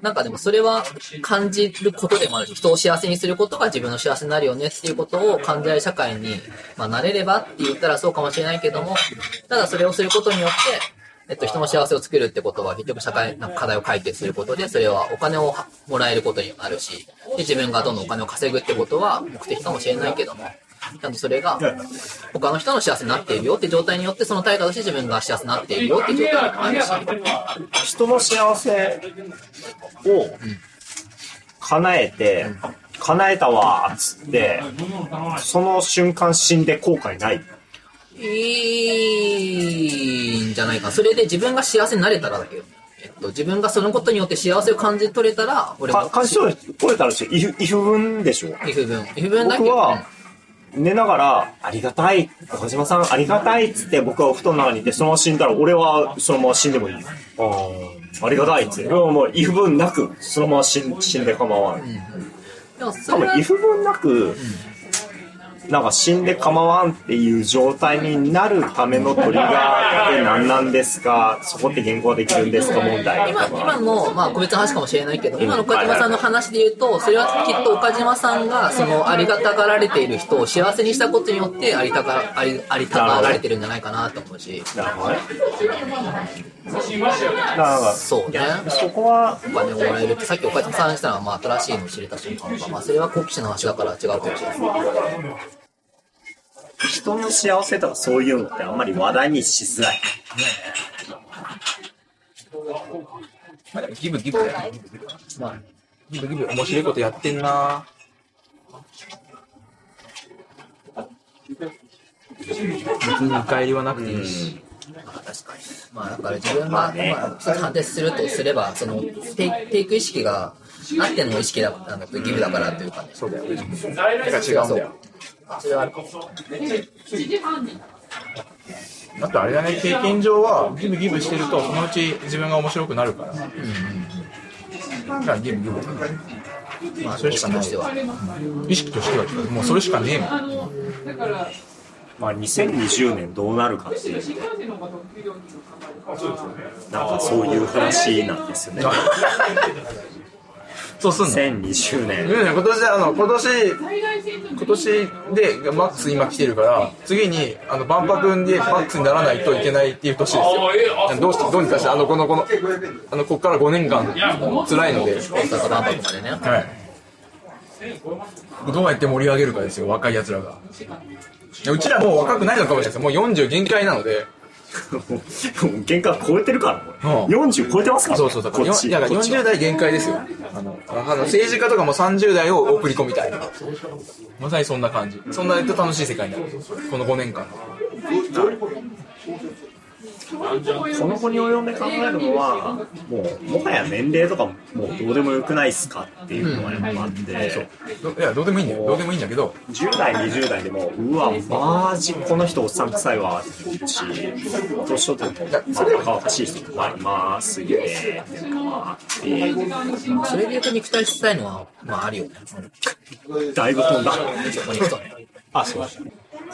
Speaker 3: なんかでもそれは感じることでもあるし、人を幸せにすることが自分の幸せになるよねっていうことを感じられる社会に、まあなれればって言ったらそうかもしれないけども、ただそれをすることによって、えっと、人の幸せを作るってことは、結局社会の課題を解決することで、それはお金をはもらえることにもなるし、で、自分がどんどんお金を稼ぐってことは目的かもしれないけども、ちゃんとそれが、他の人の幸せになっているよって状態によって、その対価として自分が幸せになっているよって状態にもなるし、
Speaker 1: 人の幸せを叶えて、叶えたわーっつって、その瞬間死んで後悔ない
Speaker 3: いいんじゃないかな。それで自分が幸せになれたらだけど、えっと、自分がそのことによって幸せを感じ取れたら、俺
Speaker 1: か
Speaker 3: も、
Speaker 1: 感じ取れたらしい異異不分でしょ
Speaker 3: 異不分。異不分だけ
Speaker 1: 僕
Speaker 3: ど、
Speaker 1: は寝ながら、ありがたい、小島さんありがたいっつって僕はお布団の中にいて、そのまま死んだら俺はそのまま死んでもいいよ。ありがたいっつって。俺はもう異不分なく、そのまま死ん死んで構わない。
Speaker 3: うんでもそ
Speaker 1: 多
Speaker 3: れは
Speaker 1: 分異不分なく、なんか死んで構わんっていう状態になるためのトリガーって何なんですか、そこって言語はできるんですか問題。
Speaker 3: 今今の、まあ、個別の話かもしれないけど、今の岡島さんの話で言うと、それはきっと岡島さんが、その、ありがたがられている人を幸せにしたことによって、ありたが、あり、ありたがられてるんじゃないかなと思うし、
Speaker 1: なるほどね
Speaker 12: あ
Speaker 3: そうね。
Speaker 12: そこは、
Speaker 3: お金もらえるって、さっきお母さん話したのは、まあ、新しいのを知れた瞬間とか、まあ、それは好奇心の話だから違うかもしれない。
Speaker 1: 人の幸せとかそういうのってあんまり話題にしづらい。
Speaker 4: まあでもギブギブだよね。まあ、ギブギブ面白いことやってんな別に見返りはなくていいし。
Speaker 3: まあだから自分が、まあ判定するとすれば、そのテイテイク意識があっての意識だなんだと義務だからというかね、
Speaker 4: そうだよ。だから違うんだよ。
Speaker 3: それはあるかも。
Speaker 4: あとあれだね、経験上は、ギブギブしてると、そのうち自分が面白くなるから。だからギブギブ。
Speaker 3: まあ、それしかないは。
Speaker 4: 意識としては、もうそれしかねえもん。
Speaker 1: まあ、2020年どうなるかっていうねなんかそういう話なんですよね。
Speaker 4: そうすんの
Speaker 1: 2020年。
Speaker 4: 今年、あの、今年、今年でマックス今来てるから、次に、あの、万博でマックスにならないといけないっていう年ですよ。どうして、どうにかして、あの、この、この、あの、こっから5年間、辛いので、
Speaker 3: 大阪万博までね。
Speaker 4: はい。どうやって盛り上げるかですよ、若い奴らが。いやうちらもう若くないのかもしれないです。もう40限界なので。
Speaker 1: 限界超えてるから、もう40超えてますから、ね、
Speaker 4: そうそう、だか
Speaker 1: こ
Speaker 4: ら
Speaker 1: っ
Speaker 4: よ
Speaker 1: ち。
Speaker 4: だから
Speaker 1: こっち
Speaker 4: 40代限界ですよ。あの、あの政治家とかも30代を送り込みたい。まさにそんな感じ。そんなと楽しい世界になる。この5年間。
Speaker 1: この子に及んで考えるのは、もう、もはや年齢とかももうどうでもよくないっすかっていうのがやっぱあって、
Speaker 4: どいや、どうでもいいんだよ。どうでもいいんだけど。
Speaker 1: 10代、20代でも、うわ、マジ、この人おっさん臭いわって言うし、年取っても、それかおかしい人とかいますよね、っていうのがあって、
Speaker 3: それで言うと肉体したいのは、まああるよね。
Speaker 1: だいぶ飛んだ。
Speaker 12: あ、そう。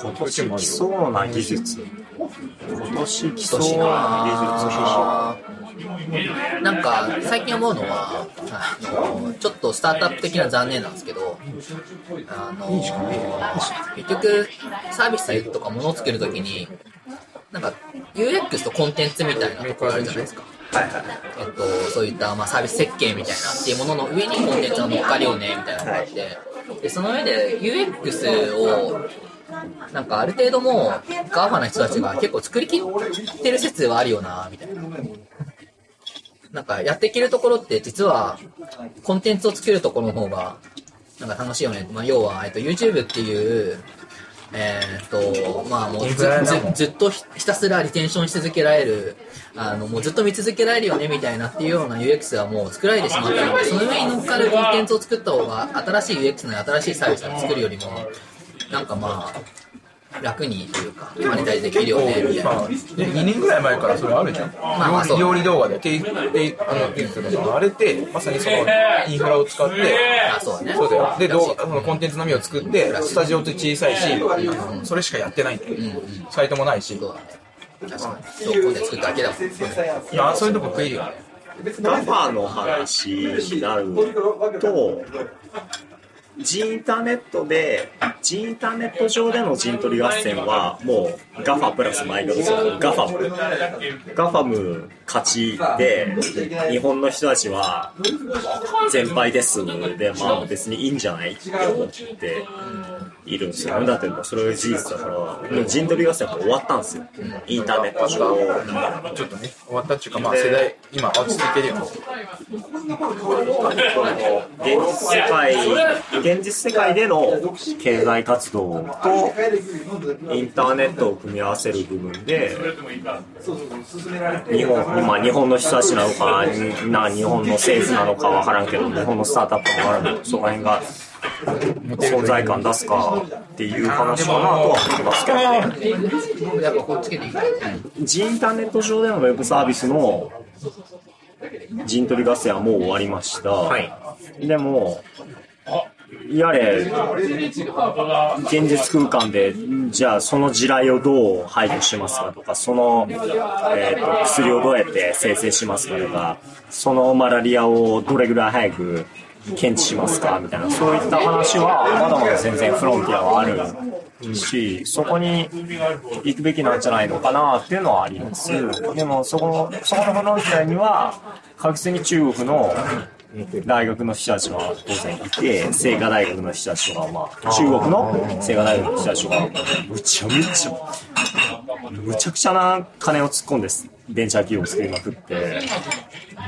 Speaker 1: 今年来そうな技術。今年来そうな
Speaker 3: あーなんか最近思うのはあのちょっとスタートアップ的な残念なんですけどあの結局サービスとか物を作るときになんか UX とコンテンツみたいなところあるじゃないですか。えっと、そういった、まあ、サービス設計みたいなっていうものの上にコンテンツの乗っかりをねみたいなのがあってでその上で UX をなんかある程度もうガーファな人たちが結構作りきってる説はあるよなみたいな。なんかやっていけるところって実はコンテンツを作るところの方がなんか楽しいよね。まあ、要は、えっと、YouTube っていう、えーっと、まあもうずずずっとひひたすらリテンションし続けられる、あの、もうずっと見続けられるよねみたいなっていうような UX はもう作られてしまったので、その上に乗っかるコンテンツを作った方が新しい UX の新しいサービスを作るよりも、なんかまあ、楽にというか、マネタイズできるよねみたい
Speaker 4: ま
Speaker 3: な
Speaker 4: あ、。2年ぐらい前からそれあるじゃん。
Speaker 3: あまあ
Speaker 4: 料
Speaker 3: そう
Speaker 4: 理料理動画で、ていていあの、ていくとかあれって、まさにその、インフラを使って、
Speaker 3: あ、そうだね。
Speaker 4: そうだよ。で、動画、そのコンテンツのみを作って、スタジオって小さいし、それしかやってないんだよ。サイトもないし。
Speaker 3: そうだね。確かに。そう、コンテンツ作っただけだもん。
Speaker 4: いや、そういうとこ食いるよね。
Speaker 1: ガファーの話になると、ジインターネットで、ジインターネット上での陣取り合戦は、もうガファプラスマイナスガファム。ガファム勝ちで、日本の人たちは全敗ですので、まあ別にいいんじゃないって思っているんですよ。だってもうそれが事実だから、もう陣取り合戦は終わったんですよ。インターネット上。
Speaker 4: ちょっとね、終わったっていうか、まあ世代、今落ち着いてるよね。
Speaker 1: 現実世界現実世界での経済活動とインターネットを組み合わせる部分で日本,、まあ、日本の人たちなのかな日本の政府なのかわからんけど日本のスタートアップもわからんけどそこら辺が存在感出すかっていう話かなとは思いますけどね。
Speaker 3: やっぱこうつけていきたい。
Speaker 1: ジインターネット上でのウェブサービスの陣取り合戦はもう終わりました。でも、やれ、現実空間で、じゃあその地雷をどう排除しますかとか、その、えーと薬をどうやって生成しますかとか、そのマラリアをどれぐらい早く検知しますかみたいなそういった話はまだまだ全然フロンティアはあるしそこに行くべきなんじゃないのかなっていうのはありますでもそこのそこのフロンティアには確実に中国の大学の人たちは当然いて、清華大学の人たちとか、まあ、中国の清華大学の人たちとか、むちゃめちゃ、むちゃくちゃな金を突っ込んで、ベンチャー企業を作りまくって、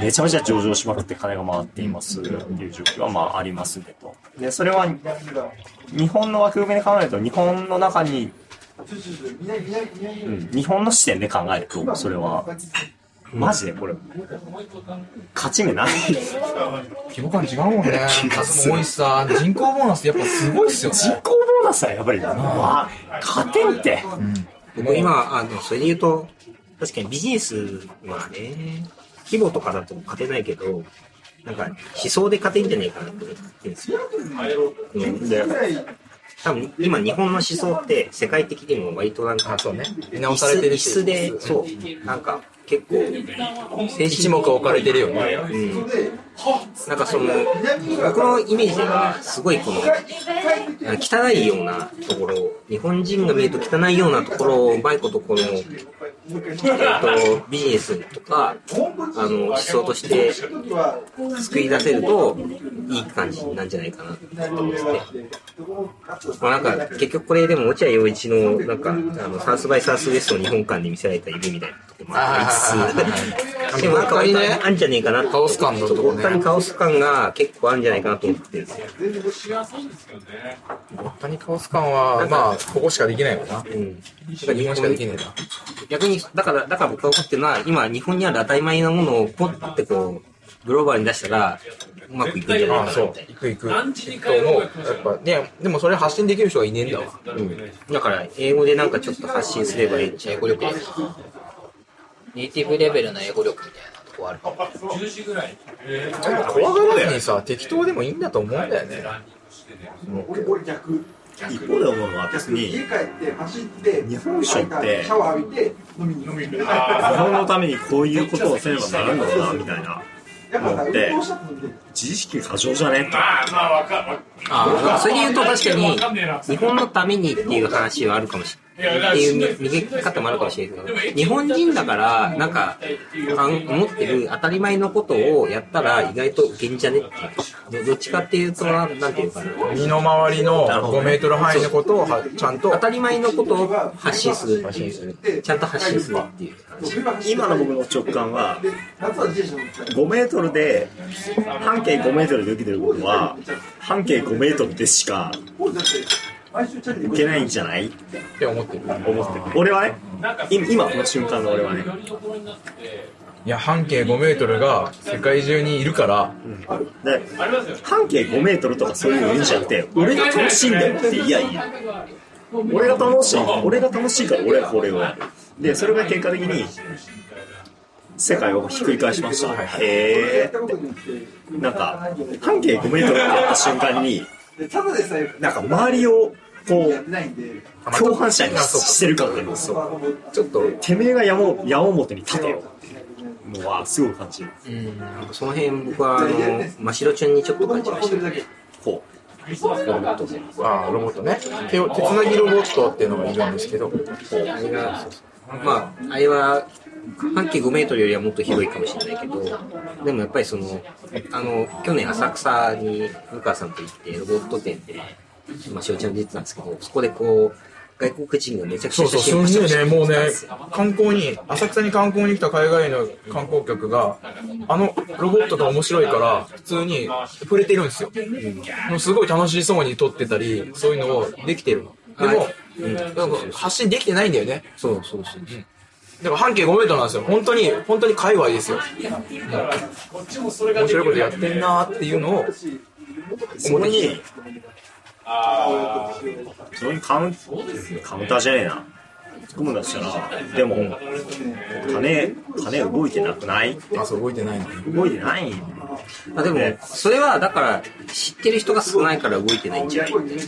Speaker 1: めちゃめちゃ上場しまくって金が回っていますっていう状況はまあありますねと。で、それは、日本の枠組みで考えると、日本の中に、うん、日本の視点で考えると、それは、マジでこれ、勝ち目ない。
Speaker 4: 規模感違うもんね。数も多いしさ、人口ボーナスってやっぱすごいっすよね。
Speaker 1: 人口ボーナスはやっぱり、まあ、勝てんって。
Speaker 5: 僕今、あの、それで言うと、確かにビジネスはね、規模とかだと勝てないけど、なんか、思想で勝てんじゃねえかなって思ってるんですよ。うん
Speaker 1: で、
Speaker 5: 多分、今日本の思想って世界的にも割となんか、
Speaker 4: そうね。
Speaker 5: 一
Speaker 4: 直され
Speaker 5: 室
Speaker 4: てる
Speaker 5: 一
Speaker 4: し。
Speaker 5: 室で、そう、なんか、結構、
Speaker 4: 一目置かれてるよね。
Speaker 5: うん、なんかその僕のイメージではすごいこの汚いようなところ日本人が見ると汚いようなところをうまいことこの、えー、とビジネスとかあの思想として作り出せるといい感じなんじゃないかなって思うんですね。まあ、なんか結局これでも落合陽一のなんかあのサウスバイサウスウエストの日本館で見せられた夢みたいなところもありつつでもなんか割とあんじゃねえかなって
Speaker 4: カオス感のとこ
Speaker 5: 大
Speaker 4: ね。
Speaker 5: 谷カオス感が結構あるんじゃないかなと思ってるんですよ。
Speaker 4: 本当にカオス感は、まあ、ここしかできないよな。
Speaker 5: うん、
Speaker 4: 日本しかできねえな。
Speaker 5: 逆に、だから、だから僕が思ってるのは、今日本にある当たり前なものをポッてこう、グローバルに出したら、うまくいくんじゃな
Speaker 4: あ
Speaker 5: いか
Speaker 4: あ、
Speaker 5: な
Speaker 4: そう。行く行く。えっと、もう、やっぱね、でもそれ発信できる人はいねえんだわ。
Speaker 5: うん。だから、英語でなんかちょっと発信すればいいんじゃ
Speaker 3: 英語力やな。ネイティブレベルの英語力みたいなとこあるかも。
Speaker 4: 怖がらずにさ、適当でもいいんだと思うんだよね。
Speaker 1: 一方で思うのは、別に、日本人って、日本のためにこういうことをせねばならんのだな、みたいな。思って、自意識過剰じゃねえか。
Speaker 5: ないそれで言うと確かに、日本のためにっていう話はあるかもしれない。っていう見逃げ方もあるかもしれないけど、日本人だから、なんか、あん思ってる当たり前のことをやったら意外と現じゃねっていう。どどっちかっていうとな、なんていうかな。
Speaker 4: 身の回りの5メートル範囲のことをはちゃんと
Speaker 5: 当たり前のことを発信するっていうちゃんと発信するっていう
Speaker 1: 今の僕の直感は、5メートルで、半径5メートルで受けてることは、半径5メートルでしか受けないんじゃない
Speaker 4: って思ってる。
Speaker 1: 思ってる。俺はね、今今この瞬間の俺はね、
Speaker 4: いや、半径5メートルが世界中にいるから、
Speaker 1: で半径5メートルとかそういうのいいんじゃなくて俺が楽しいんだよっていやいや俺が楽しい俺が楽しいから俺はこれをやるでそれが結果的に世界をひっくり返しましたへえなんか半径5メートルってやった瞬間になんか周りをこう共犯者にしてる感があるんですよ
Speaker 5: ちょっと
Speaker 1: てめえが山を山本に立てよっていうのはすごい感じる
Speaker 5: その辺僕はあの真白ちゃんにちょっと感じました
Speaker 1: こ
Speaker 4: ああ、ロボットね。手を、手つなぎロボットっていうのがいるんですけど、
Speaker 5: あれがそうそうまああれは半径5メートルよりはもっと広いかもしれないけどでもやっぱりそのあの去年浅草に向川さんと行ってロボット展で真白ちゃん出てたんですけどそこでこう外国人がめちゃくち
Speaker 4: そ
Speaker 5: ゃ
Speaker 4: うそう、す
Speaker 5: を
Speaker 4: んげえね、もう
Speaker 5: してたん
Speaker 4: ね
Speaker 5: ですよ、
Speaker 4: 観光に、浅草に観光に来た海外の観光客が、あのロボットが面白いから、普通に触れてるんですよ。もうすごい楽しそうに撮ってたり、そういうのをできてるの。でも、なんか発信できてないんだよね。
Speaker 5: そうそうそう
Speaker 4: でも半径5メートルなんですよ。本当に、本当に界隈ですよ。面白いことやってんなーっていうのを、
Speaker 1: うそこにそこにカウンカウンターじゃねえな突っ込むんだとしたらでも金金動いてなくない
Speaker 4: あ、そう、動いてないの。
Speaker 1: 動いてない
Speaker 5: あでも
Speaker 1: ね
Speaker 5: それはだから知ってる人が少ないから動いてないんじゃないみたいな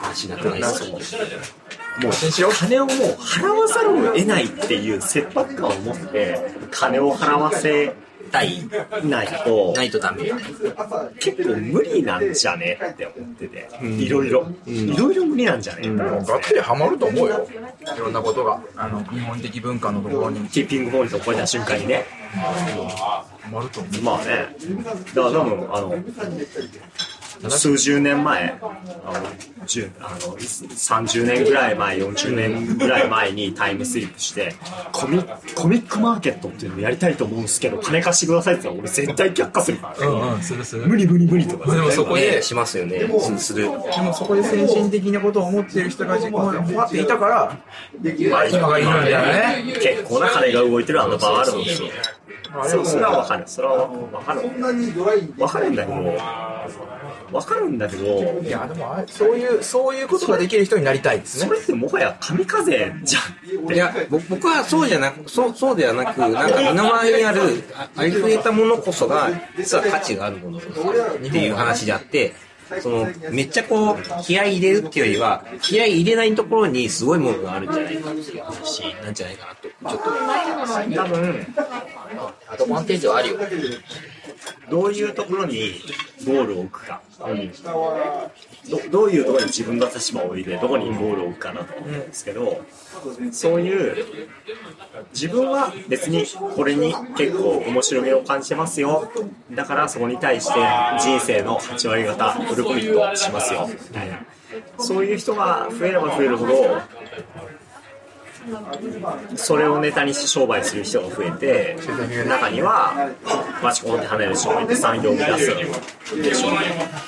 Speaker 5: 話なくないですか
Speaker 1: もう金をもう払わざるを得ないっていう切迫感を持って金を払わせ
Speaker 6: 対
Speaker 1: ないと
Speaker 6: ないとダメよね。
Speaker 1: 結構無理なんじゃねって思ってて、いろいろ、いろいろ無理なんじゃねって思って
Speaker 7: がっつりハマると思うよ。
Speaker 4: いろんなことが、あの、日本的文化のところに。
Speaker 1: キーピングポイントを超えた瞬間にね。まあね。だから多分、あの、数十年前、あの、十あの30年ぐらい前、40年ぐらい前にタイムスリップして、コミコミックマーケットっていうのをやりたいと思うんですけど、金貸してくださいって言ったら俺絶対却下するから、
Speaker 4: うんうん、するする。
Speaker 1: 無理無理無理とか
Speaker 4: でもそこで、
Speaker 5: しますよね。する。
Speaker 4: でもそこで先進的なことを思っている人が、まあっていたから、まあ今がいるんだよね。
Speaker 1: 結構な金が動いてるあの場はあるので、そうそれはわかる。それはわかる。わかるんだけど、わかるんだけど、
Speaker 4: いや、でもあれ、そういう、そういうことができる人になりたいです
Speaker 1: そ
Speaker 4: ね。
Speaker 1: れってもはや神風じゃん。
Speaker 5: いや、ぼ僕はそうじゃなく、そう、そうではなく、なんか身の回りにある、あありふれたものこそが、実は価値があるものっていう話であって、その、めっちゃこう、気合い入れるっていうよりは、気合い入れないところにすごいものがあるんじゃないかっていう話なんじゃないかなと。
Speaker 1: 多分、
Speaker 3: アドバンテージはあるよ。
Speaker 1: どういうところにゴールを置くか。どどういうところに自分が差し場を置いて、どこにゴールを置くかなと思うんですけど、そういう、自分は別にこれに結構面白みを感じてますよ。だからそこに対して人生の8割方フルコミットしますよ。みたいな。そういう人が増えれば増えるほど、それをネタにして商売する人が増えて中にはバチコンって跳ねる人もいて産業を乱すでしょうね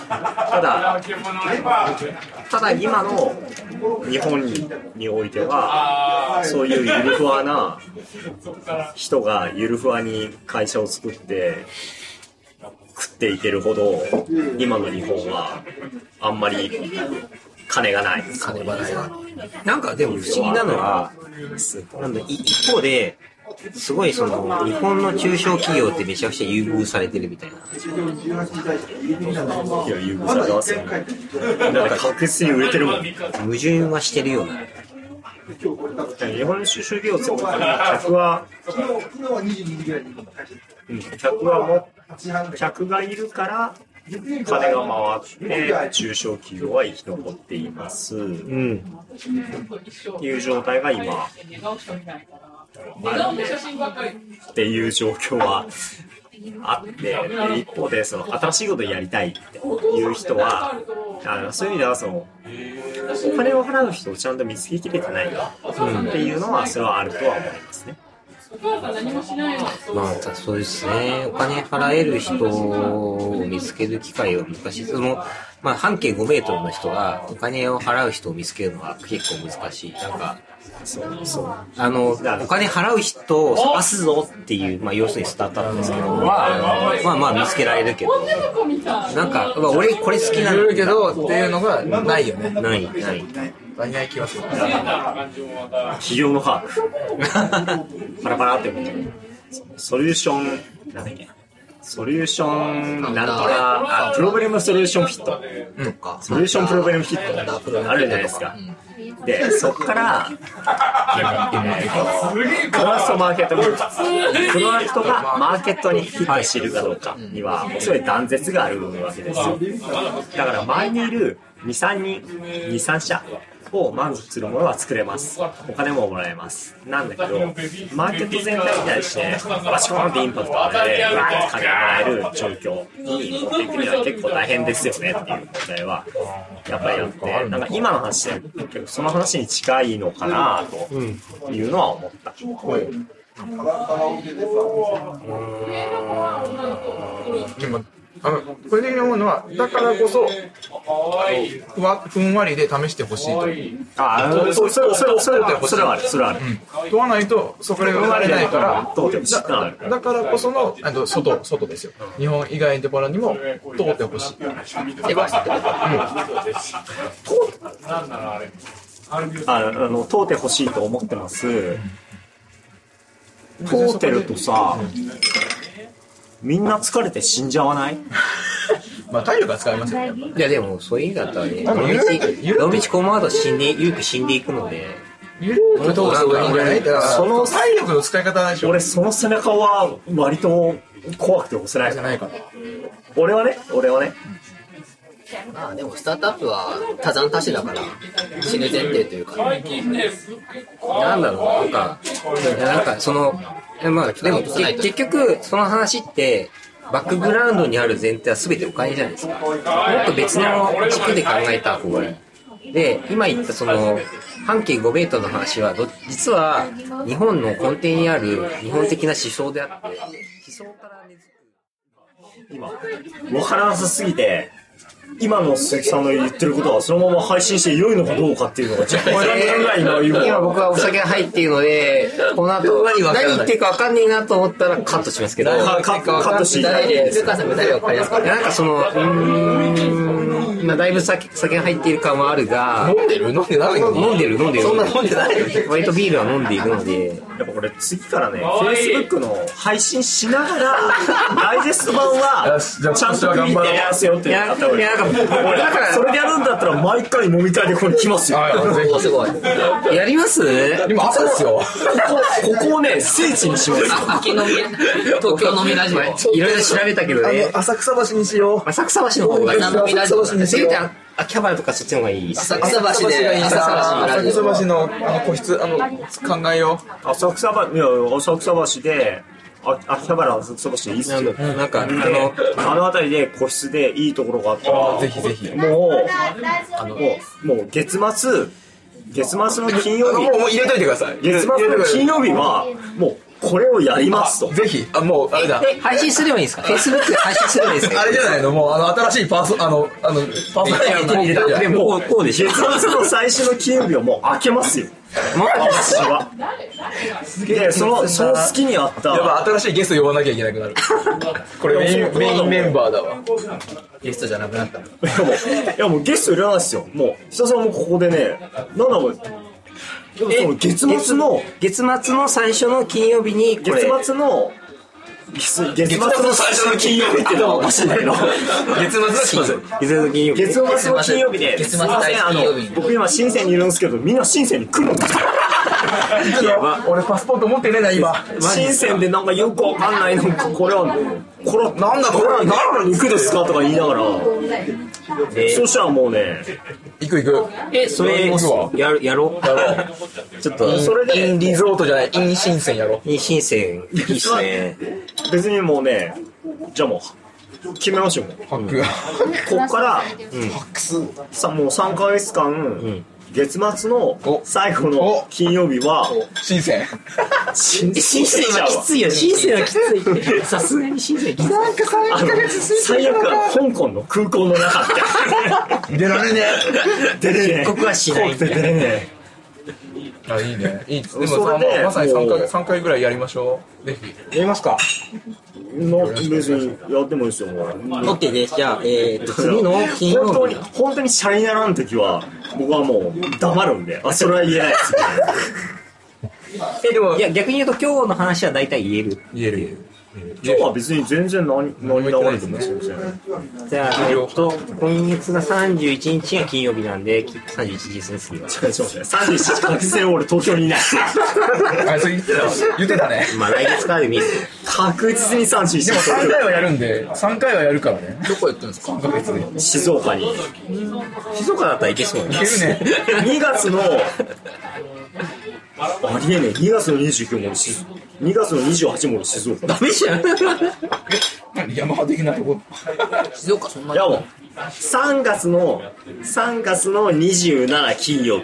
Speaker 1: ただただ今の日本においてはそういうゆるふわな人がゆるふわに会社を作って食っていけるほど今の日本はあんまり金がない金がない
Speaker 5: なんかでも不思議なのは、なんだい一方で、すごいその、日本の中小企業ってめちゃくちゃ優遇されてるみたいな。
Speaker 1: いや優遇されてますよねだって確実に売れてるもん
Speaker 5: 矛盾はしてるような。
Speaker 1: 日本酒主業って客は、うん客はもう客がいるから金が回って中小企業は生き残っています、っていう状態が今あるっていう状況はあってで一方でその新しいことやりたいっていう人はあのそういう意味ではそのお金を払う人をちゃんと見つけきれてないっていうのはそれはあるとは思いますね。
Speaker 5: まあ、たそうですね。お金払える人を見つける機会は難しい。その、まあ、半径5メートルの人がお金を払う人を見つけるのは結構難しい。なんか、
Speaker 1: そうそう
Speaker 5: あの、お金払う人を探すぞっていう、まあ、要するにスタートアップですけど、は、まあまあ見つけられるけど、なんか、うわ俺これ好き
Speaker 4: い
Speaker 5: な
Speaker 4: ろい
Speaker 5: ん
Speaker 4: ろけ
Speaker 5: だ
Speaker 4: ど、っていうのがないよね。
Speaker 5: ない、ない。
Speaker 4: 足りない気はする。
Speaker 1: 企業のハークパラパラって思ってソリューションなんだっけソリューションなんとかあプロブレムソリューションフィット
Speaker 3: とか。
Speaker 1: ソリューションプロブレムフィットあるじゃないですか でそっからえーとプロダクトマーケットミックスプロダクトがマーケットにフィットしているかどうかにはおそらく断絶があるわけですよだから前にいる23人23社を満足するものは作れますお金ももらえますなんだけどマーケット全体に対してバシコーンってインパクトあれでうわーって金がもらえる状況に持っていくには結構大変ですよねっていう問題はやっぱりあってなんか今の話で結構その話に近いのかなというのは思った
Speaker 4: でもあの個人的に思うのは、だからこそ、ふわふんわりで試してほしいという。
Speaker 1: ああそうそうそうそうそれはあるそれはある
Speaker 4: 問わないと、そこで生まれないから、
Speaker 1: 通ってほしいってのはある
Speaker 4: だだからこその、あの外、外ですよ。日本以外のところにも通ってほしい。
Speaker 3: 手ばしてこと
Speaker 1: ああの通ってほしいと思ってます通ってるとさみんな疲れて死んじゃわない
Speaker 4: まあ、体力は使いますよ。
Speaker 5: いや、でも、そういう意味だったらね、
Speaker 4: 多分
Speaker 5: どの
Speaker 4: ゆる
Speaker 5: 道、どの道この後死んで、ゆく死んでいくので、
Speaker 4: ゆるこれどうすればいいんじゃないだから、
Speaker 1: その
Speaker 4: 体力の使い方でしょ。
Speaker 1: 俺その背中は割と怖くて押せない
Speaker 4: じゃないかな。
Speaker 1: 俺はね俺はね
Speaker 3: まあでもスタートアップは多山多種だから死ぬ前提というか
Speaker 5: なんだろうな、なんか、いやなんかその、いやまあ、でもけ結局、その話って、バックグラウンドにある前提は全てお金じゃないですか。もっと別の軸で考えた方がいい。で、今言ったその、半径5メートルの話はど、実は日本の根底にある日本的な思想であって、思想から根付く。
Speaker 1: 今分からなさすぎて今の鈴木さんの言ってることはそのまま配信して良いのかどうかっていうのがちょっと分からないな今
Speaker 5: 今僕はお酒が入っているので、この後、何言ってるか分かんねえなと思ったらカットしますけど。
Speaker 1: カカカットしていただいて
Speaker 3: ルカさんが誰が分かりやすかっ
Speaker 5: なんかその、うーん、まあだいぶ酒酒が入っている感はあるが、
Speaker 4: 飲んでる飲んでないの
Speaker 5: 飲んでる飲んでる。そんな飲んでない 割とビールは飲んでいるので、
Speaker 1: やっぱこれ次からね Facebook の配信しなが らダイジェスト版は
Speaker 4: よしじゃあ
Speaker 1: ちゃんと見てやらせようって
Speaker 5: い
Speaker 1: や
Speaker 5: や、
Speaker 1: った方が
Speaker 5: い
Speaker 1: いい
Speaker 5: やなんか、
Speaker 1: 俺だからそれでやるんだったら毎回飲み会でここに来ますよ
Speaker 3: たおすごい
Speaker 5: やります
Speaker 4: 今朝ですよ。
Speaker 1: ここをね聖地にします
Speaker 3: 秋飲み東京飲みラジオ
Speaker 5: いろいろ調べたけど
Speaker 2: あ
Speaker 5: ね、
Speaker 2: の、浅草橋にしよう。
Speaker 5: 浅草橋の方がいい。
Speaker 3: 浅草橋
Speaker 5: せめて秋葉原とかそっちの方がいいです。
Speaker 3: 浅草橋で浅草橋ラジ
Speaker 4: 浅
Speaker 3: オ
Speaker 4: 草橋のあの個室、あの、考えよう。
Speaker 1: 浅草橋いや浅草橋であ秋葉原浅草橋でいいっすよ
Speaker 5: なんか、あ
Speaker 1: あの
Speaker 5: の、
Speaker 1: あの辺りで個室でいいところがあったら
Speaker 4: ぜひぜひ。
Speaker 1: もうもうもう月末月末の金曜
Speaker 4: も
Speaker 1: 日
Speaker 4: うもう入れといてください。
Speaker 1: 月末の金曜日はもうこれをやりますと
Speaker 4: ぜひ、あ、もう、あれ だ。
Speaker 5: 配信すればいいんですか ?Facebook で配信すればいいですか
Speaker 4: あれじゃないのもう、あの、新しいパーソ、あの、あの、パー ソナリティに入れ
Speaker 5: でも、こうこうでしょ
Speaker 1: 月。末の最初の金曜日はもう開けますよ私はでそのその隙にあった
Speaker 4: やばい新しいゲスト呼ばなきゃいけな くなる。これメイン、メインメンバーだわ。
Speaker 3: ゲストじゃなくなった
Speaker 1: いやもういやもうゲストいらないですよもう久さんもここでねなんだこれでもその月末の
Speaker 5: 月末の最初の金曜日に、これ、
Speaker 1: 月末の月月末の最初の金曜日ってのはおかしいんだけど
Speaker 4: 月末の金曜
Speaker 5: 月末の金曜日。
Speaker 1: 月末の金曜日で
Speaker 3: 月
Speaker 1: す
Speaker 3: 末
Speaker 1: いませんあの
Speaker 3: 金曜日に
Speaker 1: 僕今深センにいるんですけどみんな深センに来るんですよ
Speaker 4: 俺パスポート持ってねえな、今。
Speaker 1: 深センでなんかよくわかんないなんかこれはこれはなんだこれは何の肉ですかとか言いながらそしたらもうね
Speaker 4: 行く行く。
Speaker 5: え、それ、やる、やろうちょっと、
Speaker 1: それで
Speaker 4: インリゾートじゃない、イン新鮮やろ。
Speaker 5: 妊娠線、いいっすね。
Speaker 1: 別にもうねじゃあもう決めましょうもう
Speaker 4: ハック。
Speaker 1: ここから、さもう3ヶ月間、月末の
Speaker 4: お
Speaker 1: 最後の金曜日は
Speaker 4: 新鮮。
Speaker 1: 新
Speaker 5: 新鮮はきついよ、新鮮はきつい。さすがに新鮮きつい。なんか
Speaker 1: あの最悪は香港の空港の中って
Speaker 4: 出られね
Speaker 1: 出れねえ
Speaker 5: 出国はしない
Speaker 1: 怖くて出れね
Speaker 4: え。あ、いいね。いい。でも
Speaker 1: そ
Speaker 4: さ、
Speaker 1: れで
Speaker 4: ままさに3
Speaker 1: もう
Speaker 4: 回、三回ぐらいやりましょう。ぜひ。
Speaker 5: やりますか。
Speaker 1: えの別にやってもいいですよもう
Speaker 5: OK です。じゃあ、えーと、次の金
Speaker 1: 本当
Speaker 5: 曜
Speaker 1: に
Speaker 5: 日。
Speaker 1: 本当にシャイならん時は僕はもう黙るんであそれは言えないです
Speaker 5: え、でも、いや、逆に言うと今日の話は大体言える。
Speaker 4: 言える。
Speaker 1: 今日は別に全然何何
Speaker 4: 言ってな
Speaker 1: 流
Speaker 4: い
Speaker 1: れ
Speaker 4: で
Speaker 1: て
Speaker 4: す
Speaker 1: も全
Speaker 4: ね
Speaker 1: 然
Speaker 5: じゃあ、えっと、今月が31日が金曜日なんで、き31日ですね、次は。
Speaker 1: そうですね37時確実に俺東京にいない
Speaker 4: あ、そう言ってた。 言ってたね。
Speaker 5: まあ、来月からでもいいっすよ。
Speaker 1: 確実に37時
Speaker 4: でも3回はやるんで、3回はやるからね。
Speaker 3: どこ行くんですか
Speaker 4: 3ヶ月で。い
Speaker 1: 静岡に
Speaker 5: 静岡だったらいけそうね。
Speaker 4: けるね。
Speaker 1: 2月のありえねえ2月の29も静2月の28も静岡
Speaker 5: ダメじゃん。
Speaker 4: 何ヤマハ的なとこ。
Speaker 3: 静岡そんない
Speaker 1: やもう3月の3月の27金曜日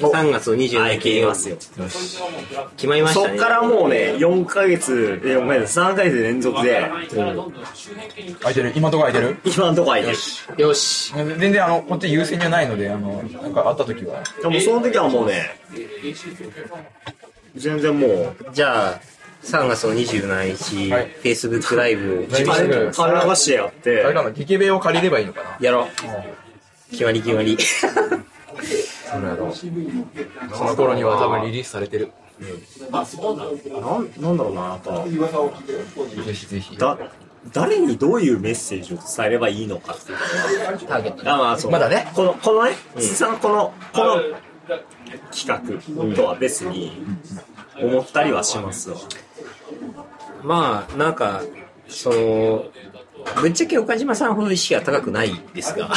Speaker 5: 3月の27日
Speaker 1: 決め
Speaker 5: 金曜
Speaker 1: ま
Speaker 5: 日
Speaker 1: すよ
Speaker 5: 決まりました
Speaker 1: そ
Speaker 5: ね。
Speaker 1: っからもうね4ヶ月えごめんなさい3ヶ月連続で
Speaker 4: 空いてる。今のとこ空いてる。
Speaker 1: 今んとこはいる
Speaker 3: よし
Speaker 4: 全然あの、こっち優先じゃないので、あの、なんかあった時は。
Speaker 1: でもその時はもうね全然もう
Speaker 5: じゃあ、3月の27日、
Speaker 4: はい
Speaker 5: Facebook ライブ、
Speaker 4: ライブ
Speaker 1: 金流しでやって
Speaker 4: あれかな、劇弁を借りればいいのかな。
Speaker 5: やろう。決まり決まり。
Speaker 4: それやろうその頃には多分リリースされてる。
Speaker 1: なんなんだろうなやっぱ
Speaker 4: ぜひぜひ。
Speaker 1: だ誰にどういうメッセージを伝えればいいのかっていう
Speaker 3: ターゲット
Speaker 1: あまあそう
Speaker 4: まだね
Speaker 1: このこのね、さんこのこの企画とは別に思ったりはしますわ。
Speaker 5: まあ、なんか、その、ぶっちゃけ岡島さんほど意識が高くないですが、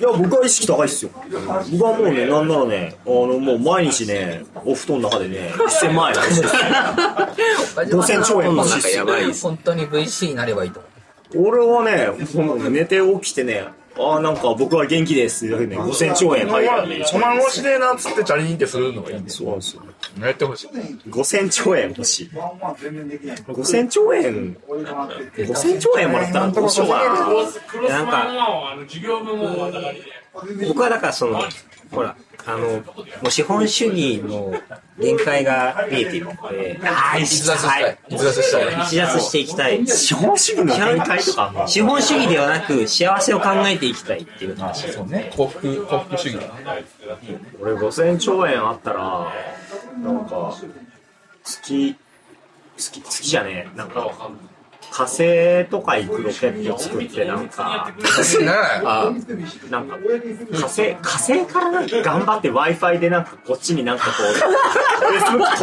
Speaker 1: いや、僕は意識高いっすよ。僕はもうね、なんならね、あの、もう毎日ね、お布団の中でね、1000万円欲しいっす5000兆円欲しいっすよ。
Speaker 3: 本当に VC になればいいと思う。
Speaker 1: 俺はね、もう寝て起きてね、ああ、なんか僕は元気ですってだけでね、5000兆円入るからね、
Speaker 7: お前面白いなっつってチャリンってするのがいいんです
Speaker 1: そうなんですよ。
Speaker 7: やってほしい。
Speaker 1: 5000兆円欲しい。5000兆円、5000兆円もらったらどうしようかな。
Speaker 5: なんか、僕はだからその、ほら、あの、もう資本主義の限界が見えているので、
Speaker 1: ああ、意
Speaker 7: 逸脱したい。逸脱したい。
Speaker 5: 逸脱していきたい。
Speaker 1: 資本主義の限界とかも。
Speaker 5: 資本主義ではなく、幸せを考えていきたいっていう話。
Speaker 7: そうね。幸福、幸福主義だな。
Speaker 1: 俺5000兆円あったら、なんか、月、月、月じゃねえ、なんか、火星とか行くロケット作って、なんか、
Speaker 7: ね
Speaker 1: あなんか、火星、火星からなんか頑張って Wi-Fi でなんかこっちになんかこ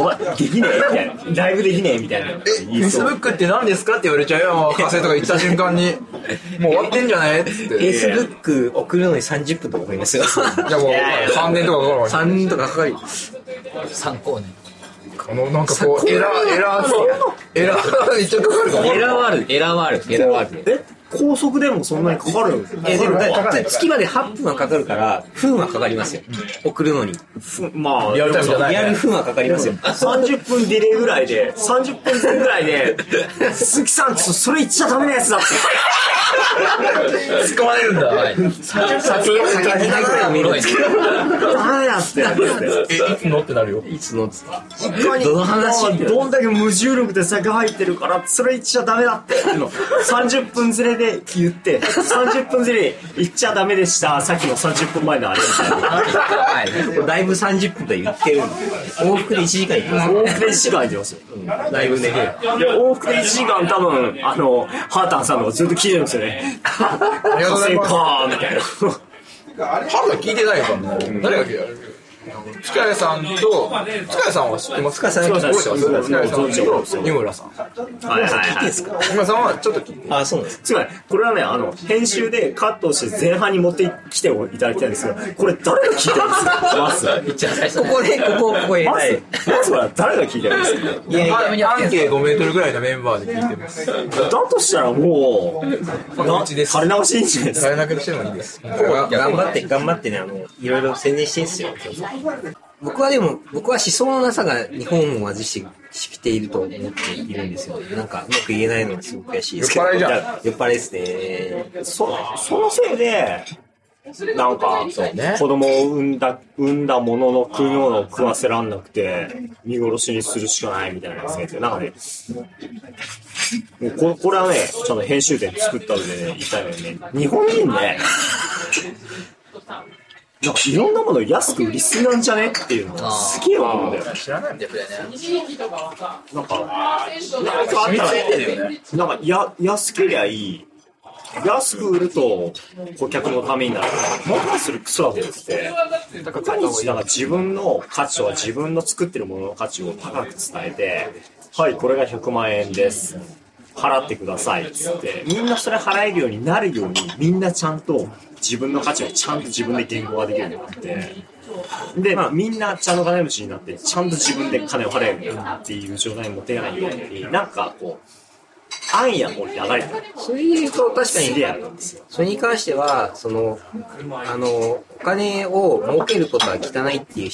Speaker 1: う、Facebook できねえみたいな、ライブできねえみたいな。
Speaker 7: フェイスブックって何ですかって言われちゃうよ。もう火星とか行った瞬間に。もう終わってんじゃないっつって。い
Speaker 5: Facebook 送るのに30分とかかかりますよ。
Speaker 7: やもう3年とかかかるわけ
Speaker 5: 3人とかかかり、
Speaker 3: 参考に。
Speaker 7: このなんかこう、エラー、エラー、エラー、めっちゃかかるかも。
Speaker 5: エラーワール、エラーワール、エラーワール。
Speaker 1: え高速でもそんなにかかるんですか
Speaker 5: えでもだから月まで8分はかかるから、分はかかりますよ。送るのに。
Speaker 1: まあ、
Speaker 7: リアルタイムじゃない
Speaker 5: リアル分はかかりますよ。
Speaker 1: 30分ディレイぐらいで、30分前ぐらいで、鈴木さん、ちょっとそれ言っちゃダメなやつだって。
Speaker 7: 突っ込まれるんだ。
Speaker 5: 酒を酒2杯ぐらい見るんですけ
Speaker 1: ダ
Speaker 5: ど、
Speaker 1: メだって。
Speaker 7: え、いつのってなるよ。
Speaker 5: いつのつ
Speaker 1: どの話どんだけ無重力で酒入ってるから、それ言っちゃダメだ っていうの。30分ずれで言って、30分ずれで言っちゃダメでした。さっきの30分前のあれみたいな。
Speaker 5: はい。だいぶ30分と言ってるんで往復で1時間行きます
Speaker 1: 往復で1時間空いてますよ。
Speaker 5: だいぶ寝れる。
Speaker 1: いや往復で1時間多分、あの、ハータンさんのがずっと聞いてるんですよね。
Speaker 7: ありがとうございます。
Speaker 1: かーみたいな。
Speaker 7: ハム聞いてないからな。誰が聞いてる塚谷さんと、塚谷さんは知ってます
Speaker 5: 塚谷さん
Speaker 7: 覚えてます塚谷さんと湯村さん。
Speaker 1: はいはいはい。
Speaker 7: 湯村さんはちょっと聞いて。
Speaker 5: あ、そうなんです。
Speaker 1: つまり、これはね、あの、編集でカットして前半に持ってきていただきたいんですけど、これ誰が聞いてるんですかまず、
Speaker 5: ここで、ここ、ここへ。
Speaker 1: まず、まずは誰が聞いてるんですか
Speaker 5: いやいや、
Speaker 7: 半径5メートルぐらいのメンバーで聞いてます。
Speaker 1: だとしたらもう、な、垂れ直しいいんじゃないです
Speaker 7: さ
Speaker 1: か
Speaker 7: れなくしてもいいです。
Speaker 5: 頑張って、頑張ってね、あの、いろいろ宣伝してんすよ。僕はでも、僕は思想のなさが日本を貧しきていると思っているんですよ。なんか、うまく言えないのがすごく悔しいですけど。
Speaker 7: 酔っ払いじゃん
Speaker 5: 酔っ払いですね。
Speaker 1: そ、そのせいで、なんか、
Speaker 7: ね
Speaker 1: 子供を産んだ、産んだものの食い物を食わせらんなくて、見殺しにするしかないみたいなやつがいて、なんかね、もうここれはね、ちゃんと編集点作った上で、ね、言いたいのにね、日本人ね、なんかいろんなもの安く売りすぎなんじゃねっていうのがすげえ思うんだよ。
Speaker 3: デフレね。
Speaker 1: なんか、なんかあったら、なんかや安けりゃいい。安く売ると顧客のためになる。ものするクソだと思ってて。だから、何し、なんか自分の価値とは自分の作ってるものの価値を高く伝えて、はい、これが100万円です。払ってくださいっつって、みんなそれ払えるようになるように、みんなちゃんと自分の価値をちゃんと自分で言語化できるようになって、で、まあ、みんなちゃんと金持ちになって、ちゃんと自分で金を払えるようになるっていう状態に持っていかないように、なんかこう、暗夜も流れてる。
Speaker 5: それで言うと、確かに
Speaker 1: すげえあるんですよ。
Speaker 5: それに関しては、その、あの、お金を儲けることは汚いっていう思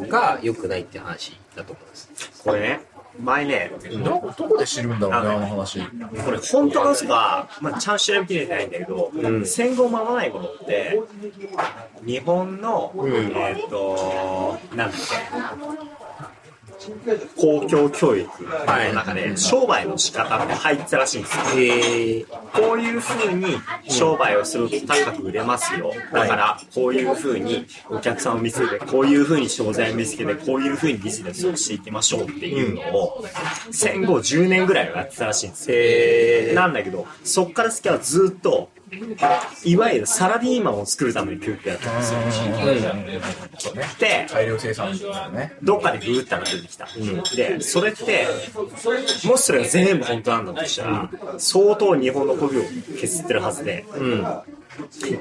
Speaker 5: 想が良くないっていう話だと思います。
Speaker 1: これね、前ね、
Speaker 7: どこどこで知るんだろうね、あの話。
Speaker 1: これ本当か嘘か、まあ、ちゃんと調べきれてないんだけど、戦後間もない頃って、日本の、えっ、と、なんだっけ、公共教育の中で、商売の仕方って入ってたらしいんですよ。
Speaker 5: えー、
Speaker 1: こういう風に商売をすると高く売れますよ。だから、こういう風にお客さんを見つけて、こういう風に商材を見つけて、こういう風にビジネスをしていきましょうっていうのを、戦後10年ぐらいはやってたらしいんですよ。なんだけど、そっから先はずっと、いわゆるサラリーマンを作るために教育やったんですよ。で、
Speaker 7: 大量生産ですよね。
Speaker 1: どっかでグーったのが出てきた。で、それって、もしそれが全部本当なんだとしたら、相当日本のコビを削ってるはずで、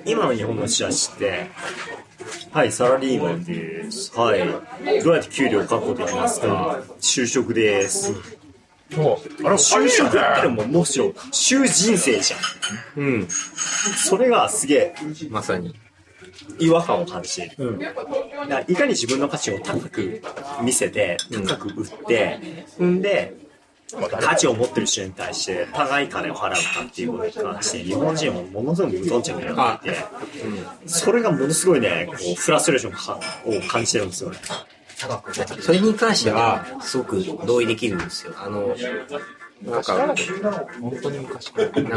Speaker 1: 今の日本の社士って、はい、サラリーマンです。はい、どうやって給料確保できますか就職です。
Speaker 7: そう。
Speaker 1: あれ、就職ってのも、もしろ、就人生じゃん。
Speaker 5: うん。
Speaker 1: それがすげえ
Speaker 5: まさに。
Speaker 1: 違和感を感じている、だからいかに自分の価値を高く見せて高く売って、ん、で価値を持ってる人に対して高い金を払うかっていうことに関して日本人はものすごく無頓着になっていて、それがものすごいねこうフラストレーションかを感じてるんですよね
Speaker 5: それに関しては、すごく同意できるんですよ。あの、なんか、な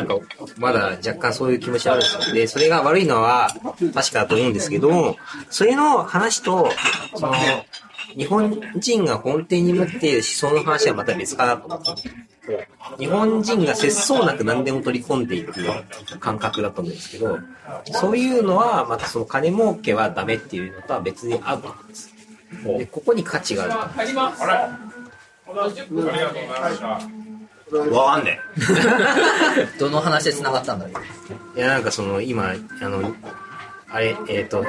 Speaker 5: んか、まだ若干そういう気持ちあるんですよ。で、それが悪いのは確かだと思うんですけど、それの話と、その、日本人が根底に持っている思想の話はまた別かなと思って。日本人が節操なく何でも取り込んでいく感覚だと思うんですけど、そういうのは、またその金儲けはダメっていうのとは別に合うと思うんです。で、ここに価値がある。
Speaker 1: わかんね
Speaker 3: どの話で繋がったんだろう。
Speaker 5: いや、なんかその、今、あの、あれ、えっ、と、思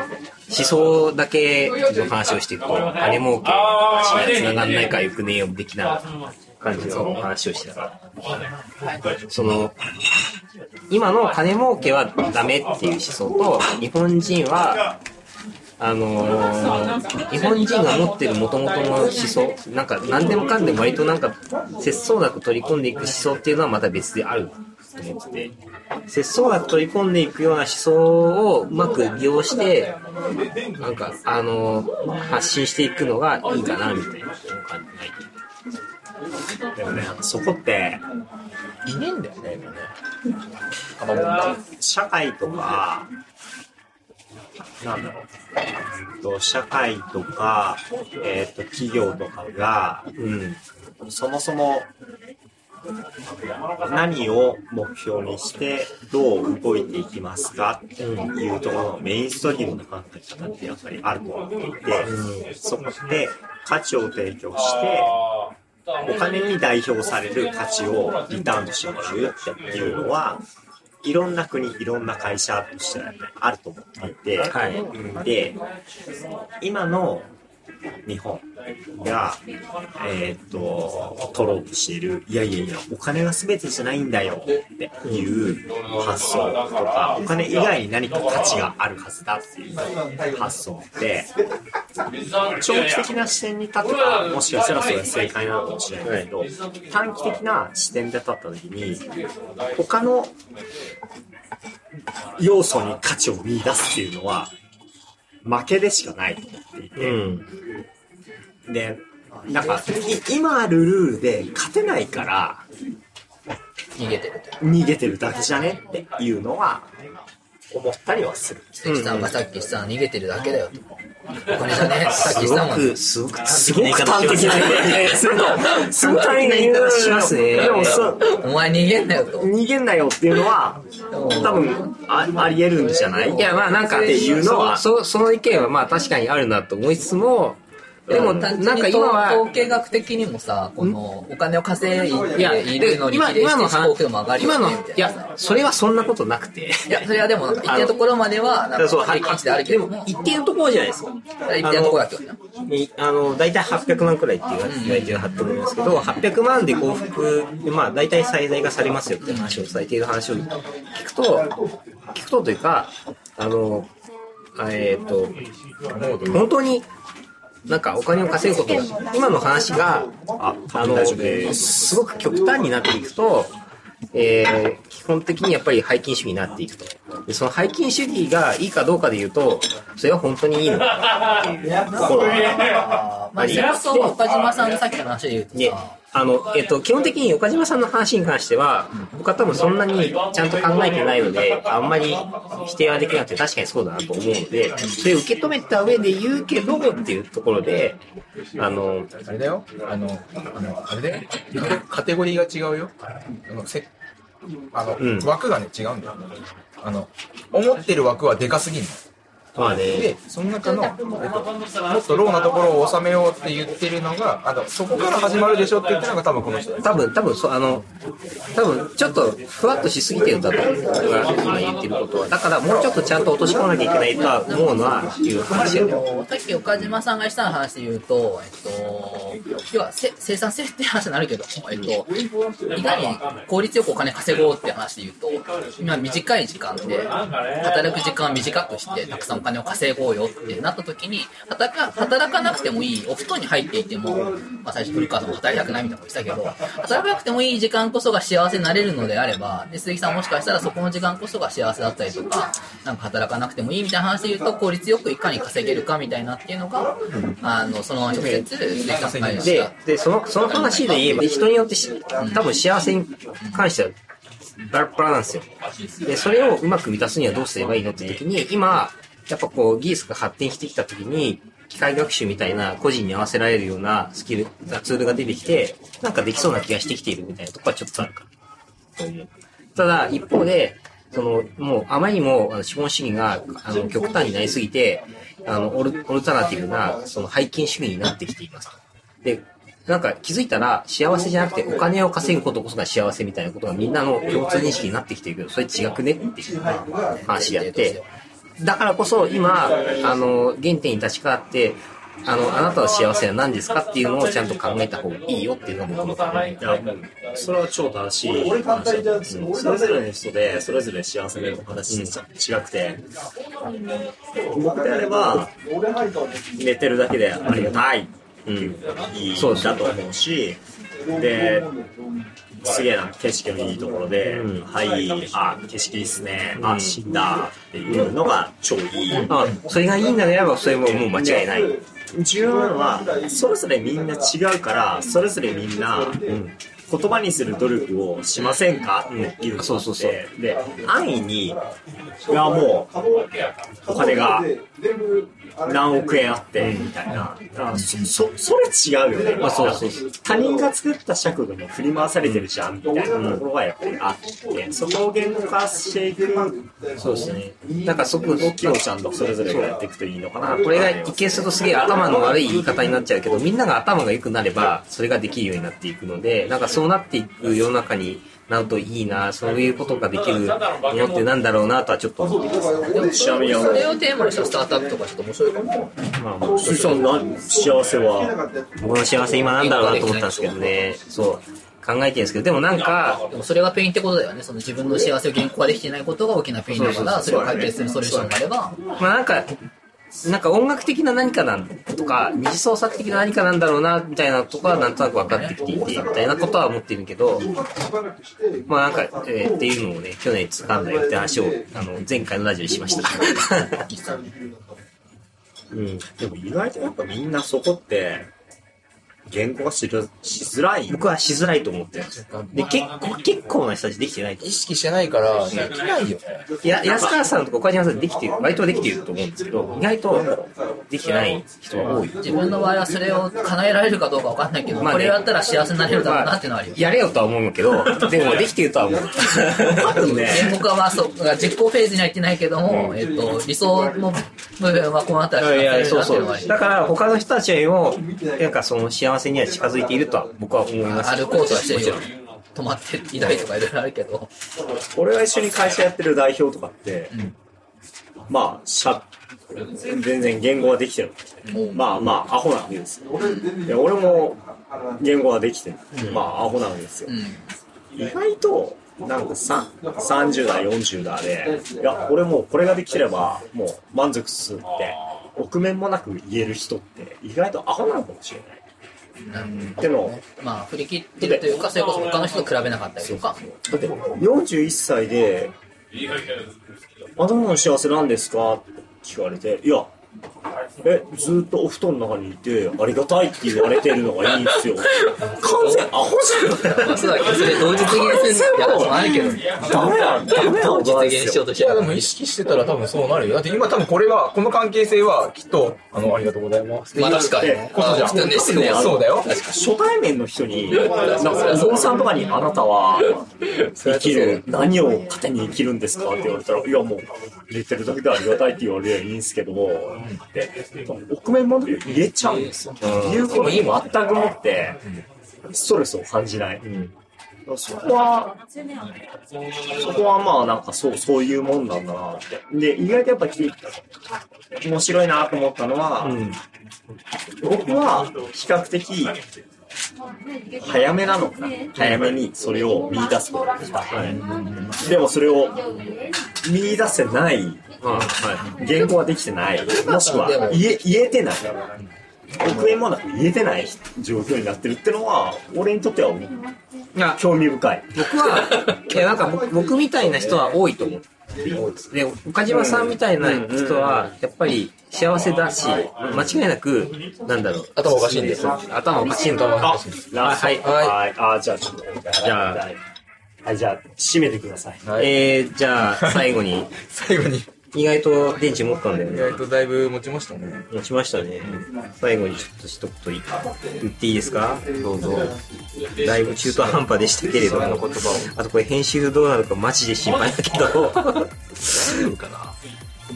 Speaker 5: 想だけの話をしていくと、金儲け、つながんないからよくねえよ、的な感じの話をしてたから。その、今の金儲けはダメっていう思想と、日本人は、あのー日本人が持ってる元々の思想、なんか何でもかんでも割となんか、節操なく取り込んでいく思想っていうのはまた別であると思ってて、節操なく取り込んでいくような思想をうまく利用して、なんか、あのー発信していくのがいいかな、みたいな感
Speaker 1: でもねそこって
Speaker 7: いねえんだよね、今ね。
Speaker 1: 社会とか、なんだろうえっと、社会とか、えっと、企業とかが、
Speaker 5: じ。うん。
Speaker 1: そもそも何を目標にしてどう動いていきますかっていうところのメインストリームの考え方ってやっぱりあると思っていて、そこで価値を提供して、お金に代表される価値をリターンとしてもらうっていうのは、いろんな国、いろんな会社としてはねあると思っていて、で、今の日本が、えーっと、取ろうとしている、いやいやいや、お金が全てじゃないんだよっていう発想とか、お金以外に何か価値があるはずだっていう発想って、長期的な視点に立てば、もしかしたらそれが正解なのかもしれないけど、短期的な視点で立った時に、他の要素に価値を見出すっていうのは、負けでしかないと思っていて、
Speaker 5: うん。
Speaker 1: で、なんか、い今あるルールで勝てないから、
Speaker 3: 逃げてると。
Speaker 1: 逃げてるだけじゃねっていうのは、思ったりはする。
Speaker 3: 関さんがさっきさ、逃げてるだけだよと。お金じゃねえ。さっき
Speaker 5: す
Speaker 3: し
Speaker 5: ご
Speaker 3: たもんね
Speaker 5: く、。すごく
Speaker 1: すごく端的 な言い方するの。すごく端的な言い方しますね。でもそう、
Speaker 3: お前逃げんなよと。
Speaker 1: 逃げんなよっていうのは、多分、ああり得るんじゃない
Speaker 5: いや、まあなんか、
Speaker 1: っていうのは、
Speaker 5: そ、その意見はまあ確かにあるなと思いつつも、でも、
Speaker 3: 単
Speaker 5: なん
Speaker 3: 純
Speaker 5: か
Speaker 3: に
Speaker 5: 今は
Speaker 3: 統、計学的にもさ、このお金を稼い
Speaker 5: いや、
Speaker 3: でいる
Speaker 5: で
Speaker 3: のに
Speaker 5: 今、
Speaker 3: 比例
Speaker 5: 今の
Speaker 3: して思考
Speaker 5: 話
Speaker 3: 力も上が、る
Speaker 5: 今
Speaker 3: よ
Speaker 5: の
Speaker 3: ねみた、
Speaker 5: い
Speaker 3: いな。
Speaker 5: や、それはそんなことなくて。
Speaker 3: いや、それはでも、一定のところまでは、なんか、
Speaker 5: そう、は
Speaker 3: 一定値であるけ
Speaker 5: で
Speaker 3: ど
Speaker 5: も
Speaker 3: も、、
Speaker 5: 一定のところじゃないですか。
Speaker 3: 一定のところだけどね。
Speaker 5: いあの、大体800万くらいって言わ言われてると思うんですけど、800万で幸福、まあ大体最大がされますよって話を、最低の話を聞くと、聞くとというか、あの、あえっ、と、本当に、なんかお金を稼ぐことが、今の話が、
Speaker 1: あ、
Speaker 5: あの、すごく極端になっていくと、えー基本的にやっぱり背筋主義になっていくと。でその背筋主義がいいかどうかで言うと、それは本当にいいのかっていうところが
Speaker 3: まあ、それこそ岡島さんのさっきの話で言うと
Speaker 5: で
Speaker 3: さ、、
Speaker 5: あの、えっと、基本的に岡島さんの話に関しては、僕は多分そんなにちゃんと考えてないので、あんまり否定はできなくて確かにそうだなと思うので、それを受け止めた上で言うけどっていうところで、あの、
Speaker 7: あれだよ。あの、あの、あれだよ。カテゴリーが違うよ。あの、せあの
Speaker 5: うん
Speaker 7: 枠がね、違うんだよ。あの、思ってる枠はでかすぎる
Speaker 11: まあね。
Speaker 7: で、その中の、えっと、もっとローなところを収めようって言ってるのが、あの、そこから始まるでしょって言ってるのが多分この人。
Speaker 5: 多分、多分、そう、あの、多分、ちょっと、ふわっとしすぎてるんだと思う。だから、今言ってることは。だから、もうちょっとちゃんと落とし込まなきゃいけないとは思うのは、っていう話やね。
Speaker 3: さっき岡島さんがした話で言うと、えっと、要はせ生産性って話になるけど、えっと、いかに効率よくお金稼ごうって話で言うと、今短い時間で、働く時間を短くして、たくさんお金を稼ごうよってなった時に、働か働かなくてもいい、お布団に入っていても、まあ最初古川さんも働きたくないみたいなこと言ってたけど、働かなくてもいい時間こそが幸せになれるのであれば、で鈴木さんもしかしたらそこの時間こそが幸せだったりとか、なんか働かなくてもいいみたいな話で言うと、効率よくいかに稼げるかみたいなっていうのが、あの、その直接鈴木さんが言って
Speaker 5: で
Speaker 3: た。、
Speaker 5: で、その、その話で言えば、人によってし、多分幸せに関しては、バラッバラなんですよ。で、それをうまく満たすにはどうすればいいのって時に、今、やっぱこう、技術が発展してきた時に、機械学習みたいな個人に合わせられるようなスキル、ツールが出てきて、なんかできそうな気がしてきているみたいなとこはちょっとあるかなと思う。ただ、一方で、その、もう、あまりにも、あの資本主義が、あの、極端になりすぎて、あの、オルオルタナティブな、その、拝金主義になってきていますと。で、なんか気づいたら幸せじゃなくてお金を稼ぐことこそが幸せみたいなことがみんなの共通認識になってきてるけど、それ違くねっていう話であって、だからこそ今、あの、原点に立ち返って、あの、あなたの幸せは何ですかっていうのをちゃんと考えた方がいいよっていうのが僕の考え。
Speaker 1: いや、それは超正しい話だと思うんですよそれぞれの人で、それぞれ幸せの話違くて、僕であれば、寝てるだけでありがたいっていうのがいい
Speaker 5: そうん
Speaker 1: だと思うし、で、すげえな、景色のいいところで、
Speaker 5: うん
Speaker 1: はい、あ、景色いいっすね、あ、死んだっていうのが超いい。
Speaker 5: あ、それがいいんだであればそれももう間違いない。
Speaker 1: 重要なのはそれぞれみんな違うからそれぞれみんな、言葉にする努力をしませんかっていうのがあって
Speaker 5: そうそうそう
Speaker 1: で安易にいやもうお金が何億円あってみたいな、あそそそれ違うよね、
Speaker 5: まあそうそうそう
Speaker 1: 他人が作った尺度に振り回されてるじゃんみたいなところがやっぱりあってそこを言語化していく
Speaker 5: そうですね。だからそこ、
Speaker 1: 企業ちゃんとそれぞれがやっていくといいのかな
Speaker 5: これが一見するとすげえ頭の悪い言い方になっちゃうけど、みんなが頭が良くなれば、それができるようになっていくので、なんかそうなっていく世の中になるといいな、そういうことができるのってなんだろうなとはちょっと思ってます。
Speaker 3: でも
Speaker 1: ちなみにあの
Speaker 3: それをテーマにしたスタートアップとかちょっと面白いかも。
Speaker 1: 鈴木さん何幸せは
Speaker 5: 僕の幸せ今なんだろうなと思ったんですけどね、そう、考えてるんですけど、でもなんか、
Speaker 3: でもそれがペインってことだよね。その自分の幸せを言語化できてないことが大きなペインだから、それを解決するソリューションがあれば、
Speaker 5: まあなんか、なんか音楽的な何かなんとか、二次創作的な何かなんだろうな、みたいなとこはなんとなく分かってきていて、みたいなことは思ってるけど、まあなんか、えーっていうのをね、去年掴んだよって話を、あの、前回のラジオにしました。 うん、
Speaker 1: でも意外とやっぱみんなそこって言語がしるしづらい
Speaker 5: 僕はしづらいと思ってます。で、結構、結構な人たちできてないと
Speaker 7: 意識してないから、できないよ。
Speaker 5: 思う。いや、安川さんとか岡島さんできてる、割とできてると思うんですけど、意外とできてない人が多い。
Speaker 3: 自分の場合はそれを叶えられるかどうかわかんないけど、
Speaker 5: まあね
Speaker 3: これをやったら幸せになれるだろうなっていうのはあるよ。
Speaker 5: やれよとは思うけど、でもできてるとは 思う。
Speaker 3: 言語化はそう、実行フェーズには行ってないけども、えっと、理想の部分はこうなったら
Speaker 5: いやいや、
Speaker 3: 幸せに
Speaker 5: そう
Speaker 3: なれるなっ
Speaker 5: そ
Speaker 3: ていうのはあるよ
Speaker 5: う。だから、他の人たちよりも、なんかその幸せには近づいているとは、僕は思います。
Speaker 3: 歩こうとはしてるよ。止まっていたりとかいろいろあるけど、
Speaker 1: 俺が一緒に会社やってる代表とかって、まあしゃ全然言語はできてる、まあまあアホなわけですよ、で俺も言語はできてる、まあアホなわけですよ、意外となんかさ30代40代でいや俺もうこれができればもう満足するって臆面もなく言える人って意外とアホなのかもしれない、でも
Speaker 3: まあ振り切ってるというか、それこそ他の人と比べなかったりとか、
Speaker 1: だって41歳で「あなたの幸せなんですか?」って聞かれて「いやえ、ずーっとお布団の中にいて、ありがたいって言われてるのがいいんですよ。 完全アホじゃん
Speaker 3: まあ、そうだけど、それ同時実現するって話もあるけど、
Speaker 1: ダメだ、ダメだ、お
Speaker 3: 実
Speaker 1: 前で
Speaker 3: 現
Speaker 1: す
Speaker 3: しよ
Speaker 1: よ
Speaker 3: う。とし
Speaker 4: い
Speaker 3: て
Speaker 4: や、
Speaker 3: る
Speaker 4: でも意識してたら多分そうなるよ。だって今多分これは、この関係性はきっと、あの、ありがとうございます。
Speaker 3: まあ、確かに。
Speaker 1: で
Speaker 4: ことじゃん
Speaker 3: 普通に失礼
Speaker 4: そうだよ。
Speaker 1: 初対面の人 に、なんか、お父さんとかに、あなたは、生きる、何を糧に生きるんですかって言われたら、いや、もう、入れてるだけでありがたいって言われりゃいいんですけども、で、臆面も入れちゃうんですよ。言うことに全くもって、ストレスを感じない。そこは、そこはまあなんかそう、そういうもんなんだなって。で、意外とやっぱ聞い面白いなと思ったのは、僕は比較的早めなのかな。早めにそれを見出すことができた。でもそれを見出せない、言語はできてない、もしくは言え言えてない。億円もなく言えてない状況になってるってのは、俺にとっては興味深い。
Speaker 5: 僕は、いや、なんか僕僕みたいな人は多いと思う。で、岡島さんみたいな人は、やっぱり幸せだし、間違いなく、なんだろう。
Speaker 4: 頭おかしいんです。
Speaker 5: 頭おかしいのと思う。
Speaker 1: あ、
Speaker 5: あはい
Speaker 1: はい。あ、じゃあちょっと。じ
Speaker 5: ゃあ。
Speaker 1: はい、じゃあ、閉めてください。
Speaker 5: えー、じゃあ、最後に、
Speaker 4: 最後に、意
Speaker 5: 意外と電池持ったんだよね。
Speaker 4: 外とだいぶ持ちましたね。
Speaker 5: 持ちましたね。最後にちょっと一言言っていいですかどうぞ。だいぶ中途半端でしたけれども、あとこれ編集どうなるかマジで心配だけ ど、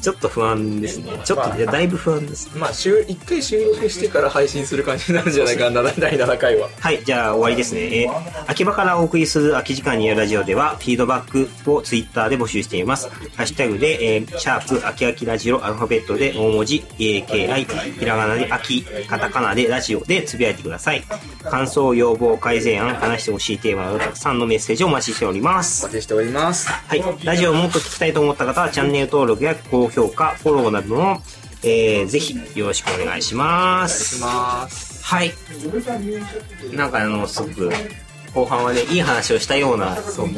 Speaker 5: ちょっと不安ですね。ちょっと、いや、だいぶ不安ですね。
Speaker 4: まあ、週、一回収録してから配信する感じになるんじゃないかな、第7回は。
Speaker 5: はい、じゃあ終わりですね。えー、秋葉からお送りする空き時間にやるラジオでは、フィードバックをツイッターで募集しています。ハッシュタグで、えー、シャープ、秋秋ラジオ、アルファベットで大文字、AKI、ひらがなで秋、カタカナでラジオでつぶやいてください。感想、要望、改善案、話してほしいテーマなど、たくさんのメッセージをお待ちしております。
Speaker 4: 待ちしております。
Speaker 5: はい。ラジオをもっと聞きたいと思った方は、チャンネル登録や高評価、フォローなども、えー、ぜひよろしくお願いします。はい。なんかあの、すごく、後半はね、いい話をしたような、
Speaker 4: そうね。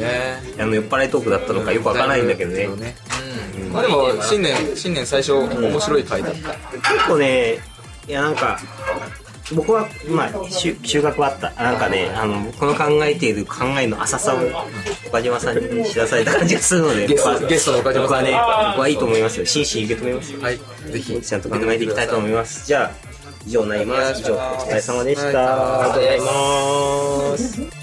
Speaker 5: あの、酔っ払いトークだったのかよくわからないんだけどね。
Speaker 4: そううんまあでも、新年、新年最初、面白い回だった。
Speaker 5: 結構ね、いやなんか、僕は、まあ、しゅ収穫はあった。なんかね、あの、僕の考えている考えの浅さを、岡島さんに知らされた感じがするので、
Speaker 4: ゲストゲストの岡島さん
Speaker 5: 僕はね、僕はいいと思いますよ。真摯に受け止めますよ。
Speaker 4: はい。ぜひ、
Speaker 5: ちゃんと考えていきたいと思います。じゃあ、以上になります。以上、お疲れ様でした。
Speaker 4: ありがとうございます
Speaker 5: ありがとうございます。